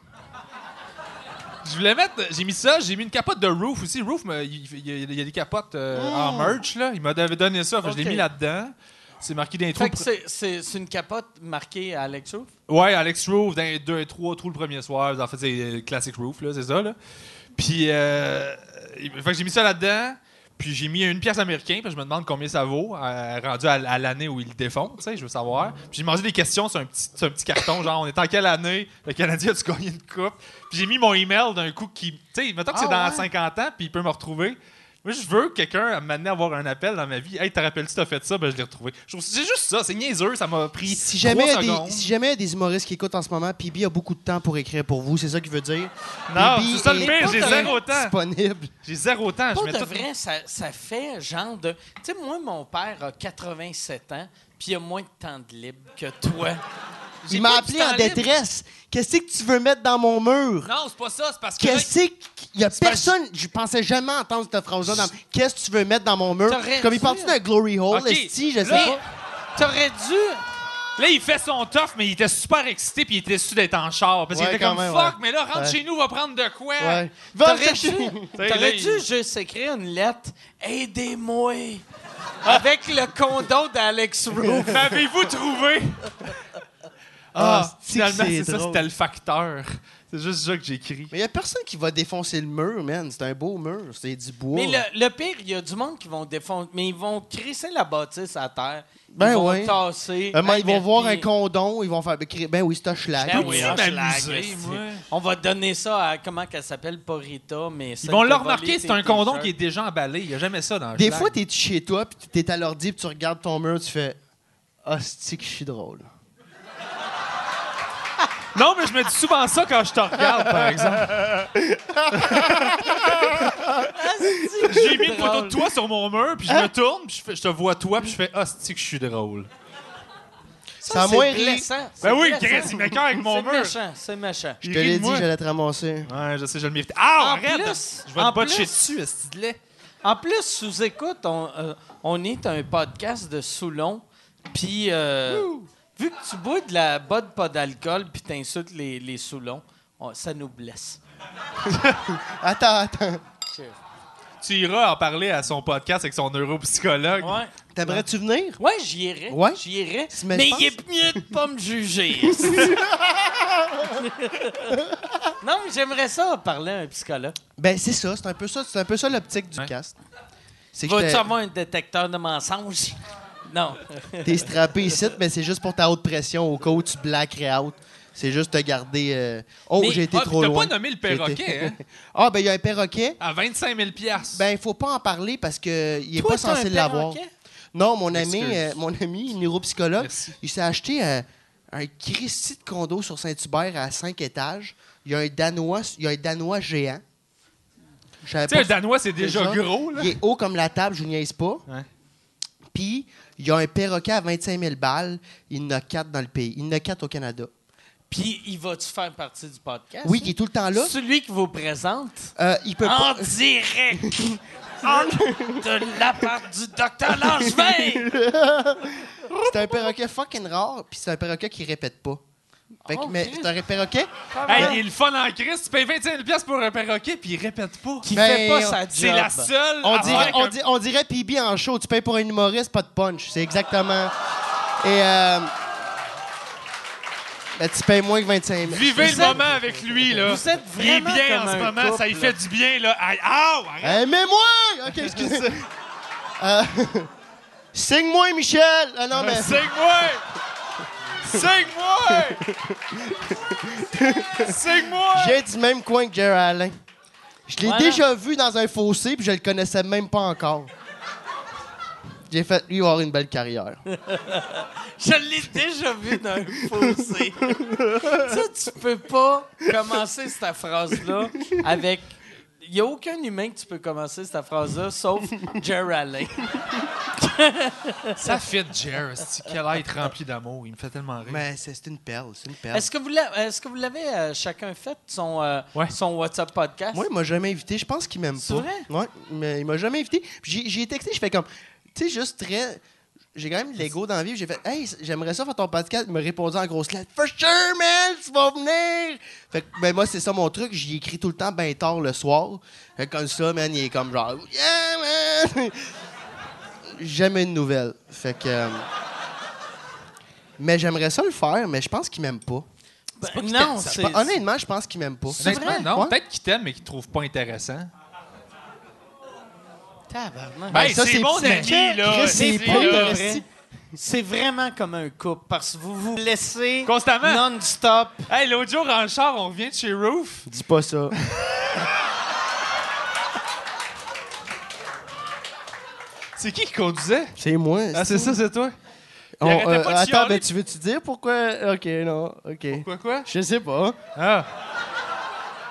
je voulais mettre. J'ai mis ça, j'ai mis une capote de Roof aussi. Roof, me- il il- il y, a- il y a des capotes euh, en merch, là. Il m'avait donné ça, fait que je
Ah. Ok.
l'ai mis là-dedans. C'est marqué d'un trou.
Fait que c'est- c'est c'est une capote marquée à Alex Roof.
Ouais, Alex Roof, dans les deux, trois trous le premier soir. En fait, c'est euh, Classic Roof, là, c'est ça, là. Puis, euh, il- fait que j'ai mis ça là-dedans. Puis j'ai mis une pièce américaine, puis je me demande combien ça vaut, euh, rendu à, à l'année où ils le défont, tu sais, je veux savoir. Puis j'ai mangé des questions sur un petit, sur un petit carton, genre, on est en quelle année, le Canadien a-tu gagné une coupe? Puis j'ai mis mon email d'un coup qui, tu sais, mettons que c'est
Ah
dans
ouais?
50 ans, puis il peut me retrouver. Moi, je veux que quelqu'un m'amener à avoir un appel dans ma vie. Hey, te rappelles-tu, t'as fait ça? Ben, je l'ai retrouvé. Je trouve- C'est juste ça, c'est niaiseux, ça m'a pris.
Si jamais, il y a
trois secondes.
des, si jamais il y a des humoristes qui écoutent en ce moment, PB a beaucoup de temps pour écrire pour vous, c'est ça qu'il veut dire.
Non,
PB
c'est ça le
est
pire, j'ai zéro temps.
Disponible.
J'ai zéro temps.
Pour
je mets
de
tout...
vrai, ça, ça fait genre de. Tu sais, moi, mon père a 87 ans, puis il a moins de temps de libre que toi. J'ai
Il m'a
pas du
appelé
temps
en
libre.
détresse. Qu'est-ce que tu veux mettre dans mon mur?
Non, c'est pas ça, c'est parce que.
Qu'est-ce que. Il y a personne. Je pensais jamais entendre cette phrase-là. dans- Qu'est-ce que tu veux mettre dans mon mur?
T'aurais
Comme
dû.
il parle d'un glory hole,
Ok,
esti, je sais
Mais
pas.
t'aurais dû.
Là, il fait son tough, mais il était super excité, puis il était sûr d'être en char. Parce qu'il
Ouais,
était
quand
comme
même,
fuck,
ouais.
mais là, rentre
Ouais.
chez nous, va prendre de quoi.
Ouais. Va
T'aurais
chercher.
dû.
sais, là,
T'aurais
il-
dû juste écrire une lettre. Aidez-moi. Avec le condo d'Alex Roof.
M'avez-vous trouvé?
Ah,
Ah,
c'est que
finalement,
c'est
c'est ça,
drôle.
c'était le facteur. C'est juste ça que j'écris.
Mais il y a personne qui va défoncer le mur, man. C'est un beau mur. C'est du bois.
Mais le, le pire, il y a du monde qui vont défendre, mais ils vont crisser la bâtisse à terre. Ils
Ben
vont
oui.
tasser.
Euh, mais ils
mais
vont voir un
puis-
condom, ils vont faire. Ben oui, c'est un schlag.
Ben
Peux-tu
oui, un schlag,
m'amuser,
esti.
moi?
On va donner ça à comment qu'elle s'appelle Porita, mais ça,
Ils vont
il
le
t'a
remarquer,
volé
c'est
tes
un condom
t-shirts.
qui est déjà emballé. Il n'y a jamais ça dans le
Des
schlag.
fois, t'es chez toi, puis t'es à l'ordi, puis tu regardes ton mur, tu fais. Hostie, que je suis drôle.
Non, mais je me dis souvent ça quand je te regarde, par exemple. J'ai mis une photo de toi sur mon mur, puis je
Hein?
me tourne, puis je, fais- je te vois toi, puis je fais hostie que je suis drôle.
Ça,
Ça a
c'est
moins ri.
blessant.
Ben
C'est
oui,
blessant.
Chris, il m'écœure avec mon
C'est
mur.
méchant, c'est méchant.
Je
Il
te
rit de
l'ai dit,
moi.
j'allais te ramasser.
Ouais, je sais, je le mérite.
En
Ah, arrête!
plus,
je vais
en
te botcher
plus-
dessus, esti de lait.
En plus, sous écoute, on, euh, on est un podcast de Soulon, puis euh, vu que tu bois de la botte pas d'alcool, puis t'insultes les, les Soulons, on- ça nous blesse.
Attends, attends.
Tu iras en parler à son podcast avec son neuropsychologue.
Ouais.
T'aimerais-tu venir?
Ouais, j'y irais.
Ouais?
J'y irais.
Mais
Mais,
je
il est mieux de pas me juger. non, mais j'aimerais ça parler à un psychologue.
Ben, c'est ça. C'est un peu ça, c'est un peu ça l'optique du
Ouais.
cast. C'est que
Vas-tu
j'étais-
avoir un détecteur de mensonges? Non.
t'es strappé ici, mais c'est juste pour ta haute pression au cas où tu blackerais out. C'est juste te garder. euh, Oh,
Mais-
j'ai été
ah,
trop
puis t'as
loin.
pas nommé le
J'ai été-
perroquet, hein?
ah, ben, il y a un perroquet.
À 25 000 piastres.
Ben, faut pas en parler parce que il est
Toi,
pas
t'as
censé
un
l'avoir.
perroquet?
Non, mon ami,
Excuse.
euh, mon ami neuropsychologue,
Merci.
il s'est acheté euh, un Christie de condo sur Saint-Hubert à cinq étages. Il y a un Danois, il y a un Danois géant. Je savais
tu sais,
pas
le Danois, c'est déjà,
Déjà,
gros, là.
Il est haut comme la table, je vous niaise pas.
Ouais.
Puis, il y a un perroquet à 25 000 balles. Il y en a quatre dans le pays. Il y en a quatre au Canada.
Puis, il va-tu faire partie du podcast?
Oui, qui est tout le temps là.
Celui qui vous présente
Euh, il peut
en
Ah!
pas.
direct en- de la part du docteur Langevin.
C'est un perroquet fucking rare, puis c'est un perroquet qui répète pas. Fait que,
Oh,
mais
Christ.
c'est un perroquet.
Hey, il est le fun en crise. Tu payes 25 000 piastres pour un perroquet, puis il répète pas.
Qui
Ben,
fait pas sa job.
C'est la seule.
On
affaire
dirait, on,
que-
di- on dirait PB en show. Tu payes pour un humoriste, pas de punch. C'est exactement. Et. euh, ben, tu payes moins que 25 000.
Vivez le
Vous êtes-
moment avec lui, là.
Vous êtes
Il est
vraiment
bien
comme
en ce
un
moment, ça lui
couple.
fait du bien, là. Aïe, Ow! Arrête!
Hey, Eh, mets-moi! Ok, excusez. Euh, Signe-moi, Michel! Ah non, mais.
Signe-moi! Signe-moi! Signe-moi!
J'ai du même coin que Jerry Allen. Je l'ai
Voilà.
déjà vu dans un fossé, puis je le connaissais même pas encore. J'ai fait, lui, il va avoir une belle carrière.
Je l'ai déjà vu dans un fossé. tu sais, tu peux pas commencer cette phrase-là avec Il n'y a aucun humain que tu peux commencer cette phrase-là, sauf Jerry Allen.
Ça fit Jer, c'est quel être rempli d'amour. Il me fait tellement rire.
Mais c'est c'est une perle, c'est une perle.
Est-ce que vous l'avez, est-ce que vous l'avez euh, chacun fait, son, euh,
Ouais.
son WhatsApp podcast?
Moi, il m'a jamais invité. Je pense qu'il m'aime pas.
C'est vrai?
Ouais, mais il m'a jamais invité. Puis J'ai j'ai texté, je fais comme. Tu sais, juste très. J'ai quand même de l'ego dans la vie. J'ai fait, hey, j'aimerais ça faire ton podcast. Il me répondait en grosse lettre, for sure, man, tu vas venir. Fait que, ben, moi, c'est ça mon truc. J'y écris tout le temps, ben tard le soir. Fait que comme ça, man, il est comme genre, yeah, man. Jamais de nouvelles. Fait que. euh, Mais j'aimerais ça le faire, mais je pense qu'il m'aime pas.
Ben,
pas qu'il
non,
t'a- ça-
c'est.
Ben, Honnêtement, je pense qu'il m'aime pas.
Honnêtement, non.
Ouais.
Peut-être qu'il t'aime, mais qu'il te trouve pas intéressant.
Tabarnak.
Ben,
ça,
c'est
c'est
mon
petit,
ami, là.
Chris,
C'est
c'est
vrai,
pas
là.
intéressant.
C'est vraiment comme un couple parce que vous vous laissez
Constamment.
non-stop.
Hey, l'autre jour, en char, on revient de chez Roof.
Dis pas ça.
C'est qui qui conduisait?
C'est moi.
Ah, c'est ça, c'est toi?
On-
Il arrêtait
euh,
pas de
attends,
chialer.
ben, tu veux-tu dire pourquoi? OK, non, OK.
Quoi, quoi?
Je sais pas.
Ah.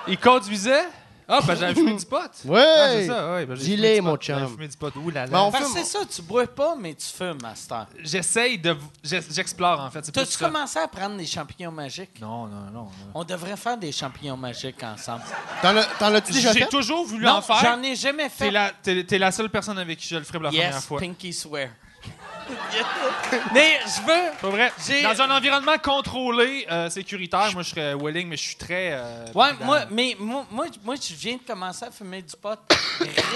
Il conduisait? Ah, ben j'avais fumé du pot.
Ouais!
Ah, c'est ça, ouais. ben, j'ai
Dis-les,
fumé du
mon
pot. J'avais
chum.
fumé du pot. Ouh là là.
Ben, on
Parce que
fume-
c'est ça, tu bois pas, mais tu fumes, Master.
J'essaye de... j'es- J'explore, en fait. Euh, C'est plus
T'as-tu
ça.
commencé à prendre des champignons magiques?
Non, non, non. non.
On devrait faire des champignons magiques ensemble.
T'en as- T'en as-tu déjà
J'ai
fait?
toujours voulu
Non,
en faire.
j'en ai jamais
T'es
fait.
la, t'es- t'es la seule personne avec qui je le ferai pour la première
Yes,
fois.
Pinky Swear. mais je veux.
Pas vrai.
J'ai-
Dans un environnement contrôlé, euh, sécuritaire, moi je serais willing, mais je suis très. euh,
Ouais,
prudent.
moi, mais moi, moi, je- moi, je viens de commencer à fumer du pot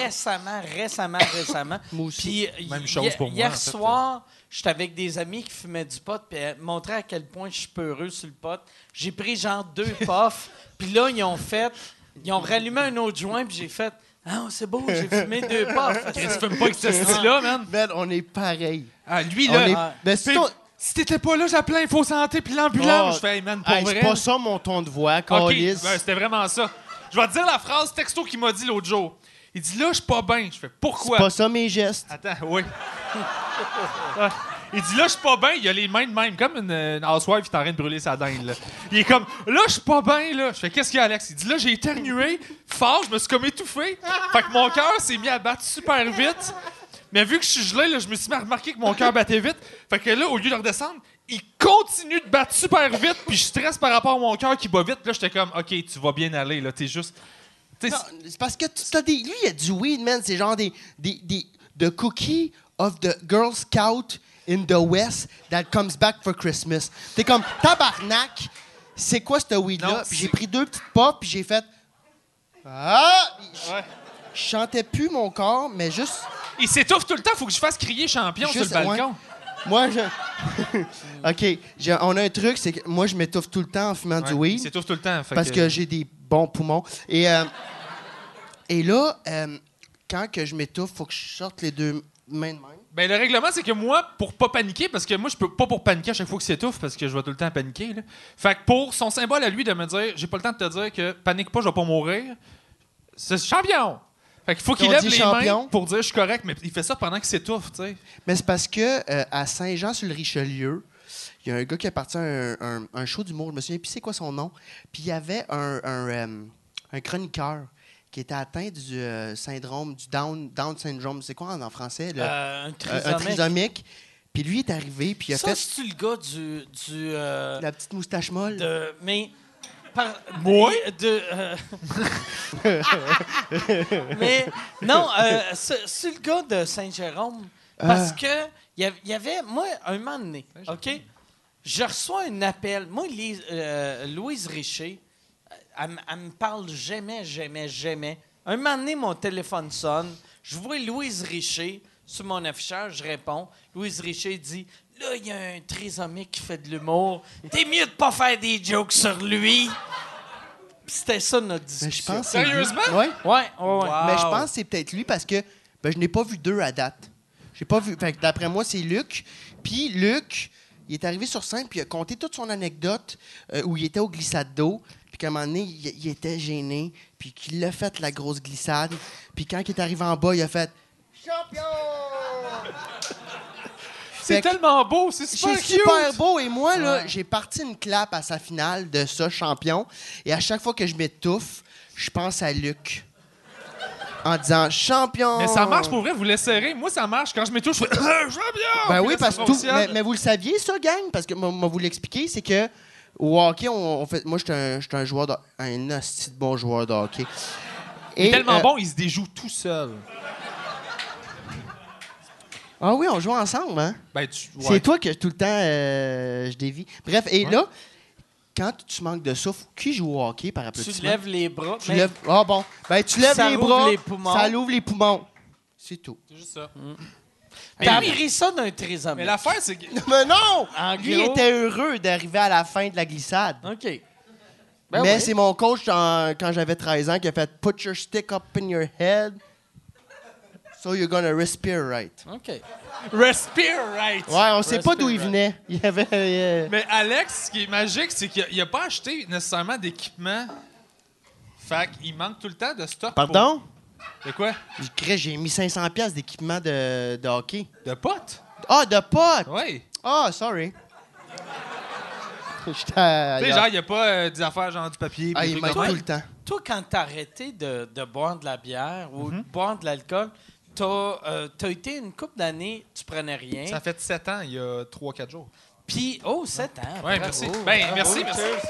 récemment, récemment, récemment.
Moi aussi.
Puis, hi-
Même chose
hier-
pour moi,
Hier
en fait.
soir, j'étais avec des amis qui fumaient du pot, puis euh, montraient à quel point je suis peureux sur le pot. J'ai pris genre deux puffs, puis là, ils ont fait. Ils ont rallumé un autre joint, puis j'ai fait. Ah, c'est beau, j'ai fumé deux
Tu
puffs.
fumes pas avec ce style-là, man.
Ben, on est pareil.
euh, Ah, lui,
On
là.
est...
ah,
Ben, c'est
Puis,
ton-
Si t'étais pas là, j'appelais Info Santé puis l'ambulance.
Oh.
Je fais, hey, man, pour
Hey,
vrai.
c'est pas ça mon ton de voix,
OK,
Calis.
ben, c'était vraiment ça. Je vais te dire la phrase texto qu'il m'a dit l'autre jour. Il dit, là, je suis pas bien. Je fais,
c'est
pourquoi?
pas ça mes gestes.
Attends, oui. Ah, Il dit là, je suis pas bien. Il a les mains de même, comme une, une housewife qui est en train de brûler sa dinde. Là. Il est comme là, je suis pas bien. là. Je fais qu'est-ce qu'il y a, Alex Il dit là, j'ai éternué fort, je me suis comme étouffé. Fait que mon cœur s'est mis à battre super vite. Mais vu que je suis gelé, là, je me suis mis à remarquer que mon cœur battait vite. Fait que là, au lieu de redescendre, il continue de battre super vite. Puis je stresse par rapport à mon cœur qui bat vite. Là, j'étais comme ok, tu vas bien aller. Là, t'es juste. t'es-
Non, C'est parce que tu t'as des... lui, il y a du weed, man. C'est genre des, des, des The cookie of the Girl Scout in the West that comes back for Christmas. T'es comme tabarnak. C'est quoi ce
Non,
weed-là? Puis j'ai
c'est-
pris deux petites pops, puis j'ai fait. Ah! Je- Je chantais plus mon corps, mais juste.
Il s'étouffe tout le temps. Faut que je fasse crier champion
Juste-
sur le balcon.
ouais. Moi, je. OK. j'ai- on a un truc, c'est que moi, je m'étouffe tout le temps en fumant du
Ouais, Il
weed.
s'étouffe tout le temps. fait
Parce que, j'ai des bons poumons. Et, euh, et là, euh, quand que je m'étouffe, faut que je sorte les deux mains de même.
Ben, le règlement, c'est que moi, pour pas paniquer, parce que moi, je peux pas pour paniquer à chaque fois que s'étouffe, parce que je vais tout le temps paniquer. Là. Fait que pour son symbole à lui de me dire, j'ai pas le temps de te dire que panique pas, je vais pas mourir, c'est champion! Fait qu'il faut qu'il
On
lève
dit
les mains
champion.
pour dire je suis correct, mais il fait ça pendant qu'il s'étouffe, tu sais.
Mais c'est parce que euh, à Saint-Jean-sur-le-Richelieu, il y a un gars qui appartient à un, un- un show d'humour, je me souviens plus c'est quoi son nom. Puis il y avait un, un, euh, un chroniqueur qui était atteint du euh, syndrome, du Down, Down syndrome. C'est quoi en, en français? le-
Euh, un
Euh,
trisomique.
un trisomique. Puis lui est arrivé, puis il a
Ça,
fait
c'est-tu le gars du. du euh,
la petite moustache molle.
de, mais. Par,
Moi?
De, euh, mais non, euh, c'est c'est le gars de Saint-Jérôme. Parce
Ah.
que il y av- il y avait, moi, un moment donné, OK? Je reçois un appel. Moi, Lise- euh, Louise Richer, euh, elle, m- elle me parle jamais, jamais, jamais. Un moment donné, mon téléphone sonne. Je vois Louise Richer sur mon afficheur. Je réponds. Louise Richer dit Là, il y a un trisomique qui fait de l'humour. T'es mieux de pas faire des jokes sur lui. Puis C'était ça notre
Mais je
discussion.
pense que c'est lui.
Sérieusement?
Ouais.
Ouais, ouais, ouais.
Mais je pense que c'est peut-être lui parce que ben, je n'ai pas vu deux à date. J'ai pas vu. Fait que d'après moi, c'est Luc. Puis Luc, il est arrivé sur scène puis il a conté toute son anecdote euh, où il était au glissade d'eau. Puis qu'à un moment donné, il, il était gêné. Puis qu'il a fait la grosse glissade. Puis quand il est arrivé en bas, il a fait
C'est
Fait que-
tellement beau, c'est super
C'est
cute!
super beau. Et moi, là, j'ai parti une clap à sa finale de ça, champion. Et à chaque fois que je m'étouffe, je pense à Luc. en disant champion.
Mais ça marche pour vrai, vous l'essayerez. Moi, ça marche. Quand je m'étouffe, je fais Euh,
Ah,
champion!
Ben
Puis là,
oui,
ça
parce que tout.
fonctionne.
Mais, mais vous le saviez, ça, gang? Parce que moi, moi, vous l'expliquez, c'est que au hockey, on, on fait. Moi, j'étais un, j'étais un joueur de. Un hostie de bon joueur de hockey.
Il
Et,
est tellement
euh,
bon, il se déjoue tout seul.
Ah oui, on joue ensemble, hein?
Ben, tu. ouais.
C'est toi que tout le temps euh, je dévie. Bref, et là, quand tu manques de souffle, qui joue au hockey par
Tu
applaudissement?
lèves les bras.
Tu
mais-
lèves- Ah bon. Ben, tu lèves
Ça
les
rouvre
bras.
les poumons.
Ça l'ouvre les poumons. C'est tout.
C'est juste ça.
T'as
Mais-
appris ça d'un trisomique.
Mais l'affaire, c'est que.
Mais non!
En
Lui
gros-
était heureux d'arriver à la fin de la glissade.
OK. Ben
Mais
oui.
c'est mon coach en- quand j'avais 13 ans qui a fait Put your stick up in your head. So you're gonna respire right.
OK.
Respire, right!
Ouais, on sait pas d'où il
Respire
venait. Il y avait. euh,
Mais Alex, ce qui est magique, c'est qu'il n'a pas acheté nécessairement d'équipement. Fait qu'il manque tout le temps de stock. pour-
Pardon?
De quoi?
Je crée, j'ai mis 500$ piastres d'équipement de, de hockey.
De potes?
Ah, de potes!
Ouais.
Ah, sorry. J'étais. à-
Tu sais, genre, il n'y a pas euh, des affaires genre du papier.
Ah,
des
il
trucs
manque
de même.
tout le temps.
Toi, quand t'as arrêté de, de boire de la bière ou
Mhm.
de boire de l'alcool, t'as euh, t'as été une couple d'années, tu prenais rien.
Ça fait 7 ans, il y a 3-4 jours.
Puis, oh, 7 ans.
Ouais,
bravo.
merci. Ben,
Bravo,
merci, merci.
cheers.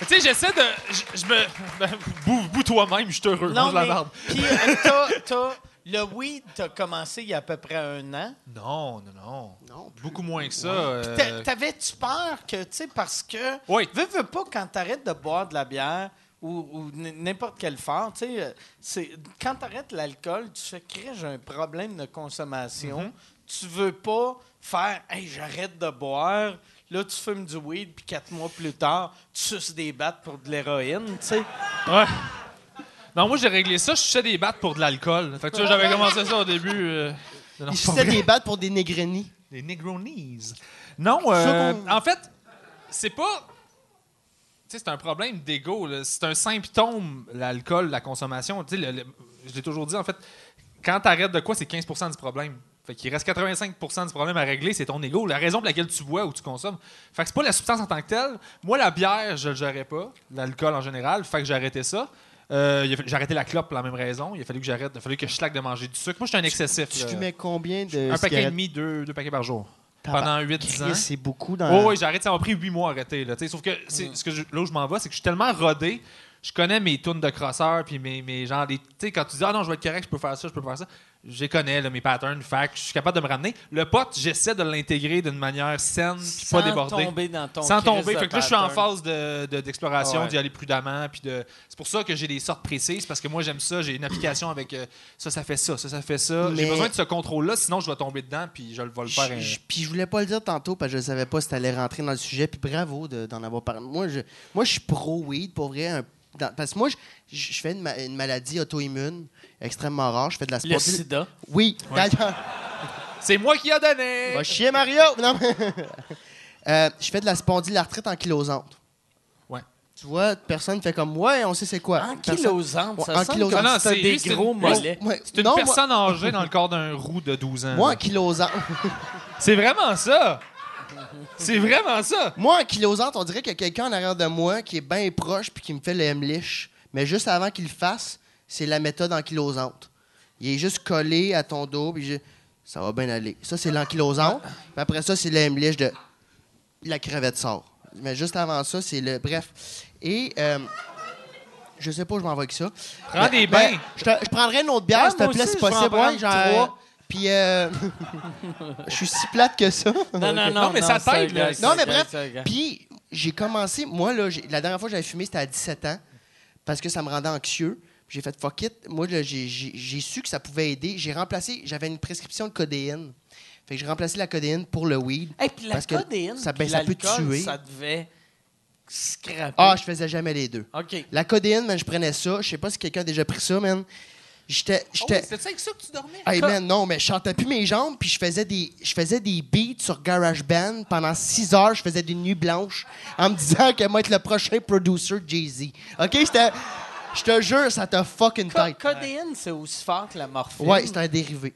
Tu sais, j'essaie de. je- Je me. ben, boue boue toi-même, je suis heureux.
Non,
mange la
mais-
barbe.
Puis, euh, t'as- t'as- le weed, t'as commencé il y a à peu près un an.
Non, non, non.
Non, plus.
Beaucoup moins que ça.
T'a-
euh,
T'avais-tu peur que, tu sais, parce que.
Oui.
Veux, veux pas, quand t'arrêtes de boire de la bière ou, ou n- n'importe quel fort, tu sais, euh, c'est- quand t'arrêtes l'alcool, tu fais crée, j'ai un problème de consommation.
Mm-hmm.
Tu veux pas faire, hey, j'arrête de boire. Là, tu fumes du weed, puis quatre mois plus tard, tu suces des battes pour de l'héroïne, tu sais.
Ouais. Non, moi, j'ai réglé ça. Je suçais des battes pour de l'alcool. Fait que tu vois, j'avais commencé ça au début. euh, non,
Il
c'est pas vrai.
suçait des battes pour des négrenis.
Des Negronis. Non, euh,
Second-
en fait, c'est pas. Tu sais, c'est un problème d'ego. là. C'est un symptôme, l'alcool, la consommation. Tu sais, le- le- je l'ai toujours dit, en fait, quand t'arrêtes de quoi, c'est 15 du problème. Fait qu'il reste 85 du problème à régler, c'est ton ego, la raison pour laquelle tu bois ou tu consommes. Fait que c'est pas la substance en tant que telle. Moi, la bière, je le gérais pas, l'alcool en général, fait que j'ai arrêté ça. Euh, il a fa- j'ai arrêté la clope pour la même raison. Il a fallu que j'arrête, il a fallu que je slaque de manger du sucre. Moi, j'étais un excessif.
Tu
là.
fumais combien
Un paquet et
de Euh, cigarettes?
demi, deux, deux paquets par jour.
Tabac.
Pendant 8-10
Chris,
ans.
C'est beaucoup dans.
Oui, oui, j'arrête. Ça m'a pris 8 mois à arrêter. Là, tu sais. sauf que, c'est-
Mm.
ce que je- là où je m'en vais, c'est que je suis tellement rodé. Je connais mes tunes de crosseur, puis mes, mes genre, des- tu sais, quand tu dis, ah non, je vais être correct, je peux faire ça, je peux faire ça, je les connais, là, mes patterns, fait que je suis capable de me ramener. Le pote, j'essaie de l'intégrer d'une manière saine, puis pas
Sans
déborder.
tomber dans ton
Sans
crise
tomber.
de
Fait que là, je suis en
pattern.
phase de- de- d'exploration,
Ah ouais.
d'y aller prudemment. Puis de... C'est pour ça que j'ai des sortes précises, parce que moi, j'aime ça. J'ai une application avec euh, ça, ça fait ça, ça, ça fait ça.
Mais-
J'ai besoin de ce contrôle-là, sinon je vais tomber dedans, puis je le vais le faire.
Je-
euh,
je- Puis je voulais pas le dire tantôt parce que je savais pas si t'allais rentrer dans le sujet. Puis bravo de- d'en avoir parlé. Moi, je, moi, je suis pro-weed pour vrai. un- dans- parce que moi, je, je- je fais une, ma- une maladie auto-immune extrêmement rare. Je fais de la
Le
sportive.
sida.
Oui,
Ouais.
d'ailleurs.
C'est moi qui a donné!
Va chier, Mario! Non, mais- Euh, je fais de la spondylarthrite ankylosante.
Ouais.
Tu vois, personne fait comme Ouais, on sait c'est quoi. Personne-
Ankylosante,
Ouais,
ça sonne
ankylosante.
comme
Ah non,
si t'as
c'est-
des
lui, c'est une-
gros
lui,
mollets.
Ouais,
C'est une
non, moi-
personne âgée dans le corps d'un roux de 12 ans.
Moi,
là.
ankylosante.
C'est vraiment ça! C'est vraiment ça!
Moi, en kilosante, on dirait qu'il y a quelqu'un en arrière de moi qui est bien proche puis qui me fait le M-lich. Mais juste avant qu'il le fasse, c'est la méthode ankylosante. Il est juste collé à ton dos puis je- ça va bien aller. Ça, c'est l'ankylosante. Puis après ça, c'est le M-lich de la crevette sort. Mais juste avant ça, c'est le. Bref. Et. euh, Je sais pas où je m'en vais avec ça.
Prends
Mais-
des
mais
bains.
Je, te- je prendrais une autre bière,
Ah,
s'il te
moi
plaît,
aussi,
si
je vais en
possible.
prendre
Ouais, genre,
trois.
Puis, euh, je suis si plate que ça.
Non, non, non,
Non, mais ça
c'est un
t'aide,
gars,
là.
c'est
Non,
un
mais
gars,
bref,
c'est un gars.
puis j'ai commencé, moi, là, j'ai- la dernière fois que j'avais fumé, c'était à 17 ans, parce que ça me rendait anxieux. J'ai fait fuck it. Moi, là, j'ai- j'ai j'ai su que ça pouvait aider. J'ai remplacé, j'avais une prescription de codéine. Fait que j'ai remplacé la codéine pour le weed.
Et puis la
Parce que
codéine,
ça-
ça,
ben, ça peut tuer.
ça devait scraper.
Ah, je faisais jamais les deux.
OK.
La codéine, man, je prenais ça. Je sais pas si quelqu'un a déjà pris ça, man. J'étais.
Oh, Ah
j'étais-
ça avec ça que tu dormais?
Hey man, non, mais je chantais plus mes jambes, puis je faisais des, je faisais des beats sur GarageBand pendant six heures. Je faisais des nuits blanches en me disant que moi être le prochain producer de Jay-Z. OK? C'était. Je te jure, ça t'a fucking
Co-
tête.
codéine, c'est aussi fort que la morphine.
Ouais, c'est un dérivé.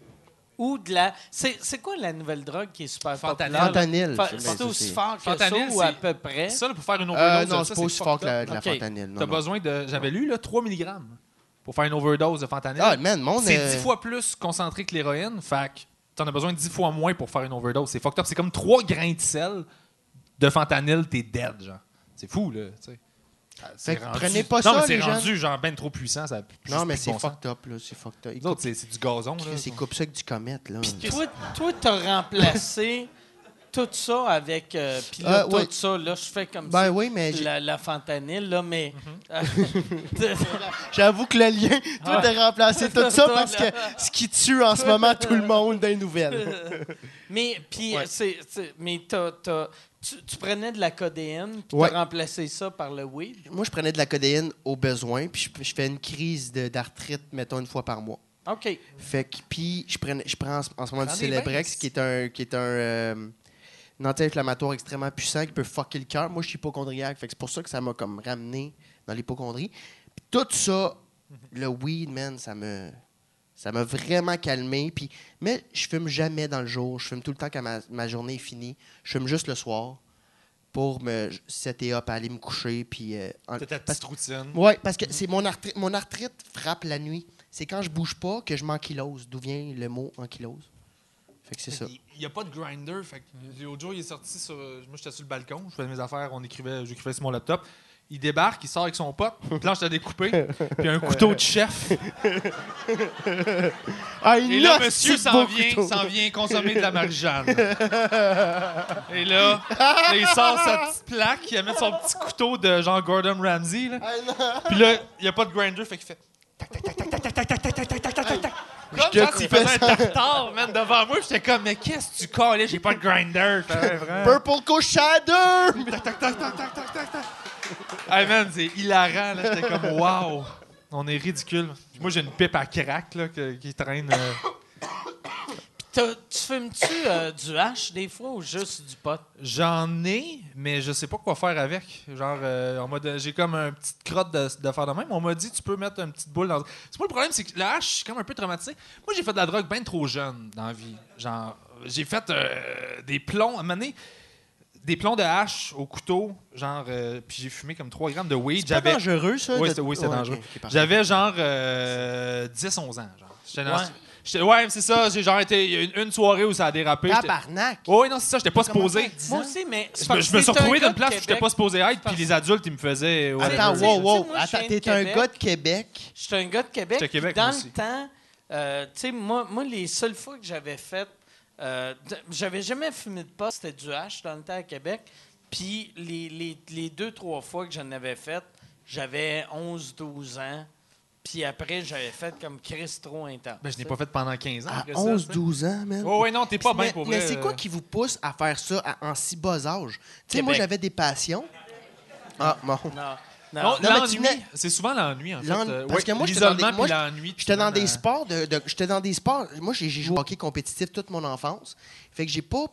Ou de la. C'est c'est quoi la nouvelle drogue qui est super
Fentanyl.
populaire?
Fentanyl.
Fa-
Ben,
C'est
ça,
aussi
c'est-
fort que
Fentanyl,
ça ou à
c'est-
peu près?
Ça, là, pour faire une
Euh,
overdose,
non,
ça,
c'est pas aussi
fucked
fort que
up.
la, que la
Ok.
fentanyl. non,
T'as
non.
besoin de. J'avais lu, là, 3 mg pour faire une overdose de fentanyl.
Ah, man, mon.
c'est
euh,
10 fois plus concentré que l'héroïne. Fait que t'en as besoin 10 fois moins pour faire une overdose. C'est fucked up. C'est comme 3 grains de sel de fentanyl, t'es dead, genre. C'est fou, là. tu sais. Ah, c'est
que prenez pas
non,
ça,
mais c'est
les
rendu, genre, ben trop puissant. Ça euh, a plus- juste
Non, mais
plus de
c'est
bon sens.
fucked up, là. C'est fucked up.
Les autres, c'est c'est du gazon, là.
C'est coupe ça avec du comète, là.
Toi, toi, t'as remplacé tout ça avec. euh, Puis là,
Ah, ouais.
tout ça, là, je fais comme
Ben
ça.
oui, mais j'ai-
La, la fentanyl, là, mais.
Mhm.
euh,
j'avoue que le lien, toi, t'as remplacé tout ça parce que ce qui tue en ce moment tout le monde dans les nouvelles.
mais, puis,
Ouais.
c'est, c'est- mais t'as- t'as- tu, tu prenais de la codéine, puis
Ouais.
t'as remplacé ça par le weed.
Moi, je prenais de la codéine au besoin, puis je, je fais une crise de- d'arthrite, mettons, une fois par mois.
OK.
Fait que, puis, je, prenais- je prends en ce- en ce moment
Prends
du
des
Celebrex,
bains.
qui est un, qui est un, euh, un anti-inflammatoire extrêmement puissant qui peut fucker le cœur. Moi, je suis hypochondriaque, fait que c'est pour ça que ça m'a comme ramené dans l'hypochondrie. Puis tout ça, le weed, man, ça me... Ça m'a vraiment calmé. Puis, mais je fume jamais dans le jour. Je fume tout le temps quand ma, ma journée est finie. Je fume juste le soir pour me setter up, aller me coucher. Puis, euh, en-
T'as ta
parce-
petite routine.
oui, parce que c'est mon, arthri- mon arthrite frappe la nuit. C'est quand je bouge pas que je m'ankylose, d'où vient le mot ankylose. Fait que c'est ça.
Il n'y a pas de grinder. Fait que l'autre jour, il est sorti sur. Moi, j'étais sur le balcon, je faisais mes affaires, on écrivait, j'écrivais sur mon laptop. Il débarque, il sort avec son pote, planche à découper, puis un couteau de chef.
Ah,
Et là, monsieur s'en vient, s'en vient consommer de la marijuana. Et là, là, il sort sa petite plaque, il met son petit couteau de genre Gordon Ramsay. Là. Puis là, il n'y a pas de grinder, fait qu'il fait. tac, tac, tac, tac, tac, tac, tac, tac, tac, tac, tac, tac, tac, tac.
te
Comme quand il
coupais
faisait un tartare, man, devant moi, j'étais comme, mais qu'est-ce que tu calais? J'ai pas de grinder.
Purple Coach Shadow!
Tac, tac, tac, tac, tac, tac, tac. Hey man, c'est hilarant, là. J'étais comme, wow, on est ridicule. Puis Moi, j'ai une pipe à crack, là, que- qui traîne. euh,
T'as- tu fumes-tu euh, du hash des fois ou juste du pot?
J'en ai, mais je sais pas quoi faire avec. Genre, euh, on m'a don- j'ai comme une petite crotte de, de faire de même. On m'a dit, tu peux mettre une petite boule dans. C'est pas le problème, c'est que la hache, je suis comme un peu traumatisé. Moi, j'ai fait de la drogue bien trop jeune dans la vie. Genre, j'ai fait euh, des plombs. À un moment donné, des plombs de hache au couteau, genre, euh, puis j'ai fumé comme 3 grammes de weed.
C'est pas
J'avais
dangereux, ça?
Oui,
de-
c'est- oui, c'est
Ouais,
dangereux.
ok, ok, parfait.
j'avais genre euh, 10-11 ans. Genre. J'étais dans-
Ouais.
j'étais- ouais, c'est ça. J'ai genre été il y a une, une soirée où ça a dérapé. J'étais-
Tabarnak!
Oh, oui, non, c'est ça. J'étais pas supposé.
Moi aussi, mais.
Je me, je me suis retrouvé dans une place où j'étais pas supposé être, puis les adultes, ils me faisaient. ouais,
Attends,
tu
je-
sais,
wow,
tu sais,
wow!
moi, je
Attends,
viens de
t'es un
Québec.
gars de Québec.
J'étais un gars de Québec.
J'étais à Québec,
puis dans
moi
le
aussi.
temps, euh, tu sais, moi, moi, les seules fois que j'avais fait. euh, de- j'avais jamais fumé de pot, c'était du hash dans le temps à Québec. Puis les, les- les deux, trois fois que j'en avais fait, j'avais 11, 12 ans. Puis après, j'avais fait comme Chris trop intense.
Ben, je n'ai pas fait pendant 15 ans.
À
après ça, tu sais.
11-12 ans, man.
Ouais, ouais, non, t'es pas bien
mais
pour
mais
vrai,
c'est quoi
euh.
qui vous pousse à faire ça à- en si bas âge? Tu sais, moi,
Québec.
j'avais des passions. Ah, bon.
Non, non.
Non,
mais tu
l'ennui,
venais-
c'est souvent l'ennui, en fait.
L'en-
Euh,
parce
ouais,
que moi, j'étais dans
l'isolement
des- moi,
puis l'ennui.
J'étais dans
euh,
des sports de, de- j'étais dans des sports. Moi j'ai j'ai joué au hockey compétitif toute mon enfance. Fait que j'ai pas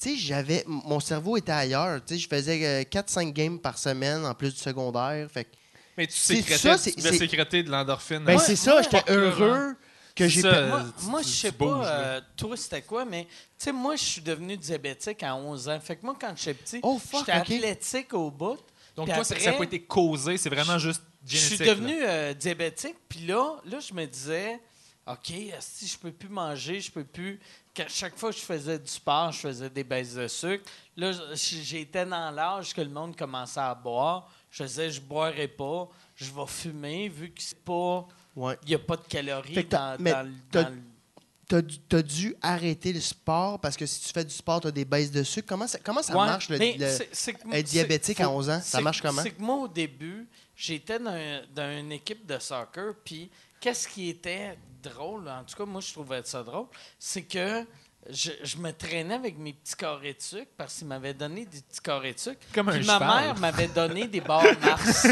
tu sais j'avais m- mon cerveau était ailleurs, tu sais je faisais 4 5 games par semaine en plus du secondaire. Fait que-
Mais tu
C'est
sécrétais,
ça, c'est-
tu devais
c'est-
sécréter de l'endorphine.
ben
Ouais. hein.
c'est ça, j'étais heureux que
C'est
j'ai
ça,
per-
euh,
Moi,
tu-
moi,
tu-
je
tu
sais pas,
bouges, là.
euh, toi, c'était quoi, mais tu sais, moi, je suis devenu diabétique à 11 ans. Fait que moi, quand j'étais petit,
Oh, fuck,
j'étais
ok.
athlétique au bout.
Donc,
Puis
toi, ça-
après,
ça n'a pas été causé, c'est vraiment juste
Je suis
génétique.
devenu euh, diabétique, puis là, là, je me disais, OK, si je peux plus manger, je peux plus. qu'à chaque fois que je faisais du sport, je faisais des baisses de sucre. Là, j- j'étais dans l'âge que le monde commençait à boire. Je disais, je boirai pas, je vais fumer, vu que c'est pas.
Ouais.
Il n'y a pas de calories
Fait que t'as-
dans,
mais
dans le-
t'as-
dans le-
T'as dû, t'as dû arrêter le sport parce que si tu fais du sport, t'as des baisses de sucre. Comment ça, comment ça
Ouais,
marche le,
mais
le-
c'est- c'est que moi-
être diabétique
c'est-
à 11 ans? Ça
c'est-
marche comment?
C'est que moi, au début, j'étais dans, dans une équipe de soccer, puis qu'est-ce qui était drôle, en tout cas, moi, je trouvais ça drôle, c'est que je, je me traînais avec mes petits carrés de sucre parce qu'ils m'avaient donné des petits carrés de sucre.
Comme
puis
un
ma
cheval.
mère m'avait donné des barres Mars.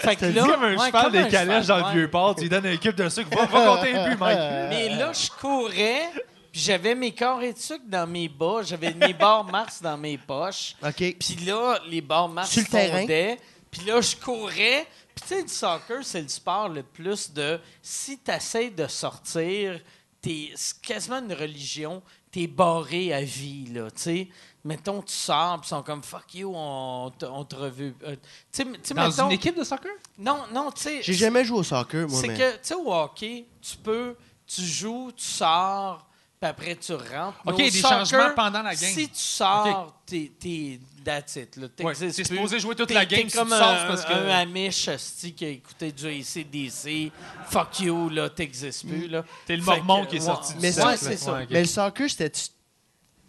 fait que là,
comme un
ouais,
cheval
comme
des
un
calèches dans
cheval,
le
ouais.
vieux port, tu lui donnes une équipe de sucre. Va, va compter les buts, Mike.
Mais là, je courais, puis j'avais mes carrés de sucre dans mes bas, j'avais mes barres Mars dans mes poches.
OK.
Puis là, les bars marchent
Sur le terrain.
fondaient. Puis là, je courais. Puis tu sais, le soccer, c'est le sport le plus de... Si tu essaies de sortir, t'es, c'est quasiment une religion. T'es barré à vie, là, tu sais. mettons, tu sors, puis ils sont comme fuck you, on, te- on te revu. Euh, tu sais, tu sais,
Dans
mettons.
une équipe de soccer?
Non, non, tu sais.
J'ai jamais joué au soccer, moi,
C'est
mais-
que, tu sais, au hockey, tu peux, tu joues, tu sors, puis après tu rentres. Mais
OK,
au
des changements pendant la game.
Si tu sors, t'es, t'es that's it, là.
Ouais,
T'existes
t'es
plus.
supposé jouer toute
T'es-
la game
t'es
si
comme
tu sors,
un,
c'est parce que-
un Amish hostie, qui a écouté du ACDC. Fuck you, là, t'existes plus, là.
T'es le
Fait
mormon
que,
qui est
ouais.
sorti du
Mais
cercle,
ça,
ouais,
là.
c'est ça.
Ouais, ok.
Mais le soccer, c'était... tu-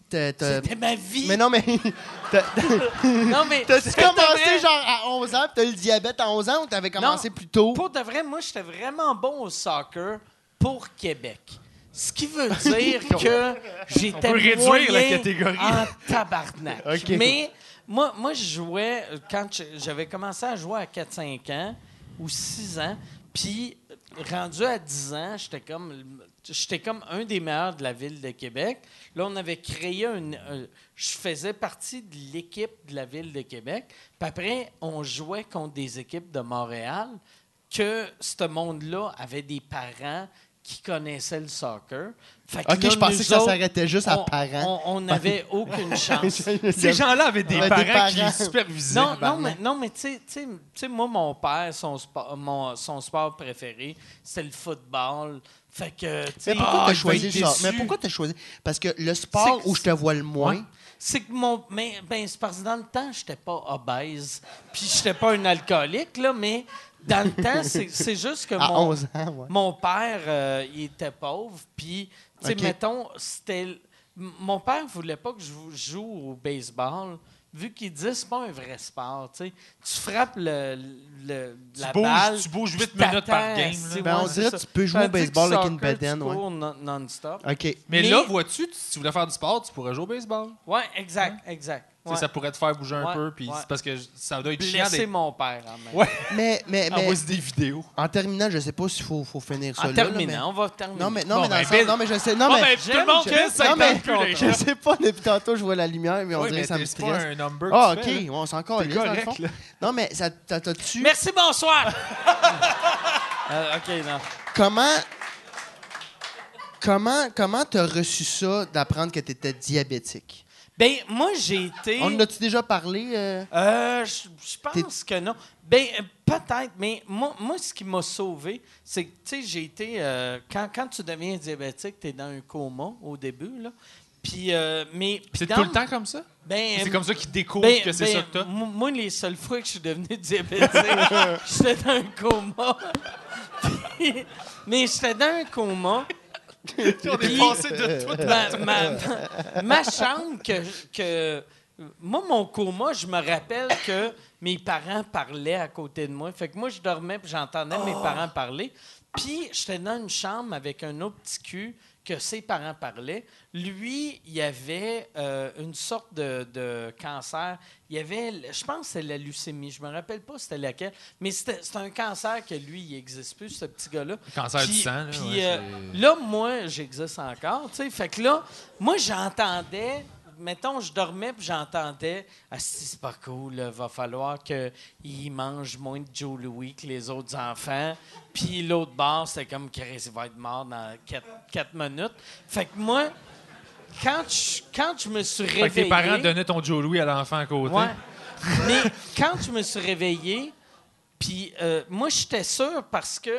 t'as- t'as-
C'était ma vie.
euh, Mais non, mais... t'as-
non, mais
T'as-tu
pour de vrai,
commencé, genre, à 11 ans, puis t'as eu le diabète à 11 ans, ou t'avais commencé plus tôt?
Pour de vrai, moi, j'étais vraiment bon au soccer pour Québec. Ce qui veut dire que j'étais
peut réduire
moyen
la catégorie.
en tabarnak.
Ok.
Mais moi, moi, je jouais euh, quand je- j'avais commencé à jouer à 4-5 ans ou 6 ans, puis rendu à 10 ans, j'étais comme j'étais comme un des meilleurs de la ville de Québec. Là, on avait créé une euh, je faisais partie de l'équipe de la ville de Québec. Puis après, on jouait contre des équipes de Montréal que ce monde-là avait des parents qui connaissaient le soccer. Fait
Ok,
là,
je pensais
nous
que ça
autres,
s'arrêtait juste à
on-
parents.
on- On n'avait aucune chance.
Ces gens-là avaient des,
Ouais, des
parents qui
parents.
les supervisaient.
Non, non, mais, non, mais tu sais- tu sais- tu sais, moi, mon père, son sport, mon- son sport préféré, c'est le football. Fait que, tu sais,
Mais pourquoi
Ah,
t'as
je vais
choisi
être
le soccer?
déçu.
Mais pourquoi t'as choisi? Parce que le
C'est
sport
que-
où je te vois le moins,
Ouais. C'est que mon. Mais, ben, c'est parce que dans le temps, j'étais pas obèse. Puis j'étais pas un alcoolique, là, mais dans le temps, c'est c'est juste que
à
mon,
11 ans, ouais.
mon père, euh, il était pauvre. Puis, tu sais,
Ok.
mettons, c'était. l- m- Mon père voulait pas que je jou- joue au baseball. Vu qu'il dit c'est pas un vrai sport, tu sais. Tu frappes le, le- la
bouges-
balle.
tu bouges huit
puis t'attends,
minutes par game,
tu
là.
sais,
Ben, on
ouais, c'est
dirait
ça.
que tu peux jouer au
Tandis que
baseball avec une
soccer, tu
bedaine, ouais.
cours non- non-stop.
OK.
Mais,
mais-
là, vois-tu, si tu voulais faire du sport, tu pourrais jouer au baseball.
Ouais, exact, exact.
Tu sais,
ouais.
Ça pourrait te faire bouger un
Ouais,
peu, puis
ouais.
c'est parce que j- ça doit être chiant
blessé
d'être...
mon père en même.
Ouais,
Mais, mais, mais
envoie-y des vidéos.
en terminant, je sais pas s'il faut, faut finir ça
En
là,
terminant,
là,
on va
mais-
terminer.
Non, mais, non,
Bon,
mais dans
ben,
le sens-
Bill.
non, mais je sais... Non, mais...
tout le monde
j'aime-
fait ça,
non,
il
mais-
parle plus, les
Je
gens.
sais pas, depuis tantôt, je vois la lumière, mais on
Oui,
dirait
mais
que ça me
t'es- c'est pas
stresse.
un number
Ah,
que
OK,
tu fais,
ouais,
là.
on s'en calisse, dans le
correct,
fond.
là.
Non, mais ça t'as- t'as-tu...
Merci, bonsoir! Euh, OK, non.
Comment... Comment comment t'as reçu ça d'apprendre que t'étais diabétique?
Ben, moi, j'ai été...
On en a-tu déjà parlé? euh?
Euh, je je pense que non. Ben, euh, peut-être, mais moi, moi, ce qui m'a sauvé, c'est que, tu sais, j'ai été. euh, quand, quand tu deviens diabétique, tu es dans un coma au début, là. Puis, euh, mais.
C'est
dans-
tout le temps comme ça?
Ben,
C'est comme ça qu'ils découvrent
Ben,
que c'est
ben,
ça que t'as?
mo- Moi, les seules fois que je suis devenu diabétique, j'étais dans un coma. Puis- mais j'étais dans un coma.
On est
Puis-
passé de tout
Ma, ma- ma- ma chambre que, que- Moi, mon coma, je me rappelle que mes parents parlaient à côté de moi. Fait que moi, je dormais puis j'entendais mes parents parler. Puis, j'étais dans une chambre avec un autre petit cul que ses parents parlaient. Lui, il avait euh, une sorte de, de cancer. Il avait, l- je pense que c'est la leucémie. Je me rappelle pas c'était laquelle. Mais c'était c'était un cancer que lui, il n'existe plus, ce petit gars-là.
Cancer
Puis-
du sang, là,
puis,
ouais,
euh,
c'est-
là, moi, j'existe encore, tu sais. Fait que là, moi, j'entendais... Mettons, je dormais puis j'entendais « Ah, si, c'est pas cool, là, va falloir qu'il mange moins de Joe Louis que les autres enfants. » Puis l'autre bar, c'était comme « Chris, il va être mort dans quatre, quatre minutes. » Fait que moi, quand je, quand je me suis Euh, réveillé...
Fait que tes parents donnaient ton Joe Louis à l'enfant à côté.
Ouais. Mais quand je me suis réveillé, puis euh, moi, j'étais sûr parce que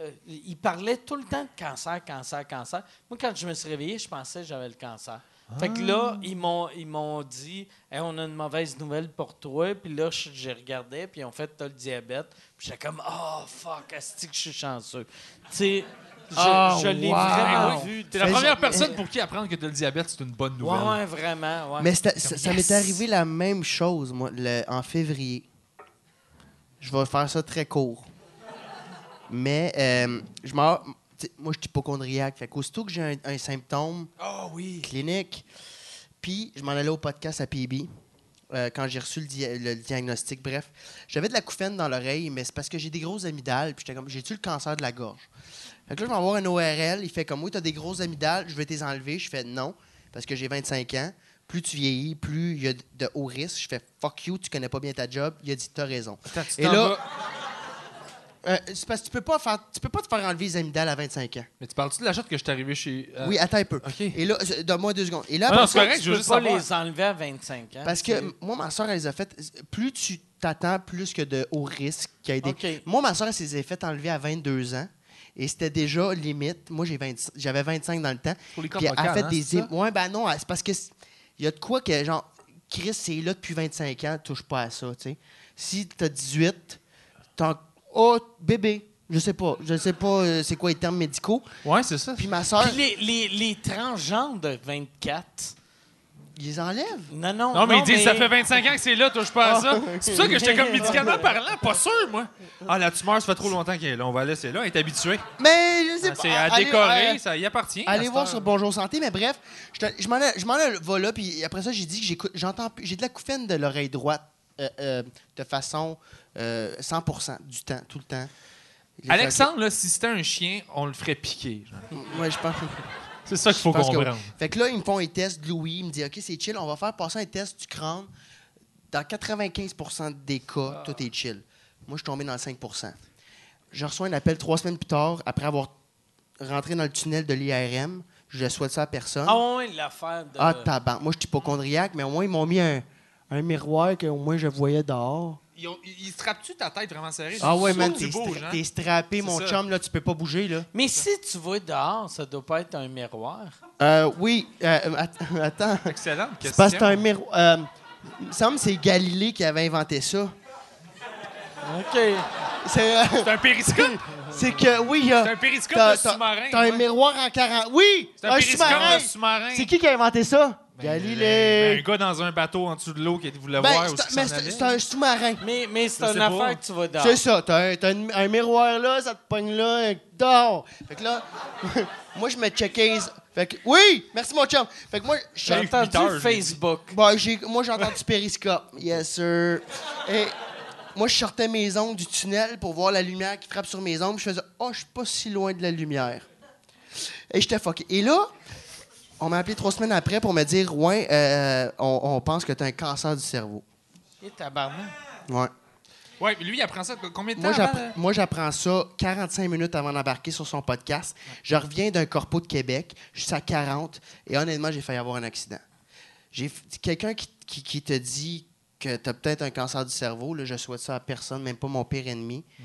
euh, il parlait tout le temps de cancer, cancer, cancer. Moi, quand je me suis réveillé, je pensais que j'avais le cancer. Fait que là, ils m'ont, ils m'ont dit Hey, on a une mauvaise nouvelle pour toi. Puis là, je- j'ai regardé, puis en fait, t'as le diabète. Puis j'étais comme Oh, fuck, asti que je suis chanceux. Tu sais, je, je l'ai vraiment
Ah, Ben oui.
vu.
T'es la
Mais
première
je-
personne pour qui apprendre que t'as le diabète, c'est une bonne nouvelle.
Ouais, vraiment. Ouais.
Mais c'était- ça, ça
Yes!
m'est arrivé la même chose, moi, le- en février. Je vais faire ça très court. Mais euh, je m'en- tu sais, moi, je suis hypochondriaque. Fait qu'aussitôt que j'ai un, un symptôme
Oh oui!
clinique, puis je m'en allais au podcast à PB euh, quand j'ai reçu le, dia- le diagnostic. Bref, j'avais de la couffaine dans l'oreille, mais c'est parce que j'ai des grosses amygdales. Puis j'étais comme, j'ai-tu le cancer de la gorge? Fait que là, je vais voir un ORL. Il fait comme, oui, t'as des grosses amygdales, je vais les enlever. Je fais non, parce que j'ai 25 ans. Plus tu vieillis, plus il y a de- de hauts risques. Je fais fuck you, tu connais pas bien ta job. Il a dit, t'as raison.
Attends, tu
Et
t'en
là,
vas-
Euh, c'est parce que tu peux pas faire, tu peux pas te faire enlever les amygdales à 25 ans.
Mais tu parles-tu de la shot que je suis arrivé chez. euh,
Oui, attends un peu.
OK.
Et là, euh, donne-moi deux secondes. Et là,
Ah non,
après
c'est
ça,
correct,
Tu
je
peux
veux
pas
juste savoir.
les enlever à 25
Hein?
ans.
Parce que moi, ma soeur, elle les a fait. Plus tu t'attends, plus que de haut risque qu'il y ait des.
OK.
Moi, ma soeur, elle s'est fait enlever à 22 ans. Et c'était déjà limite. Moi, j'ai 20 j'avais 25 dans le temps.
Pour les cordes
Puis elle a
vocales,
fait
hein,
des.
c'est ça?
Ouais, ben non, c'est parce que c'est- il y a de quoi que, genre, Chris, c'est là depuis 25 ans, touche pas à ça, tu sais. Si t'as 18, t'as. Oh, bébé. Je sais pas. Je sais pas euh, c'est quoi les termes médicaux.
Ouais, c'est ça.
Puis ma soeur,
Puis les, les, les transgenres de 24.
ils les enlèvent.
Non, non,
Non, mais ils disent, ça fait 25 ans que c'est là, touche pas à ça. C'est pour ça que j'étais comme médicalement parlant, pas sûr, moi. Ah, la tumeur, ça fait trop longtemps qu'elle est là. On va laisser là, elle est habituée.
Mais je sais
Ah,
pas.
C'est
Ah,
à
allez,
décorer,
euh,
ça y appartient.
Allez
à
voir
cette
sur
heure.
Bonjour Santé, mais bref, je te- je m'en allais- je m'en allais va là, puis après ça, j'ai dit que j'écoute- j'entends plus- j'ai de la couffaine de l'oreille droite euh, euh, de façon euh, 100 du temps, tout le temps. Les
Alexandre, là, si c'était un chien, on le ferait piquer. genre.
facettes- Ouais, je pense.
C'est ça qu'il faut
je pense que
comprendre.
oui. Fait que là, ils me font un test de Louis, ils me disent OK, c'est chill, on va faire passer un test du crâne. Dans 95 des
Ah.
cas, tout est chill. Moi, je suis tombé dans le 5 Je reçois un appel trois semaines plus tard, après avoir rentré dans le tunnel de l'IRM. Je le souhaite ça à personne.
Ah ouais, l'affaire de...
Ah, tabac. Moi, je suis hypochondriaque, mais au moins, ils m'ont mis un, un miroir que au moins je voyais dehors.
Ils, ont- ils- ils tu ta tête vraiment serrée?
Ah ouais,
Tu
man,
sautes,
t'es
tu bouges, hein?
stra- t'es strappé,
C'est
mon
ça.
chum, là, tu peux pas bouger, là.
Mais si tu vois dehors, ça doit pas être un miroir.
Euh, oui, euh, att- attends.
Excellente
C'est parce que
question.
c'est un miroir. euh, il me semble que c'est Galilée qui avait inventé ça.
OK.
C'est euh,
C'est un périscope!
c'est que, oui, il y a-
C'est un périscope
t'as-
de
t'as-
sous-marin,
T'as un
ouais.
miroir en 40. Oui!
C'est un périscope
sous-marin!
de sous-marin.
C'est qui qui a inventé ça?
Ben,
Galilée!
un gars dans un bateau en dessous de l'eau qui voulait
Ben,
voir où
c'est un-
s'en
mais
allait.
c'est c'est un sous-marin.
Mais, mais c'est
Je
une
sais pas.
affaire que tu vois dehors.
C'est ça, t'as un, t'as une- un miroir là, ça te pogne là, et dors. Fait que là, moi je me checkais. Fait que oui, merci mon chum. Fait que moi,
J'ai
je-
entendu
heures, je l'ai dit.
Facebook.
bon, j'ai- moi j'ai entendu Périscope. Yes sir. Et moi je sortais mes ongles du tunnel pour voir la lumière qui frappe sur mes ongles. Je faisais oh je suis pas si loin de la lumière. Et j'étais fucké. Et là, on m'a appelé trois semaines après pour me dire ouais, euh, on, on pense que t'as un cancer du cerveau.
Et tabarnak.
Ouais.
Ouais, mais lui, il apprend ça combien de temps? avant,
Moi, j'appre-
là?
moi, j'apprends ça 45 minutes avant d'embarquer sur son podcast. Je reviens d'un corpo de Québec. Je suis à 40. Et honnêtement, j'ai failli avoir un accident. J'ai f- Quelqu'un qui, qui- qui te dit que tu as peut-être un cancer du cerveau, là, je souhaite ça à personne, même pas mon pire ennemi.
Mm-hmm.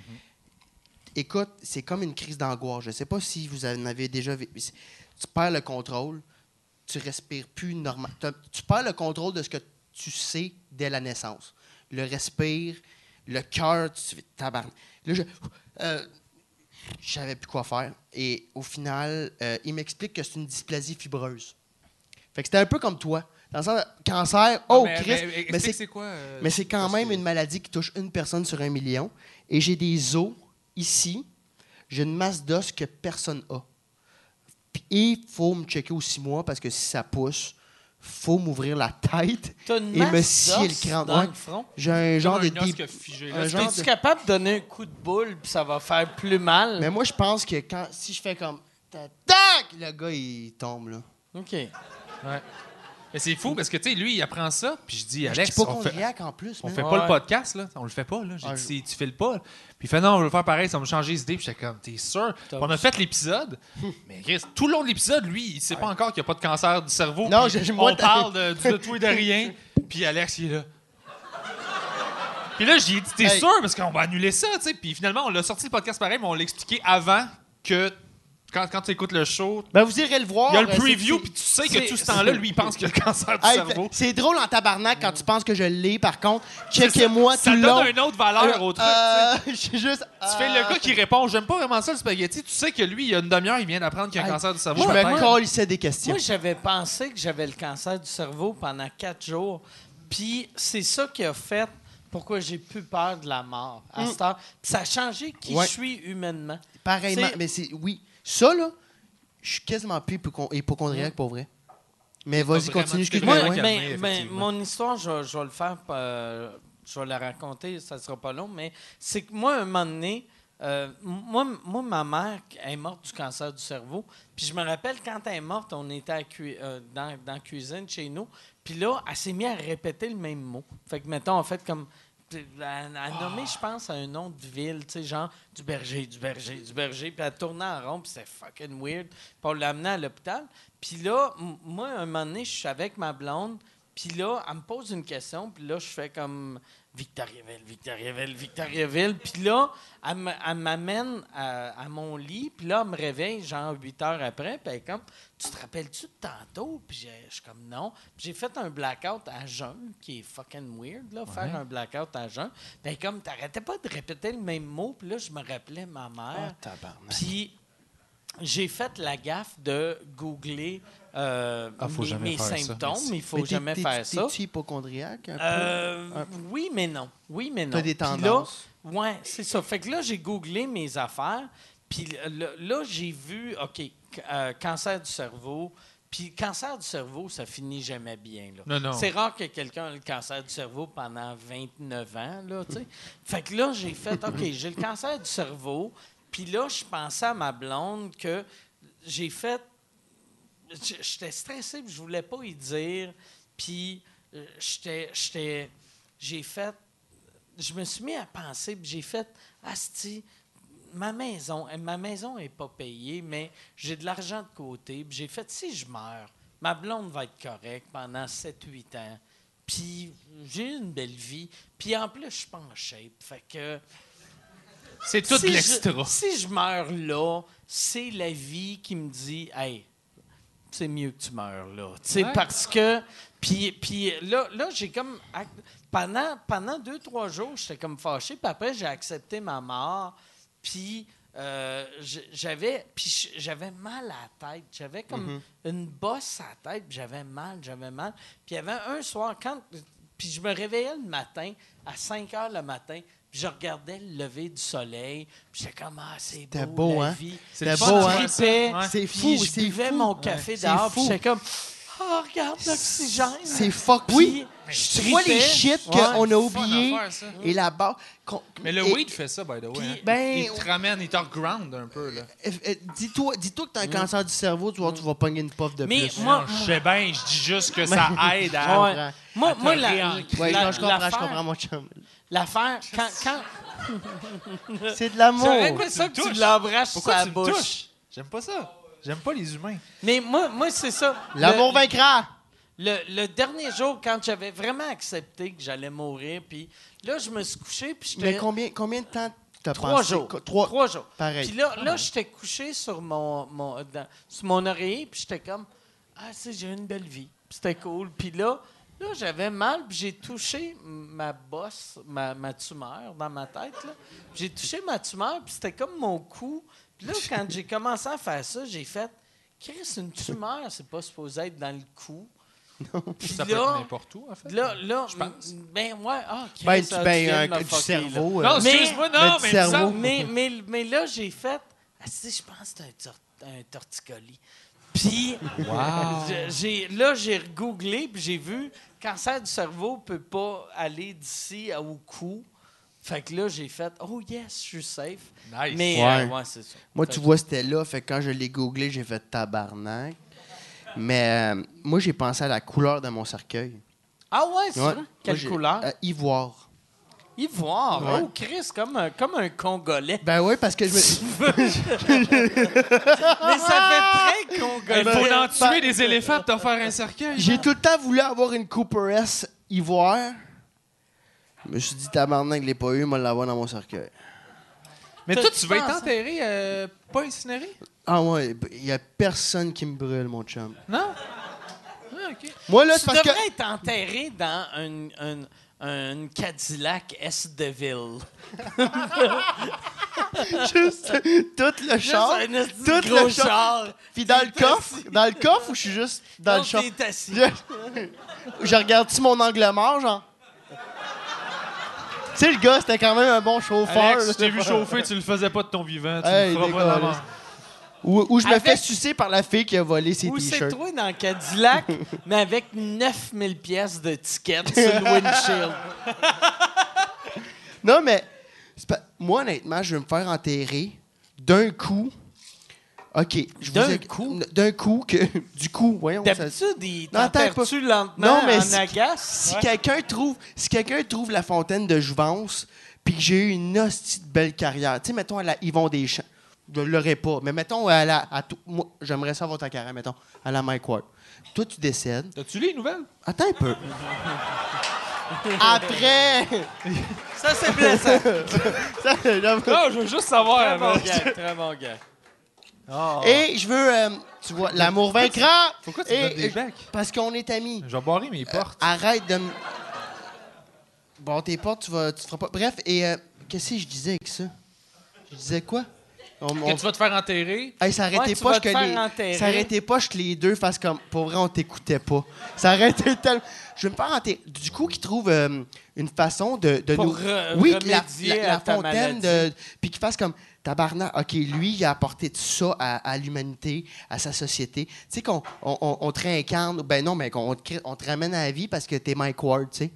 Écoute, c'est comme une crise d'angoisse. Je ne sais pas si vous en avez déjà vécu. C'est- Tu perds le contrôle, tu respires plus normal. t'as- Tu perds le contrôle de ce que tu sais dès la naissance. Le respire, le cœur, tu fais tabarnak. Là, je. euh, je savais plus quoi faire. Et au final, euh, il m'explique que c'est une dysplasie fibreuse. Fait que c'était un peu comme toi. Dans le sens de cancer, oh,
mais-
Christ,
mais-
mais
explique
c'est
c'est quoi? euh,
mais c'est quand
parce
même
que-
une maladie qui touche une personne sur un million. Et j'ai des os ici. J'ai une masse d'os que personne a. Puis il faut me checker aux six mois parce que si ça pousse, faut m'ouvrir la tête
T'as une
et me
masse
scier
d'os
le crâne.
dans
Ouais.
le front.
J'ai un genre
Comme
de
un os
dé-
qui a figé,
un
là.
genre
T'es-tu
de-
capable de donner un coup de boule puis ça va faire plus mal?
Mais moi, je pense que quand si je fais comme ta- tac, le gars il tombe là.
OK.
Mais c'est fou parce que, tu sais, lui, il apprend ça, puis je dis,
Je suis
Alex,
pas
on fait,
conriac en plus.
on
man.
fait pas
Ouais.
le podcast, là. On le fait pas, là. J'ai
Ah,
dit,
je-
si tu fais le pas. Puis il fait, non, on va le faire pareil, ça va me changer les idées. Puis j'étais comme, t'es sûr? Puis on a fait l'épisode, mais Chris, tout le long de l'épisode, lui, il sait pas encore qu'il n'y a pas de cancer du cerveau.
Non,
puis
je- je- moi,
on
t'as-
parle de, du- de tout et de rien. Puis Alex, il est là. Puis là, j'ai dit, t'es
Hey.
sûr? Parce qu'on va annuler ça, tu sais. Puis finalement, on l'a sorti le podcast pareil, mais on l'a expliqué avant que. Quand, quand tu écoutes le show,
Ben vous irez le voir.
il y a le
euh, c'est-
preview,
c'est-
puis tu sais
c'est-
que tout ce temps-là, lui, il pense qu'il a le cancer du
Hey,
cerveau.
C'est drôle en tabarnak quand tu penses que je l'ai, par contre.
C'est
Checkez-moi
ça,
tout
Ça
le long.
donne une autre valeur au truc. tu sais.
Euh, je suis juste. euh,
Tu fais le gars qui répond J'aime pas vraiment ça le spaghetti. Tu sais que lui, il y a une demi-heure, il vient d'apprendre qu'il a un
Hey,
cancer du cerveau.
Je me
peut-être.
colissais des questions.
Moi, j'avais pensé que j'avais le cancer du cerveau pendant quatre jours. Puis c'est ça qui a fait pourquoi j'ai plus peur de la mort à
Mm.
cette heure. Puis ça a changé qui
Ouais.
je suis humainement.
Pareillement.
C'est-
Mais c'est. Oui. Ça, là, je suis quasiment plus hypochon- hypochondriaque pour vrai. Mais vas-y,
vraiment
continue.
tout à fait
Excuse-moi.
Moi,
ouais.
ouais.
mais-
Calmer,
mais
effectivement.
mon histoire, je, vais- je vais le faire, euh, je vais la raconter, ça sera pas long, mais c'est que moi, un moment donné, euh, moi, moi, ma mère elle est morte du cancer du cerveau. Puis je me rappelle, quand elle est morte, on était à cui- euh, dans, dans la cuisine chez nous. Puis là, elle s'est mise à répéter le même mot. Fait que, mettons, en fait, comme... puis t'es- elle a nommé, je pense, à un nom de ville, tu sais, genre du berger, du berger, du berger. Puis elle tournait en rond, puis c'était fucking weird. Puis on l'a amenée à l'hôpital. Puis là, m- moi, un moment donné, je suis avec ma blonde. Puis là, elle me pose une question, puis là, je fais comme Victoriaville, Victoriaville, Victoriaville. Puis là, elle me- elle m'amène à, à mon lit, puis là, elle me réveille, genre 8 heures après, puis elle est comme Tu te rappelles-tu de tantôt Puis j'ai- je suis comme Non. Puis j'ai fait un blackout à jeun, qui est fucking weird, là, faire un blackout à jeun. Puis elle est comme T'arrêtais pas de répéter le même mot, puis là, je me rappelais ma mère.
Oh,
Puis j'ai fait la gaffe de googler euh,
Ah,
faut
mes,
jamais
mes
faire ça.
symptômes. Il faut
Mais t'es-
jamais
t'es-
faire ça.
T'es-tu hypochondriaque? un peu?
Euh, oui, mais non. Oui, mais non.
T'as des
Puis là,
tendances.
ouais, c'est ça. Fait que là, j'ai googlé mes affaires. Puis là, là, j'ai vu, OK, c- euh, cancer du cerveau. Puis cancer du cerveau, ça finit jamais bien. là.
Non, non.
C'est rare que quelqu'un ait le cancer du cerveau pendant 29 ans. Là, tu sais. fait que là, j'ai fait, OK, j'ai le cancer du cerveau. Puis là, je pensais à ma blonde que j'ai fait J- j'étais stressé, puis je voulais pas y dire. Puis euh, j'étais j'étais j'ai fait je me suis mis à penser, puis j'ai fait asti ma maison, eh, ma maison est pas payée, mais j'ai de l'argent de côté, puis j'ai fait si je meurs, ma blonde va être correcte pendant 7 8 ans. Puis j'ai eu une belle vie, puis en plus je suis pas en shape, fait que
C'est tout de
si
l'extra.
Je, si je meurs là, c'est la vie qui me dit Hey, c'est mieux que tu meurs là. Tu sais, Parce que. Puis, puis là, là j'ai comme. ac- Pendant, pendant deux, trois jours, j'étais comme fâché. Puis après, j'ai accepté ma mort. Puis. euh, j- j'avais puis j'avais mal à la tête j'avais comme
Mm-hmm.
une bosse à la tête puis j'avais mal j'avais mal puis il y avait un soir quand puis je me réveillais le matin à 5 heures le matin puis je regardais le lever du soleil puis j'étais comme ah c'est
C'était
beau,
beau,
la
hein?
vie
C'était
Puis
beau,
je
hein?
tripais,
Ouais.
C'est
puis
fou,
je
c'est
buvais
fou.
mon café
C'est
dehors
fou.
puis j'étais comme oh regarde l'oxygène
C'est fuck
Puis
oui.
je
Tu vois les
tripais.
shit
Ouais.
qu'on a
Fun
oubliés
affaire, ça.
et la barre. qu'on-
Mais le
et-
weed fait ça, by the way. hein.
Ben,
il te ramène, il te ground un peu. Là.
euh, euh, Dis-toi dis que t'as un cancer du cerveau, tu vois, tu vas pogner une puff de
mais
plus.
moi
je sais bien, je dis juste que ça aide à.
moi,
comprends.
moi, moi, la-
Ouais,
la-
non, je comprends, je
l'affaire-
comprends, mon chum.
l'affaire quand, quand
C'est de
j'aurais
l'amour.
aimé ça que
touches.
tu l'embrasses sur
Pourquoi
la
tu me
bouche
touches? J'aime pas ça. J'aime pas les humains.
mais moi moi c'est ça
L'amour
Le-
vaincra.
Le, le dernier jour, quand j'avais vraiment accepté que j'allais mourir, puis là, je me suis couché, puis
Mais
j'étais...
combien, combien de temps t'as pensé?
Trois jours.
Co-
Trois,
Trois.
jours.
Pareil.
Puis là, là j'étais couché sur mon, mon, dans- sur mon oreiller, puis j'étais comme, ah, c'est j'ai eu une belle vie. Puis C'était cool. Puis là, là j'avais mal, puis j'ai touché ma bosse, ma, ma tumeur dans ma tête. là. J'ai touché ma tumeur, puis c'était comme mon cou. Puis là, quand j'ai commencé à faire ça, j'ai fait, Chris, une tumeur, c'est pas supposé être dans le cou. Puis
Ça peut
là-
être n'importe où, en fait.
Là, là, ben ouais, ah, Chris,
Ben,
ah,
tu,
tu
ben,
viens de
un-
me
du
fucker, là.
cerveau. euh,
Non,
Mais-
excuse-moi, non,
mais du
mais, il me
cerveau.
semble-
Mais, mais, mais là, j'ai fait, ah, si, je pense que c'est un, tor- un torticolis. Puis, je- j'ai, là, j'ai googlé, puis j'ai vu, cancer du cerveau peut pas aller d'ici à- au cou. Fait que là, j'ai fait, oh yes, je suis safe.
Nice.
Mais,
Ouais.
euh, ouais, c'est ça.
Moi,
Fait
tu
que-
vois, c'était là. Fait que quand je l'ai googlé, j'ai fait tabarnak. Mais euh, moi, j'ai pensé à la couleur de mon cercueil.
Ah ouais, c'est
Ouais.
vrai?
Moi,
Quelle
j'ai-
couleur?
euh, Ivoire.
Ivoire.
Ouais.
Oh, Chris, comme un, comme un Congolais.
Ben oui, parce que je me.
Mais ça fait très
Il
Congolais.
faut en tuer des éléphants pour te faire un cercueil.
J'ai tout le temps voulu avoir une Cooper S ivoire. Je me suis dit, tabarnak, je l'ai pas eu, moi, l'avoir dans mon cercueil.
Mais toi, tu vas être
penses-
enterré, euh, pas incinéré?
Ah, ouais, b- il y a personne qui me brûle, mon chum.
Non? Ah, OK.
Moi, là,
tu
c'est parce que.
devrais être enterré dans une, une, une Cadillac S-Deville.
Juste tout le char.
un esti de
Tout
gros
le char.
char.
Puis dans le coffre. Dans le coffre ou je suis juste dans le char?
t'es assis.
Je, je regarde-tu mon angle mort, genre? Tu sais, le gars, c'était quand même un bon chauffeur.
Alex,
là.
je t'ai vu chauffer, tu le faisais pas de ton vivant. Tu
Hey,
le feras pas
décolle.
d'avant.
Ou, ou je me
Avec-
fais sucer par la fille qui a volé ses
Ou c'est
t-shirts.
toi dans le Cadillac, mais avec 9000 pièces de tickets sur le windshield.
Non, mais c'est pas- moi, honnêtement, je vais me faire enterrer d'un coup OK. je vous
D'un
ai-
coup?
D'un coup que. Du coup, voyons. ça-
D'habitude, il
Non,
t'en
attends
perds-tu lentement
Non, mais
en
si-
agace?
Si quelqu'un trouve, si quelqu'un trouve la fontaine de Jouvence, puis que j'ai eu une hostie de belle carrière, tu sais, mettons à la Yvon Deschamps, je l'aurais pas, mais mettons à la. à tout- moi, j'aimerais savoir ta carrière, mettons, à la Mike Ward. Toi, tu décèdes.
T'as-tu lu les nouvelles?
Attends un peu. Après.
Ça, c'est
hein.
blessant.
Ça, j'avoue.
Non, je veux juste savoir.
Très bon
mais-
gag,
très bon gars.
Et je veux. euh, tu vois, l'amour vaincra.
Oh. Pourquoi tu
Et-
donnes des
et-
becs?
Parce qu'on est amis.
Je vais barrer
Euh,
mes portes.
Arrête de me. Bon, tes portes, tu vas. Tu feras pas. Bref, et euh, qu'est-ce que je disais avec ça? Je disais quoi? On, on-
Que tu vas te faire enterrer.
Hey, ça arrêtait
Ouais, tu
pas
vas
que
te faire
les.
enterrer.
Ça arrêtait pas que les deux fassent comme. Pour vrai, on t'écoutait pas. Ça arrêtait tellement. Je vais me faire enterrer. Du coup, qu'ils trouvent euh, une façon de, de
Pour
nous.
re-
oui, que la,
remédier
la- la
à ta
fontaine de. Puis qu'ils fassent comme. Tabarnak, OK, lui, il a apporté tout ça à, à l'humanité, à sa société. Tu sais qu'on on, on- on te réincarne, ben non, mais qu'on on te, crée- on te ramène à la vie parce que t'es Mike Ward, tu sais.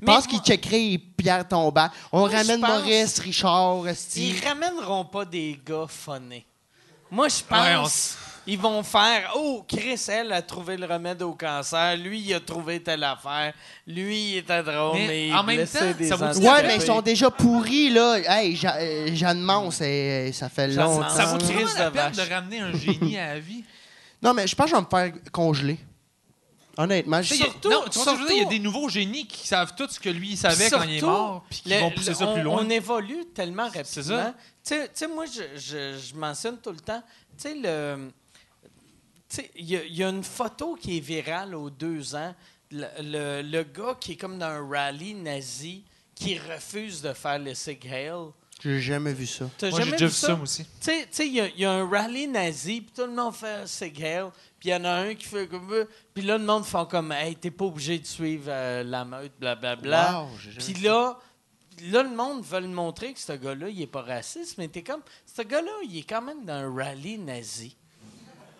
Je
Mais
pense
moi-
qu'ils checkeraient Pierre Tombat. On
Moi, je
ramène
pense-
Maurice, Richard, Esti.
Ils ramèneront pas des gars phonés. Moi, je
Ouais, on
pense
s-
ils vont faire Oh, Chris, elle a trouvé le remède au cancer. Lui, il a trouvé telle affaire. Lui, il était drôle.
Mais
Mais,
en même temps, ça vaut-tu
Ouais, mais ils sont déjà pourris, là. Hey, Ja- euh, Jeanne Mans, c'est- ça fait
Jeanne
longtemps.
Mance.
Ça vaut
Crise
vraiment la
de
peine
vache.
de ramener un génie à la vie.
Non, mais je pense que je vais me faire congeler. Honnêtement, je
Tu sais, il y a-
Surtout-
non, tu vois ce que je veux dire, il y a
surtout-
des nouveaux génies qui savent tout ce que lui il savait quand il est
Surtout,
mort, puis qui
le-
vont pousser
le-
ça
on,
plus loin.
On évolue tellement rapidement.
C'est ça.
Tu sais- tu sais, moi, je, je- je mentionne tout le temps. Tu sais, le. tu sais, il y, a- il y a une photo qui est virale aux deux ans. Le, le- le gars qui est comme dans un rallye nazi qui refuse de faire le Sig Heil.
j'ai jamais vu ça.
T'as
Moi, j'ai
jamais
déjà
vu ça?
moi aussi.
Tu sais- tu sais, il y, a- il y a un rallye nazi, puis tout le monde fait Sig Heil, puis il y en a un qui fait comme. euh, Puis là, le monde fait comme Hey, t'es pas obligé de suivre euh, la meute, blablabla.
Wow, j'ai jamais
Puis
vu
là, là, le monde veut le montrer que ce gars-là, il est pas raciste, mais t'es comme, ce gars-là, il est quand même dans un rallye nazi.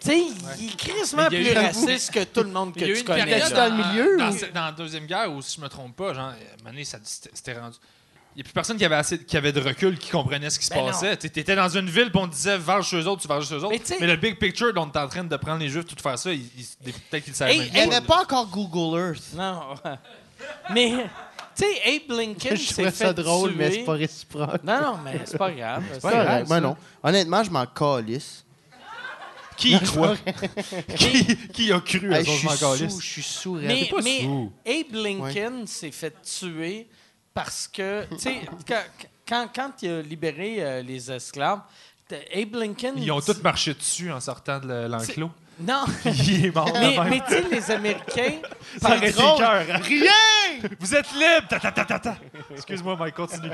Tu sais, il- il est crissement
Mais il y
plus
a eu-
raciste que tout le monde que
Il y a eu
tu
une
connais.
période
T'es-tu dans le
en-
milieu,
Dans,
ou?
ce- dans la Deuxième Guerre, où si je me trompe pas, genre, euh, à un moment donné, ça- c'était c'était rendu. Il n'y a plus personne qui avait, assez, qui avait de recul, qui comprenait ce qui se
Ben non.
passait. Tu étais dans une ville, puis on te disait, vers chez eux autres, tu vas chez eux autres.
Mais tu sais-
Mais le big picture dont tu es en train de prendre les juifs, tout faire ça, il- il- peut-être qu'ils le savaient
Hey,
même
Il n'y avait
là.
pas encore Google Earth.
Non. Mais, tu sais, Abe Lincoln
Je
s'est
trouvais ça
fait
drôle, mais c'est
tuer.
pas réciproque.
Non, non, mais c'est pas grave. C'est
Ouais,
pas
ouais, moi, non. Honnêtement, je m'en calisse.
Qui y croit qui, qui a cru à
Hey,
son
je suis
Jean Caliste?
sous, je suis sourd.
Mais,
pas
mais
sous.
Abe Lincoln s'est fait tuer parce que, tu sais, quand, quand, quand il a libéré euh, les esclaves, t- Abe Lincoln.
Ils ont tous marché dessus en sortant de le- l'enclos.
Non,
Il est mort. de
mais,
même.
mais tu sais, les Américains.
Ça aurait été
drôle.
cœur, hein? Vous êtes libre! Ta, ta, ta, ta, ta. Excuse-moi, Mike, continue.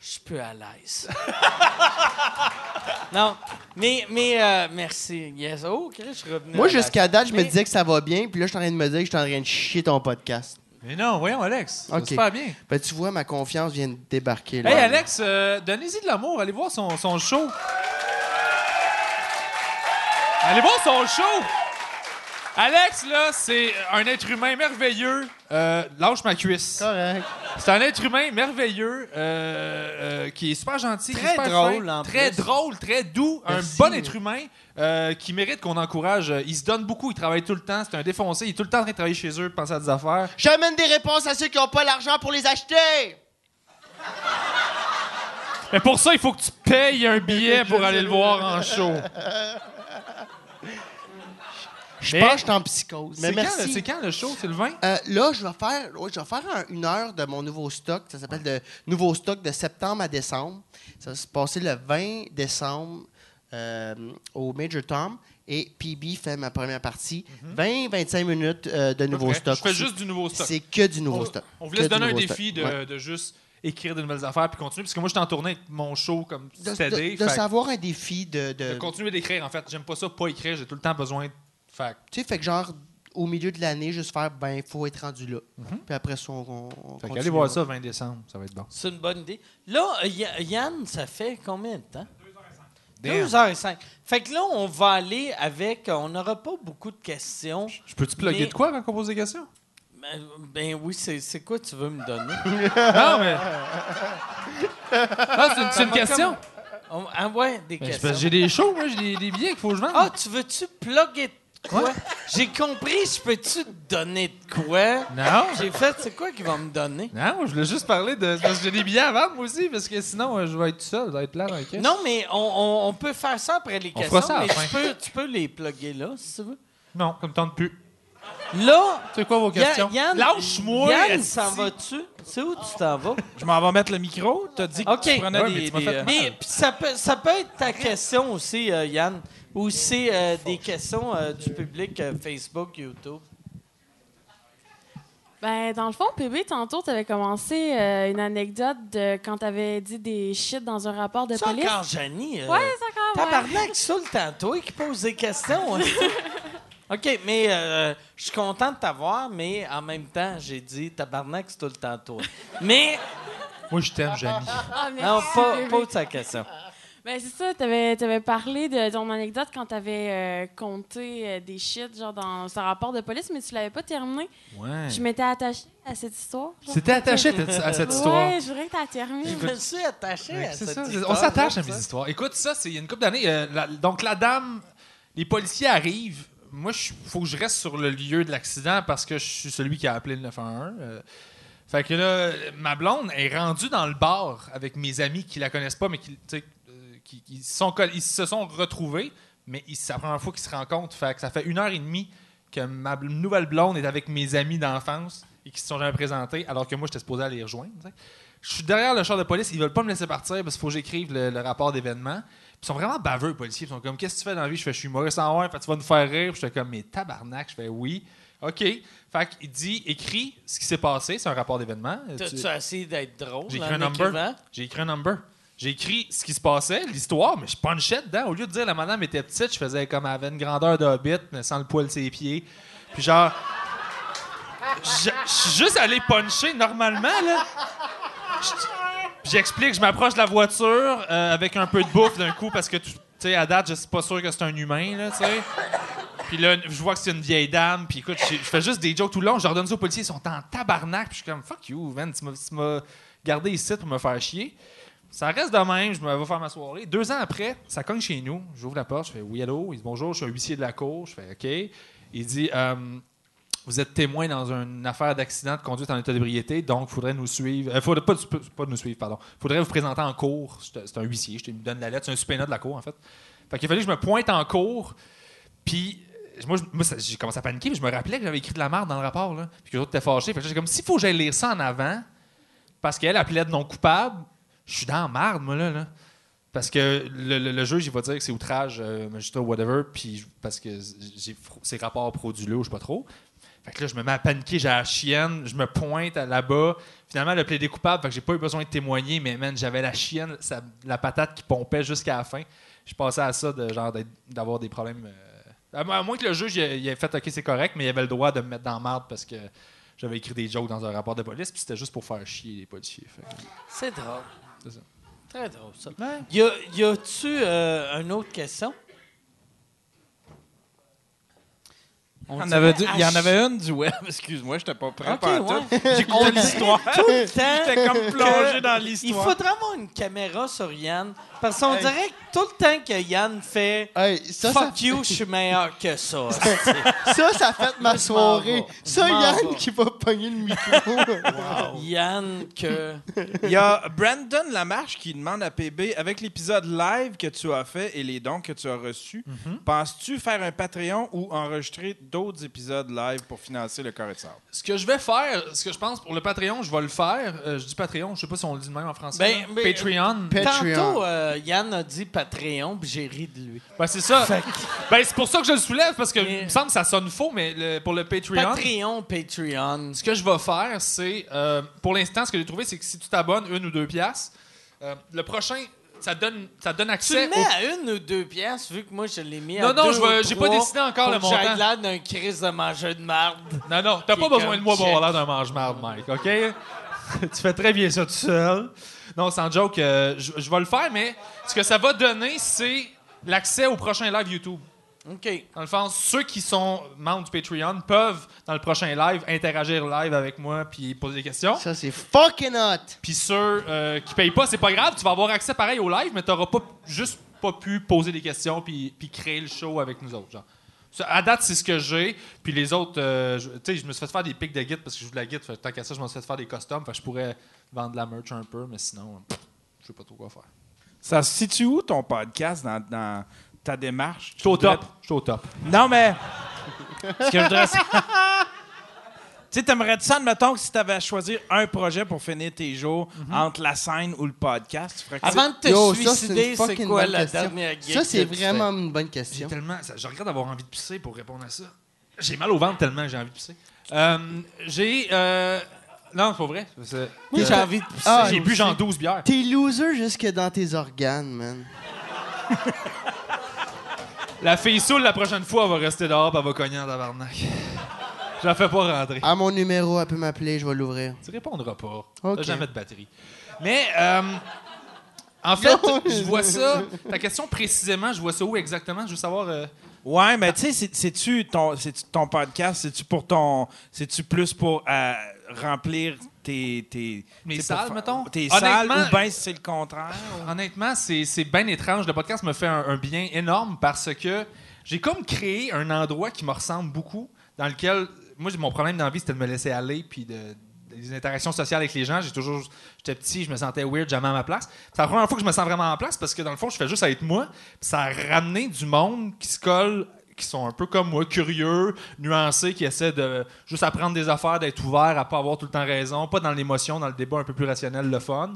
Je suis peu à l'aise. non, mais, mais euh, merci. Yes. Oh, Chris, je suis revenu.
Moi,
à l'aise.
jusqu'à date, je me
Mais-
disais que ça va bien, puis là, je suis en train de me dire que je suis en train de chier ton podcast.
Mais non, voyons, Alex.
Ok.
C'est pas bien.
Ben, tu vois, ma confiance vient de débarquer. Là.
Hey, Alex, euh, donnez-y de l'amour. Allez voir son, son show. Allez voir son show. Alex, là, c'est un être humain merveilleux. Euh, lâche ma cuisse.
Correct.
C'est un être humain merveilleux euh, euh, qui est super gentil, qui est
Très
super
drôle,
fin,
en
très
plus.
drôle, très doux,
Merci.
un bon être humain euh, qui mérite qu'on encourage. Euh, Il se donne beaucoup, il travaille tout le temps, c'est un défoncé, il est tout le temps en train de travailler chez eux, de penser à des affaires.
J'amène des réponses à ceux qui n'ont pas l'argent pour les acheter.
Mais pour ça, il faut que tu payes un billet pour aller le voir en show.
Je pense que je suis en psychose. Mais
C'est quand,
merci.
le- c'est quand le show, c'est le 20?
Euh, là, je vais faire, ouais, je vais faire un- une heure de mon nouveau stock. Ça s'appelle le nouveau stock de septembre à décembre. Ça va se passer le 20 décembre euh, au Major Tom. Et PB fait ma première partie. 20-25 minutes euh, de nouveau
Après,
stock.
Mhm. Je fais juste du nouveau stock.
C'est que du nouveau
on,
stock.
on vous
Que
laisse
du
donner un
nouveau
défi
stock.
de,
Ouais.
de juste écrire de nouvelles affaires puis continuer, parce que moi, je suis en tournée avec mon show comme
De,
c'était
de-
dit,
de
fait que-
savoir un défi de. de-
de continuer d'écrire en fait. J'aime pas ça, pas écrire, j'ai tout le temps besoin de faire.
tu sais, fait que genre, au milieu de l'année, juste faire, ben, il faut être rendu là.
Mhm.
Puis après ça, on. on- on
Fait
continue.
qu'allez voir ça 20 décembre, ça va être bon.
C'est une bonne idée. Là, euh, Ya- Yann, ça fait combien de temps?
2h05.
2h05. Fait que là, on va aller avec. euh, On n'aura pas beaucoup de questions.
Je peux-tu plugger
plugger Mais-
de
de
quoi quand on pose des questions?
Ben, ben oui, c'est c'est quoi tu veux me donner?
Ah, Non, mais. Non, c'est une, c'est une question.
On- Ah ouais, des
Ben, c'est
questions.
parce que j'ai des shows, moi, j'ai des, des billets qu'il faut que je vende.
Ah, tu veux-tu plugger de quoi? J'ai compris, je peux-tu te donner de quoi?
Non.
J'ai fait, c'est quoi qu'ils vont me donner?
Non, moi, je voulais juste parler de. Parce que j'ai des billets à vendre, moi aussi, parce que sinon, euh, je vais être tout seul, je vais être là dans la caisse.
Non, mais on, on- on peut faire ça après les
On
questions,
fera ça à la
mais
fin.
tu peux, tu peux les plugger là, si tu veux.
Non, ça me tente plus.
Là,
C'est quoi vos questions?
Yann, Yann-
Lâche-moi!
Yann
esti.
s'en va-tu? C'est où tu t'en vas?
Je m'en vais mettre le micro. T'as dit que
OK.
tu prenais
Ouais, mais
des...
tu m'as
des,
fait
euh,
Mais puis ça peut, ça peut être ta question aussi, euh, Yann, ou c'est euh, des questions euh, du public euh, Facebook, YouTube.
Ben, dans le fond, PB, tantôt, tu avais commencé euh, une anecdote de quand tu avais dit des shit dans un rapport de
Ça,
police.
encore Janie. euh,
Ouais, Ah, ça quand même.
Tabarnak, ça, le tantôt, qui pose des questions. hein, OK, mais euh, je suis content de t'avoir, mais en même temps, j'ai dit tabarnak, c'est tout le tantôt. Mais,
Moi, je t'aime, Jamy.
Ah, merci,
non, pas,
bébé.
pose ta question.
Ben, c'est ça, tu avais, parlé de ton anecdote quand tu avais compté euh, des shit, genre dans un rapport de police, mais tu l'avais pas terminé.
Ouais.
Je m'étais attachée à cette histoire. genre.
C'était attaché à cette- à cette histoire.
Ouais, je voudrais que tu terminé.
Je me suis attaché
Ouais,
à
c'est
cette
ça, c'est-
histoire.
on s'attache à mes histoires. Écoute, ça, c'est il y a une couple d'années. euh, la- donc, la dame, les policiers arrivent. Moi, il faut que je reste sur le lieu de l'accident parce que je suis celui qui a appelé le 911. euh. fait que là, ma blonde est rendue dans le bar avec mes amis qui la connaissent pas, mais qui, tu sais, euh, qui- qui se sont, coll- ils se sont retrouvés, mais ils- c'est la première fois qu'ils se rencontrent. Fait que ça fait une heure et demie que ma bl- nouvelle blonde est avec mes amis d'enfance et qui se sont jamais présentés, alors que moi, j'étais supposé aller les rejoindre. tu sais. Je suis derrière le char de police, ils veulent pas me laisser partir parce qu'il faut que j'écrive le, le rapport d'événement. Puis Ils sont vraiment baveux, les policiers. Ils sont comme, qu'est-ce que tu fais dans la vie? Je fais, je suis humoriste en ouais, fait, que tu vas nous faire rire. Puis J'étais comme, mais tabarnak. Je fais, oui. OK. Fait qu'il dit, écris ce qui s'est passé. C'est un rapport d'événement. Tu-
T'as-tu essayé d'être drôle
J'ai
en
écrit un number.
écrivant?
J'ai écrit un number. J'ai écrit ce qui se passait, l'histoire, mais je punchais dedans. Au lieu de dire la madame était petite, je faisais comme elle avait une grandeur de hobbit, mais sans le poil de ses pieds. Puis genre. Je je suis juste allé puncher normalement, là. Je- puis J'explique, je m'approche de la voiture euh, avec un peu de bouffe d'un coup parce que, tu tu sais, à date, je suis pas sûr que c'est un humain, là, tu sais. Puis là, je vois que c'est une vieille dame. Puis écoute, je, je fais juste des jokes tout le long. Je redonne ça aux policiers. Ils sont en tabarnak. Puis je suis comme, fuck you, man. Tu m'as- tu m'as gardé ici pour me faire chier. Ça reste de même. Je me vais faire ma soirée. Deux ans après, ça cogne chez nous. J'ouvre la porte. Je fais oui, allô. Il dit bonjour. Je suis un huissier de la cour. Je fais OK. Il dit Hum, vous êtes témoin dans une affaire d'accident de conduite en état d'ébriété, donc il faudrait nous suivre. Il faudrait pas, pas nous suivre, pardon. faudrait vous présenter en cours. C'est c'est un huissier, je te donne la lettre, c'est un supéna de la cour, en fait. Fait qu'il fallait que je me pointe en cours, puis euh, moi, je- moi, ça- j'ai commencé à paniquer, puis je me rappelais que j'avais écrit de la merde dans le rapport, là, puis que l'autre était fâché. Fait que là, j'ai comme, s'il faut que j'aille lire ça en avant, parce qu'elle appelait de non coupable, je suis dans la merde, moi, là. là. Parce que le, le- le juge, il va dire que c'est outrage, euh, magistrat, whatever, puis je- parce que j'ai fro- ces rapports frauduleux, ou je sais pas trop. Fait que là, je me mets à paniquer, j'ai la chienne, je me pointe à là-bas. Finalement, le plaidé coupable, fait que j'ai pas eu besoin de témoigner, mais man, j'avais la chienne, ça- la patate qui pompait jusqu'à la fin. Je passais à ça de genre d'être- d'avoir des problèmes. euh, à mo- à moins que le juge il ait, il ait fait OK, c'est correct, mais il avait le droit de me mettre dans la marde parce que j'avais écrit des jokes dans un rapport de police, puis c'était juste pour faire chier les policiers. Fait que-
C'est drôle.
C'est ça.
Très drôle, ça. Y a- Y a-tu euh, une autre question?
Il
On
y en
dirait
avait du- il y
à
en avait une du web, excuse-moi, j'étais pas prêt
Ok,
pantoute.
ouais.
J'écoutais l'histoire.
tout le temps.
J'étais comme plongé
que
dans
Il
l'histoire.
faudrait avoir une caméra sur Yann. Parce qu'on
Hey.
dirait que tout le temps que Yann fait
Hey, ça, ça,
Fuck you, je suis meilleur que ça.
ça, ça fait ma soirée. Ça,
Je m'en
Yann
vais.
qui va pogner le micro.
Yann, que.
Il y a Brandon Lamarche qui demande à PB avec l'épisode live que tu as fait et les dons que tu as reçus, penses-tu faire un Patreon ou enregistrer d'autres épisodes live pour financer le corps et Sable?
Ce que je vais faire, ce que je pense pour le Patreon, je vais le faire. Euh, je dis Patreon, je sais pas si on le dit de même en français.
Ben,
là.
mais-
Patreon.
Patreon.
Tantôt, euh, Yann a dit Patreon, puis j'ai ri de lui.
Ben, c'est ça.
Fait que-
Ben, c'est pour ça que je le soulève, parce que
Mais-
il me semble que ça sonne faux, mais le- pour le Patreon.
Patreon, Patreon.
Ce que je vais faire, c'est. euh, pour l'instant, ce que j'ai trouvé, c'est que si tu t'abonnes une ou deux piastres, euh, le prochain, ça donne, ça donne
Tu le
accès.
mets
au-
à une ou deux pièces, vu que moi je l'ai mis à
Non, non,
deux
je
ou
vais- j'ai pas
trois
décidé encore
pour
le
que j'aille
montant.
l'air d'un crise de mangeur de marde.
Non, non, t'as
Qui
pas
est
besoin de moi pour
comme
avoir l'air d'un mange-marde, Mike, OK? tu fais très bien ça tout seul. Non, sans joke, euh, je je vais le faire, mais ce que ça va donner, c'est l'accès au prochain live YouTube.
OK.
Dans le sens, ceux qui sont membres du Patreon peuvent, dans le prochain live, interagir live avec moi puis poser des questions.
Ça, c'est fucking hot!
Puis ceux euh, qui payent pas, c'est pas grave, tu vas avoir accès pareil au live, mais t'auras pas juste pas pu poser des questions puis, puis créer le show avec nous autres. Genre. Ça, À date, c'est ce que j'ai. Puis les autres, euh, je- tu sais, je me suis fait faire des pics de guide parce que je joue de la guide. Fait que tant qu'à ça, je me suis fait faire des costumes. Fait que je pourrais vendre de la merch un peu, mais sinon, euh, pff, je sais pas trop quoi faire.
Ça se situe où ton podcast dans, dans ta démarche?
Je suis au top. Je suis au top.
Non, mais. Ce que je voudrais. c'est- tu sais, t'aimerais-tu ça, admettons, que si t'avais à choisir un projet pour finir tes jours
Mhm.
entre la scène ou le podcast, tu ferais que
Avant de te
Yo, ça, c'est
suicider,
une
c'est
fucking
quoi
bonne
la
question.
dernière gig
Ça, c'est
que tu fais?
vraiment une bonne
J'ai
question.
tellement. ça- je regrette d'avoir envie de pisser pour répondre à ça. J'ai mal au ventre tellement que j'ai envie de pisser. Euh, j'ai. euh, non, c'est pas vrai. C'est-
Moi, j'ai envie de pousser.
Ah,
j'ai bu genre 12 bières.
T'es loser jusque dans tes organes, man.
La fille saoule, la prochaine fois, elle va rester dehors puis elle va cogner en tabarnak. Je la fais pas rentrer.
À mon numéro, elle peut m'appeler, je vais l'ouvrir.
Tu répondras pas.
Ok.
T'as jamais de batterie. Mais, euh, en fait, je vois ça. Ta question précisément, je vois ça où exactement? Je veux savoir. euh,
Ouais, mais tu sais, c'est- c'est-tu ton, c'est-tu ton podcast, c'est-tu pour ton. C'est-tu plus pour euh, remplir tes. tes
Mes
tu sais,
salles,
pour faire-
mettons?
Tes salles,
Honnêtement-
ou bien c'est le contraire?
Honnêtement, c'est c'est bien étrange. Le podcast me fait un, un bien énorme parce que j'ai comme créé un endroit qui me ressemble beaucoup, dans lequel, moi, j'ai- mon problème dans la vie, c'était de me laisser aller, puis de des interactions sociales avec les gens. J'ai toujours, j'étais petit, je me sentais weird, jamais à ma place. C'est la première fois que je me sens vraiment en place parce que dans le fond, je fais juste être moi. Puis ça a ramené du monde qui se colle, qui sont un peu comme moi, curieux, nuancés, qui essaient de juste apprendre des affaires, d'être ouvert, à pas avoir tout le temps raison, pas dans l'émotion, dans le débat un peu plus rationnel, le fun.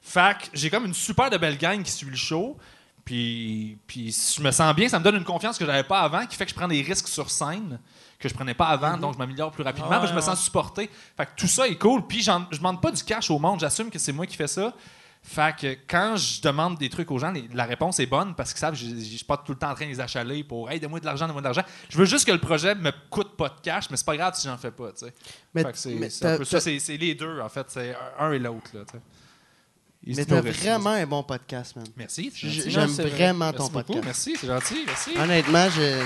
Fait que j'ai comme une super de belle gang qui suit le show. Puis, puis je me sens bien, ça me donne une confiance que j'avais pas avant, qui fait que je prends des risques sur scène que je prenais pas avant, donc je m'améliore plus rapidement, parce que je me sens supporté. Fait que tout ça est cool. Puis j'en- je demande pas du cash au monde, j'assume que c'est moi qui fais ça. Fait que quand je demande des trucs aux gens, les- la réponse est bonne parce qu'ils savent que je je suis pas tout le temps en train de les achaler pour Hey, donne-moi de l'argent, donne-moi de l'argent. Je veux juste que le projet me coûte pas de cash, mais c'est pas grave si j'en fais pas. tu sais.
Mais,
Fait que c'est-
mais
c'est un
t'as
peu ça, c'est c'est les deux en fait, c'est un et l'autre. là, tu sais. Ils
mais
se
t'as
nourrissent.
vraiment un bon podcast, man.
Merci. c'est
J-
gentil.
J'aime
c'est vrai.
vraiment ton
Merci beaucoup.
podcast. Hein?
Merci, c'est gentil. Merci.
Honnêtement, je.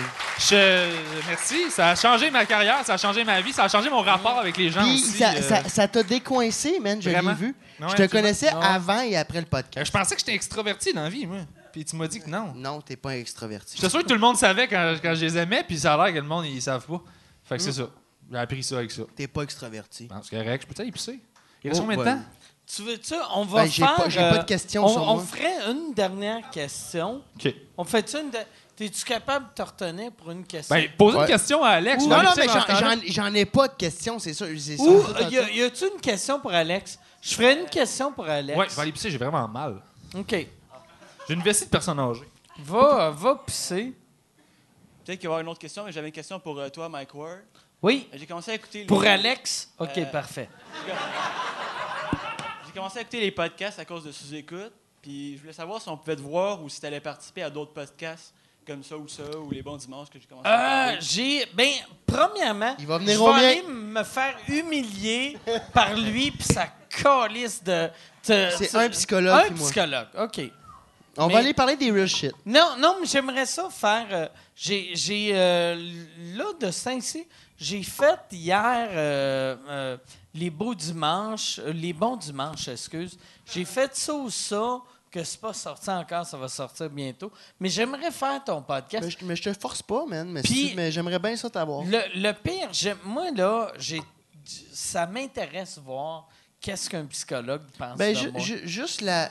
Je- merci. Ça a changé ma carrière, ça a changé ma vie, ça a changé mon rapport avec les gens
Puis
aussi.
ça-
euh,
ça ça t'a décoincé, man, je l'ai
Vraiment?
vu.
Ouais,
je te
absolument.
connaissais
Ouais.
avant et après le
euh,
podcast.
Je pensais que j'étais extraverti dans la vie, moi. Puis tu m'as dit que non.
Non, t'es pas un extraverti.
J'étais sûr que tout le monde savait quand, quand je les aimais, puis ça a l'air que le monde, ils savent pas. Fait que c'est
Mm.
ça. J'ai appris ça avec ça.
T'es pas extraverti.
Non, c'est correct. Je peux peut-être y pousser. Il reste
Oh,
combien de
ouais.
temps?
Tu veux-tu? On va
Ben, j'ai
faire... euh,
pas- j'ai pas de questions
on,
sur
on
moi.
ferait une dernière question.
OK.
On fait une... de- T'es-tu capable de te retenir pour une question?
Ben, pose
Ouais.
une question à Alex. Je
Non,
vais
non,
aller
mais
dans
j'en-
ce temps-là.
j'en j'en ai pas de questions, c'est sûr. c'est sûr,
Ou
c'est sûr.
y a- y a-tu une question pour Alex? Je ferais une question pour Alex.
Ouais, je vais aller pisser, j'ai vraiment mal.
OK.
J'ai une vessie de personne âgée.
Va, va pisser.
Peut-être qu'il va y avoir une autre question, mais j'avais une question pour euh, toi, Mike Ward.
Oui.
J'ai commencé à écouter. les-
Pour Alex? OK,
Euh,
parfait.
J'ai commencé à écouter les podcasts à cause de sous-écoute. Puis je voulais savoir si on pouvait te voir ou si tu allais participer à d'autres podcasts comme ça ou ça ou les bons dimanches que j'ai commencé à
Euh,
écouter.
j'ai. Ben, premièrement,
Il va venir
je
au
vais
mien.
aller me faire humilier par lui puis sa calice de. de-
C'est
de-
un psychologue,
Un
puis moi.
psychologue, OK.
On
mais-
va aller parler des real shit.
Non, non, mais j'aimerais ça faire. euh, j'ai. j'ai, euh, là, de Saint-Cy, j'ai fait hier euh, euh, les beaux dimanches. euh, les bons dimanches, excuse. J'ai fait ça ou ça, que c'est pas sorti encore, ça va sortir bientôt. Mais j'aimerais faire ton podcast.
Mais je, mais je te force pas, man. Mais,
Puis-
si- mais j'aimerais bien ça t'avoir.
Le, le pire, j'ai- moi, là, j'ai, ça m'intéresse voir qu'est-ce qu'un psychologue pense
Ben,
de
ju-
moi.
ju- juste la,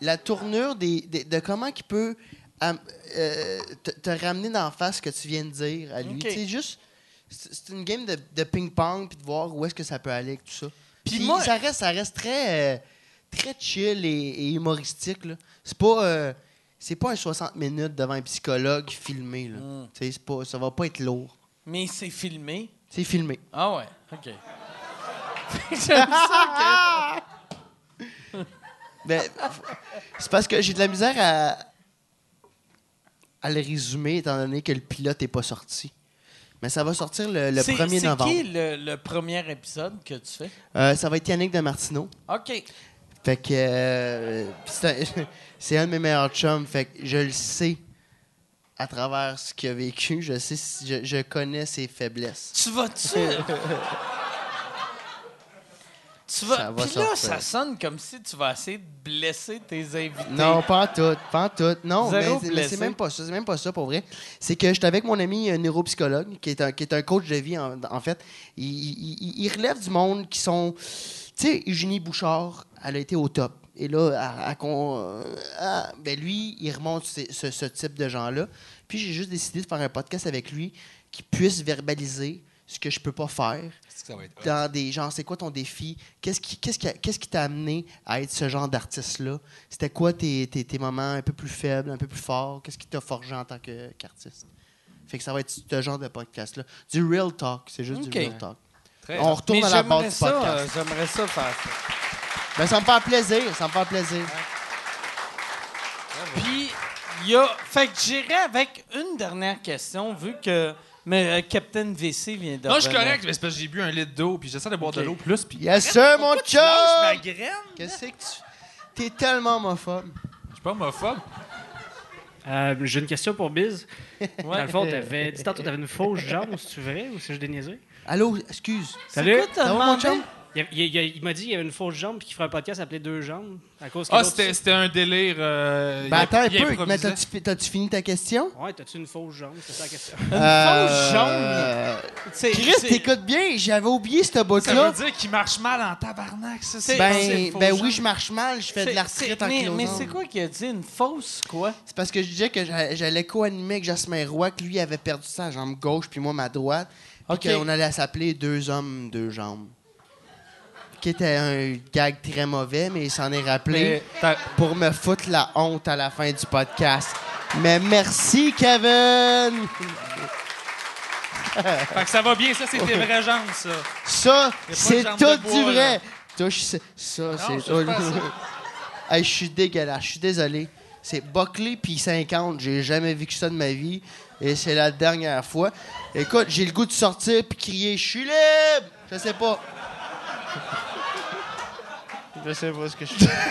la tournure des, des- de comment il peut am- euh, te, te ramener d'en face ce que tu viens de dire à lui.
Ok.
Tu sais, juste, c'est c'est une game de, de ping-pong puis de voir où est-ce que ça peut aller avec tout ça.
Puis
Puis
moi-
ça reste, ça reste très, euh, très chill et, et humoristique. là. C'est pas... euh, c'est pas un 60 minutes devant un psychologue filmé. Là.
Hmm.
Tu sais, c'est Pas, ça va pas être lourd.
Mais c'est filmé.
C'est filmé.
Ah ouais, OK. J'aime ça
Ben, f- c'est parce que j'ai de la misère à, à le résumer, étant donné que le pilote n'est pas sorti. Mais ça va sortir le,
que...
le
c'est,
1er
c'est
novembre.
qui le, le premier épisode que tu fais?
Euh, ça va être Yannick de Martineau.
OK.
Fait que euh, c'est un, c'est un de mes meilleurs chums. Fait que je le sais à travers ce qu'il a vécu. Je sais, si- je, je connais ses faiblesses.
Tu vas-tu. tu vas.
Ça va
Puis là,
sortir.
ça sonne comme si tu vas essayer de blesser tes invités.
Non, pas en tout, pas en tout. Non, mais,
Zéro
c'est- mais
blessé.
c'est même pas ça, c'est même pas ça pour vrai. C'est que j'étais avec mon ami euh, neuropsychologue, qui est un, qui est un coach de vie, en, en fait. Il, il- il- il relève du monde qui sont... Tu sais, Eugénie Bouchard, elle a été au top. Et là, à, à con- euh, ah, ben lui, il remonte ces- ce, ce type de gens-là. Puis j'ai juste décidé de faire un podcast avec lui qui puisse verbaliser ce que je peux pas faire dans des genres, c'est quoi ton défi? Qu'est-ce qui qu'est-ce qui a- qu'est-ce qui t'a amené à être ce genre d'artiste-là? C'était quoi tes, tes- tes moments un peu plus faibles, un peu plus forts? Qu'est-ce qui t'a forgé en tant que- qu'artiste? fait que ça va être ce genre de podcast-là. Du real talk, c'est juste
Ok.
du real talk. On retourne
Mais
à la
j'aimerais
base du
ça,
podcast.
euh, J'aimerais ça faire ça.
Ben, ça me fait plaisir, ça me fait plaisir.
Puis, il y a. Fait que j'irai avec une dernière question, vu que mais, euh, Captain VC vient de.
Non, je suis
revenir.
correct, mais c'est parce que j'ai bu un litre d'eau, puis j'essaie de boire
Ok.
de l'eau plus, puis
Yes sir, mon
ma
chum!
graine.
Qu'est-ce que tu... T'es tellement homophobe.
Je suis pas homophobe.
Euh, J'ai une question pour Biz. Dans
Ouais.
le fond, t'avais dit tantôt t'avais une fausse jambe, c'est vrai ou c'est juste des niaiseries?
Allô, excuse.
Salut.
C'est quoi, t'as
Ça va, mon
demandé?
chum?
Il, y a- il y a- il y a- il m'a dit qu'il y avait une fausse jambe puis qu'il ferait un podcast appelé Deux jambes à cause que
Ah,
l'autre-
c'était c'était un délire. euh,
Ben,
il-
attends un
il
peu, mais
improvisait.
t'as-tu fi- t'as-tu fini ta question?
Ouais, t'as-tu une fausse jambe? C'est ça la question.
Une fausse jambe.
Euh,
C'est-
Chris,
c'est-
t'écoutes bien, j'avais oublié ce
Ça
bout-là.
veut dire qu'il marche mal en tabarnak, ça. c'est- c'est
Ben,
une fausse
ben
jambe.
oui, je marche mal, je fais de
c'est-
l'arthrite
c'est-
en
mais- Mais
closant.
c'est quoi qu'il a dit? Une fausse quoi?
C'est parce que je disais que j'a- j'allais co-animer avec Jasmin Roy, que lui avait perdu sa jambe gauche, puis moi ma droite. Puis
Ok.
qu'on allait s'appeler Deux hommes, deux jambes. Qui était un gag très mauvais, mais il s'en est rappelé
Mais t'as-
pour me foutre la honte à la fin du podcast. Mais merci, Kevin!
Fait que ça va bien, ça, c'est tes vraies jambes, ça.
Ça,
de
c'est
jambe
tout
de bois,
du vrai. Touche ça, ça c'est
c'est pas ça.
Hey, je suis dégueulasse, je suis désolé. C'est Buckley puis 50, j'ai jamais vécu ça de ma vie et c'est la dernière fois. Écoute, j'ai le goût de sortir puis crier je suis libre. Je sais pas. Je sais pas ce que je fais.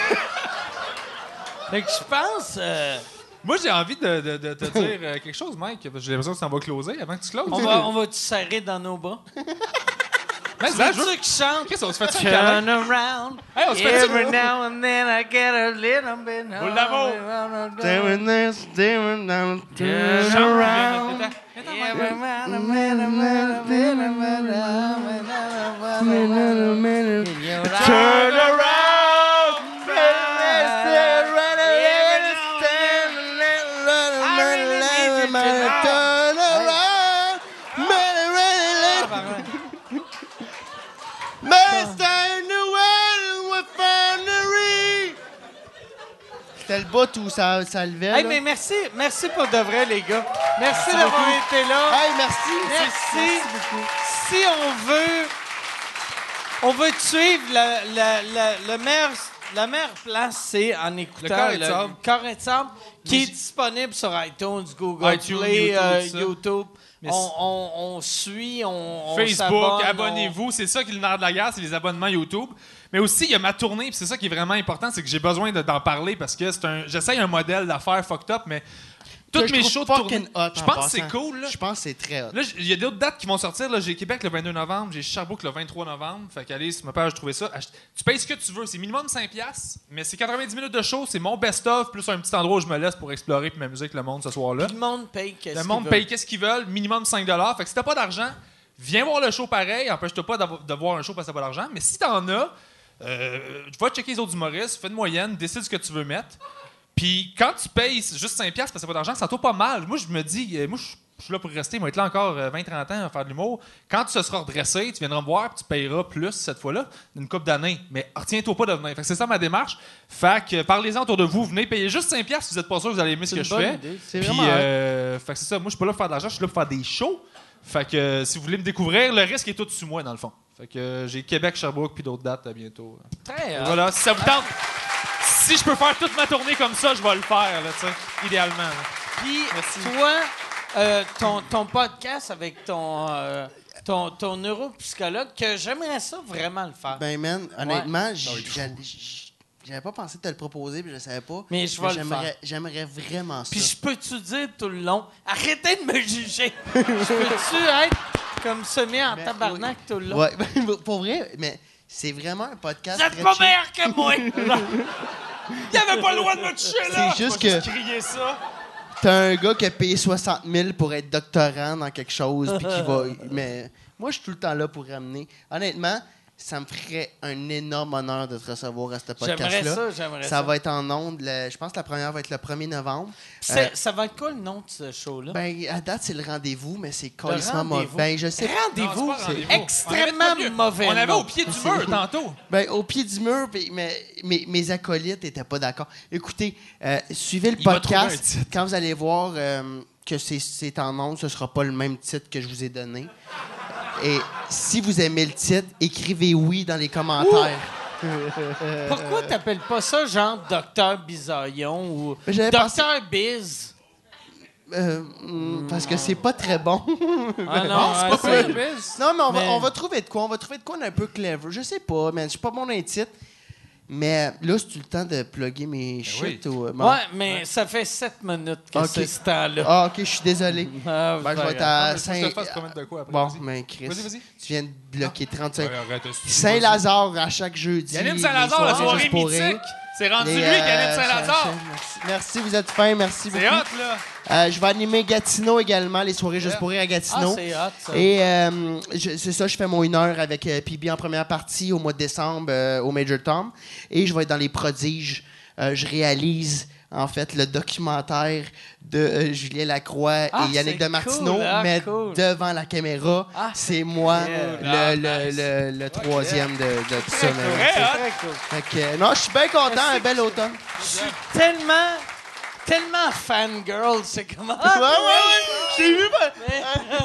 Fait que je pense. euh,
Moi, j'ai envie de, de- de te dire euh, quelque chose, Mike. parce que J'ai l'impression que ça va closer avant que tu closes.
on va, on va te serrer dans nos bras.
Mais là,
C'est
Ben, je Ah, veux...
ça qui chante.
Qu'est-ce qu'on se fait-tu un câlin?
Turn around.
Hey, on se fait-tu-
Every now and then I get a little bit.
Au lavabo.
Doing this, doing that, turn
Chambre,
around.
là, attends.
Every man, a man, a man, a man, a man, a man, a man.
Turn
Ah, ben,
C'était le bout où ça, ça levait.
Hey,
là.
mais merci, merci pour de vrai, les gars. Merci d'avoir été là.
Hey, merci.
Merci.
beaucoup.
Si on veut, on veut te suivre, la, la, la, le meilleur- la meilleure place, c'est en écoutant
Le Corps et Sable.
Corps et Sable, qui
Mais
est
j-
disponible sur iTunes, Google
iTunes,
Play,
YouTube,
euh,
tout ça.
YouTube.
Mais
On, on- on suit, on, on
Facebook,
s'abonne,
abonnez-vous, c'est ça qui est le nerf de la guerre, c'est les abonnements YouTube. Mais aussi, il y a ma tournée, puis c'est ça qui est vraiment important, c'est que j'ai besoin de- d'en parler parce que c'est un, j'essaye un modèle d'affaires fucked up, mais toutes
je
mes
trouve
shows de
fucking
tournée,
hot
je
en
pense que c'est
passant.
cool. Là,
Je pense que c'est très hot.
Là, j- il y a d'autres dates qui vont sortir. Là, j'ai Québec le 22 novembre, j'ai Sherbrooke le 23 novembre. Fait qu'allez sur ma page, trouvez ça. Ach- Tu payes ce que tu veux, c'est minimum 5$, piastres, mais c'est 90 minutes de show, c'est mon best-of, plus un petit endroit où je me laisse pour explorer puis m'amuser avec le monde ce soir-là.
Puis le monde paye qu'est-ce
Le
qu'il
monde
veut.
paye qu'est-ce qu'ils veulent, minimum 5 Fait que si t'as pas d'argent, viens voir le show pareil. Empêche-toi pas d'avo- de voir un show parce que t'as pas d'argent. Mais si t'en as, euh, va checker les autres humoristes, fais une moyenne, décide ce que tu veux mettre. Puis quand tu payes juste 5 parce que t'as pas d'argent, ça tourne pas mal. Moi, je me dis, euh, moi, je je suis là pour rester, moi, être là encore 20-30 ans à faire de l'humour. Quand tu te seras redressé, tu viendras me voir, puis tu payeras plus cette fois-là, une coupe d'années. Mais retiens-toi pas de venir. Fait que c'est ça ma démarche. Fait que euh, parlez-en autour de vous, venez payer juste 5 si vous êtes pas sûr que vous allez aimer ce que je fais.
C'est
Puis,
vraiment hot.
euh, fait que c'est ça. Moi, je suis pas là pour faire de l'argent, je suis là pour faire des shows. Fait que euh, si vous voulez me découvrir, le risque est tout sur moi, dans le fond. Fait que euh, j'ai Québec, Sherbrooke, puis d'autres dates à bientôt.
Très,
Ah.
Et
euh,
Voilà, si ça vous tente, si je peux faire toute ma tournée comme ça, je vais le faire, là, tu sais, idéalement. là.
Puis toi, euh, ton, ton podcast avec ton, euh, ton, ton neuropsychologue, que j'aimerais ça vraiment le faire.
Ben, man, honnêtement, j- j'a- j- J'avais pas pensé de te le proposer, puis je savais pas.
Mais je vais le
j'aimerais-
faire.
J'aimerais vraiment ça.
Puis je peux-tu dire tout le long, arrêtez de me juger. je peux-tu être comme semé en
Ben,
tabarnak tout le long?
Ouais, ben, pour vrai, mais c'est vraiment un podcast.
Vous êtes
très
pas
chill.
meilleur que moi! Il avait pas le droit de me toucher, là!
C'est juste que
Crier ça.
t'as un gars qui a payé 60 000 pour être doctorant dans quelque chose, puis qui va. Mais moi, je suis tout le temps là pour ramener. Honnêtement, ça me ferait un énorme honneur de te recevoir à ce
J'aimerais
podcast-là.
ça, j'aimerais ça.
Ça va être en ondes. le- Je pense que la première va être le 1er novembre.
C'est- Ça va être quoi le nom de ce show-là?
Euh. Ben, à date, c'est le rendez-vous, mais c'est carrément mauvais.
rendez-vous.
Ben, je sais pas.
Rendez-vous,
Non, c'est pas
c'est
rendez-vous.
extrêmement mauvais.
On avait
nom.
au pied du mur tantôt.
Ben, au pied du mur, puis mes, mes, mes acolytes n'étaient pas d'accord. Écoutez, euh, suivez le
Il va trouver un
podcast.
titre.
Quand vous allez voir euh, que c'est- c'est en ondes, ce ne sera pas le même titre que je vous ai donné. Et si vous aimez le titre, écrivez oui dans les commentaires.
Pourquoi t'appelles pas ça genre Docteur Bisaillon ou
Mais j'avais
Docteur
pensé-
Biz?
Euh, mm, parce que c'est pas très bon.
Ah non, c'est pas
vrai.
Biz.
non, mais on,
Mais-
Va, on va trouver de quoi. On va trouver de quoi d'un peu clever. Je sais pas, man. Je suis pas bon dans les titres. Mais là, c'est le temps de plugger
Ben
mes shit ou. euh, bon.
Ouais, mais ça fait sept minutes que
Ok.
c'est ce temps-là.
Ah, ok, je suis désolé.
Ah,
Ben, je vais être
Ah,
à
mais faut que je te
Saint.
fasse promettre de quoi après.
Bon,
Ah, vas-y.
mais Chris,
Vas-y, vas-y.
tu viens de bloquer 35.
Ouais, arrête, c'est-
Saint-Lazare à chaque jeudi.
Yannick
les
Saint-Lazare, la
soirées
soirée
juste pour rire.
mythique. C'est rendu
Les,
lui,
euh,
Yannick Saint-Lazare.
chaînes, merci. Merci, vous êtes fin, merci beaucoup.
C'est hot, là.
Euh, je vais animer Gatineau également, les soirées juste pour rire à
Ah,
Gatineau.
c'est hot, ça.
Et euh, je- c'est ça, je fais mon une heure avec euh, PB en première partie au mois de décembre euh, au Major Tom. Et je vais être dans les prodiges. Euh, je réalise en fait le documentaire de euh, Julien Lacroix
Ah,
et Yannick
c'est
de Martineau,
cool, ah,
mais
cool.
devant la caméra,
Ah,
c'est moi
cool. Ah,
le, le- le- le troisième de, de tout ça. là.
C'est très cool.
Fait que, euh, non, je suis bien content, un bel automne.
Je suis tellement, tellement fangirl, c'est comment? Ah,
Ouais, ouais,
ouais.
Je l'ai vu, ben-
Mais,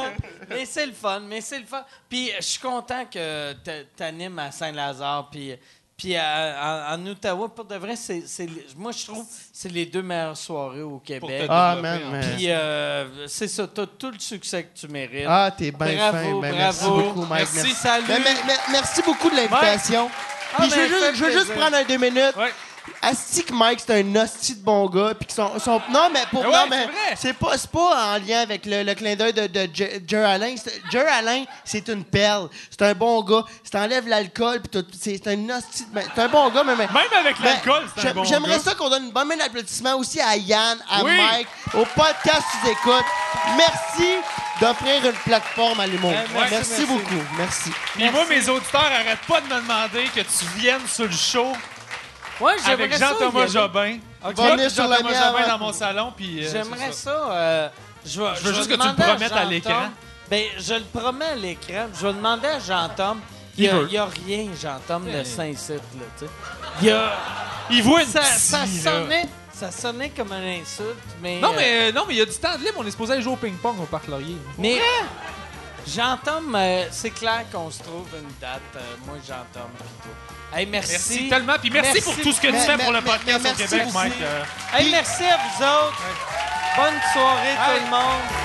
mais c'est le fun, mais c'est le fun. Puis je suis content que t'a- t'animes à Saint-Lazare, puis, puis à- à- en Ottawa, pour de vrai, c'est, c'est- moi je trouve que c'est les deux meilleures soirées au Québec.
Ah, man, mais-
Puis euh, c'est ça, t'as tout le succès que tu mérites.
Ah, t'es bien fin.
Bravo,
Ben,
bravo.
Merci beaucoup, Mike.
Merci, salut.
Ben, ben, ben, merci beaucoup de l'invitation.
Ah,
Puis
ben,
je veux
ça
juste,
fait
je veux juste
plaisir.
prendre un deux minutes.
Ouais.
Asti que Mike, c'est un hostie de bon gars. Puis qu'ils sont, sont- Non, mais pour.
Mais ouais,
non,
c'est
mais
vrai.
c'est pas, c'est pas en lien avec le, le clin d'œil de, de Jer- Jer Alain. C'est- Jer Alain, c'est une perle. C'est un bon gars. Si t'enlèves l'alcool, puis tout, c'est c'est un hostie de. ben, C'est un bon gars, mais. mais-
Même avec
ben,
l'alcool, c'est un
j'aime-
bon
J'aimerais
gars.
ça qu'on donne une bonne main d'applaudissement aussi à Yann, à
Oui.
Mike, au podcast Tu écoutes. Merci d'offrir une plateforme à l'humour.
Eh, merci,
merci,
merci.
beaucoup. Merci.
Puis moi, mes auditeurs arrêtent pas de me demander que tu viennes sur le show
Ouais, j'aimerais
avec Jean-Thomas
ça, y aller.
Jobin.
Ok.
Va venir sur la
Jean-Thomas
mienne
Jobin
avant.
dans mon salon, puis... euh,
J'aimerais
c'est
ça. euh, je, vais-
Je veux
vais
juste que tu le
demander à
promettes à
Jean-Tom.
l'écran.
Ben, je le promets à l'écran. Je vais demander à Jean-Tom. Il
Il
n'y a,
veut.
il y a rien, Jean-Tom, de Saint-Cite, là, tu sais. Il y a...
Il voit une
Ça, ça
psy, là.
sonnait, ça sonnait comme une insulte, mais...
Non,
euh,
mais euh, non, mais il y a du temps de libre. On est supposé aller jouer au ping-pong au Parc Laurier.
mais Jean-Tom, euh, c'est clair qu'on se trouve une date, euh, moi, Jean-Tom, puis toi. Hey, merci.
Merci, tellement. Puis merci,
Merci.
pour tout ce que tu
Mais-
fais
mais-
pour le
mais-
podcast
mais
au
merci
Québec,
aussi.
Mike. euh,
Hey, merci à vous autres. Bonne soirée, tout le monde.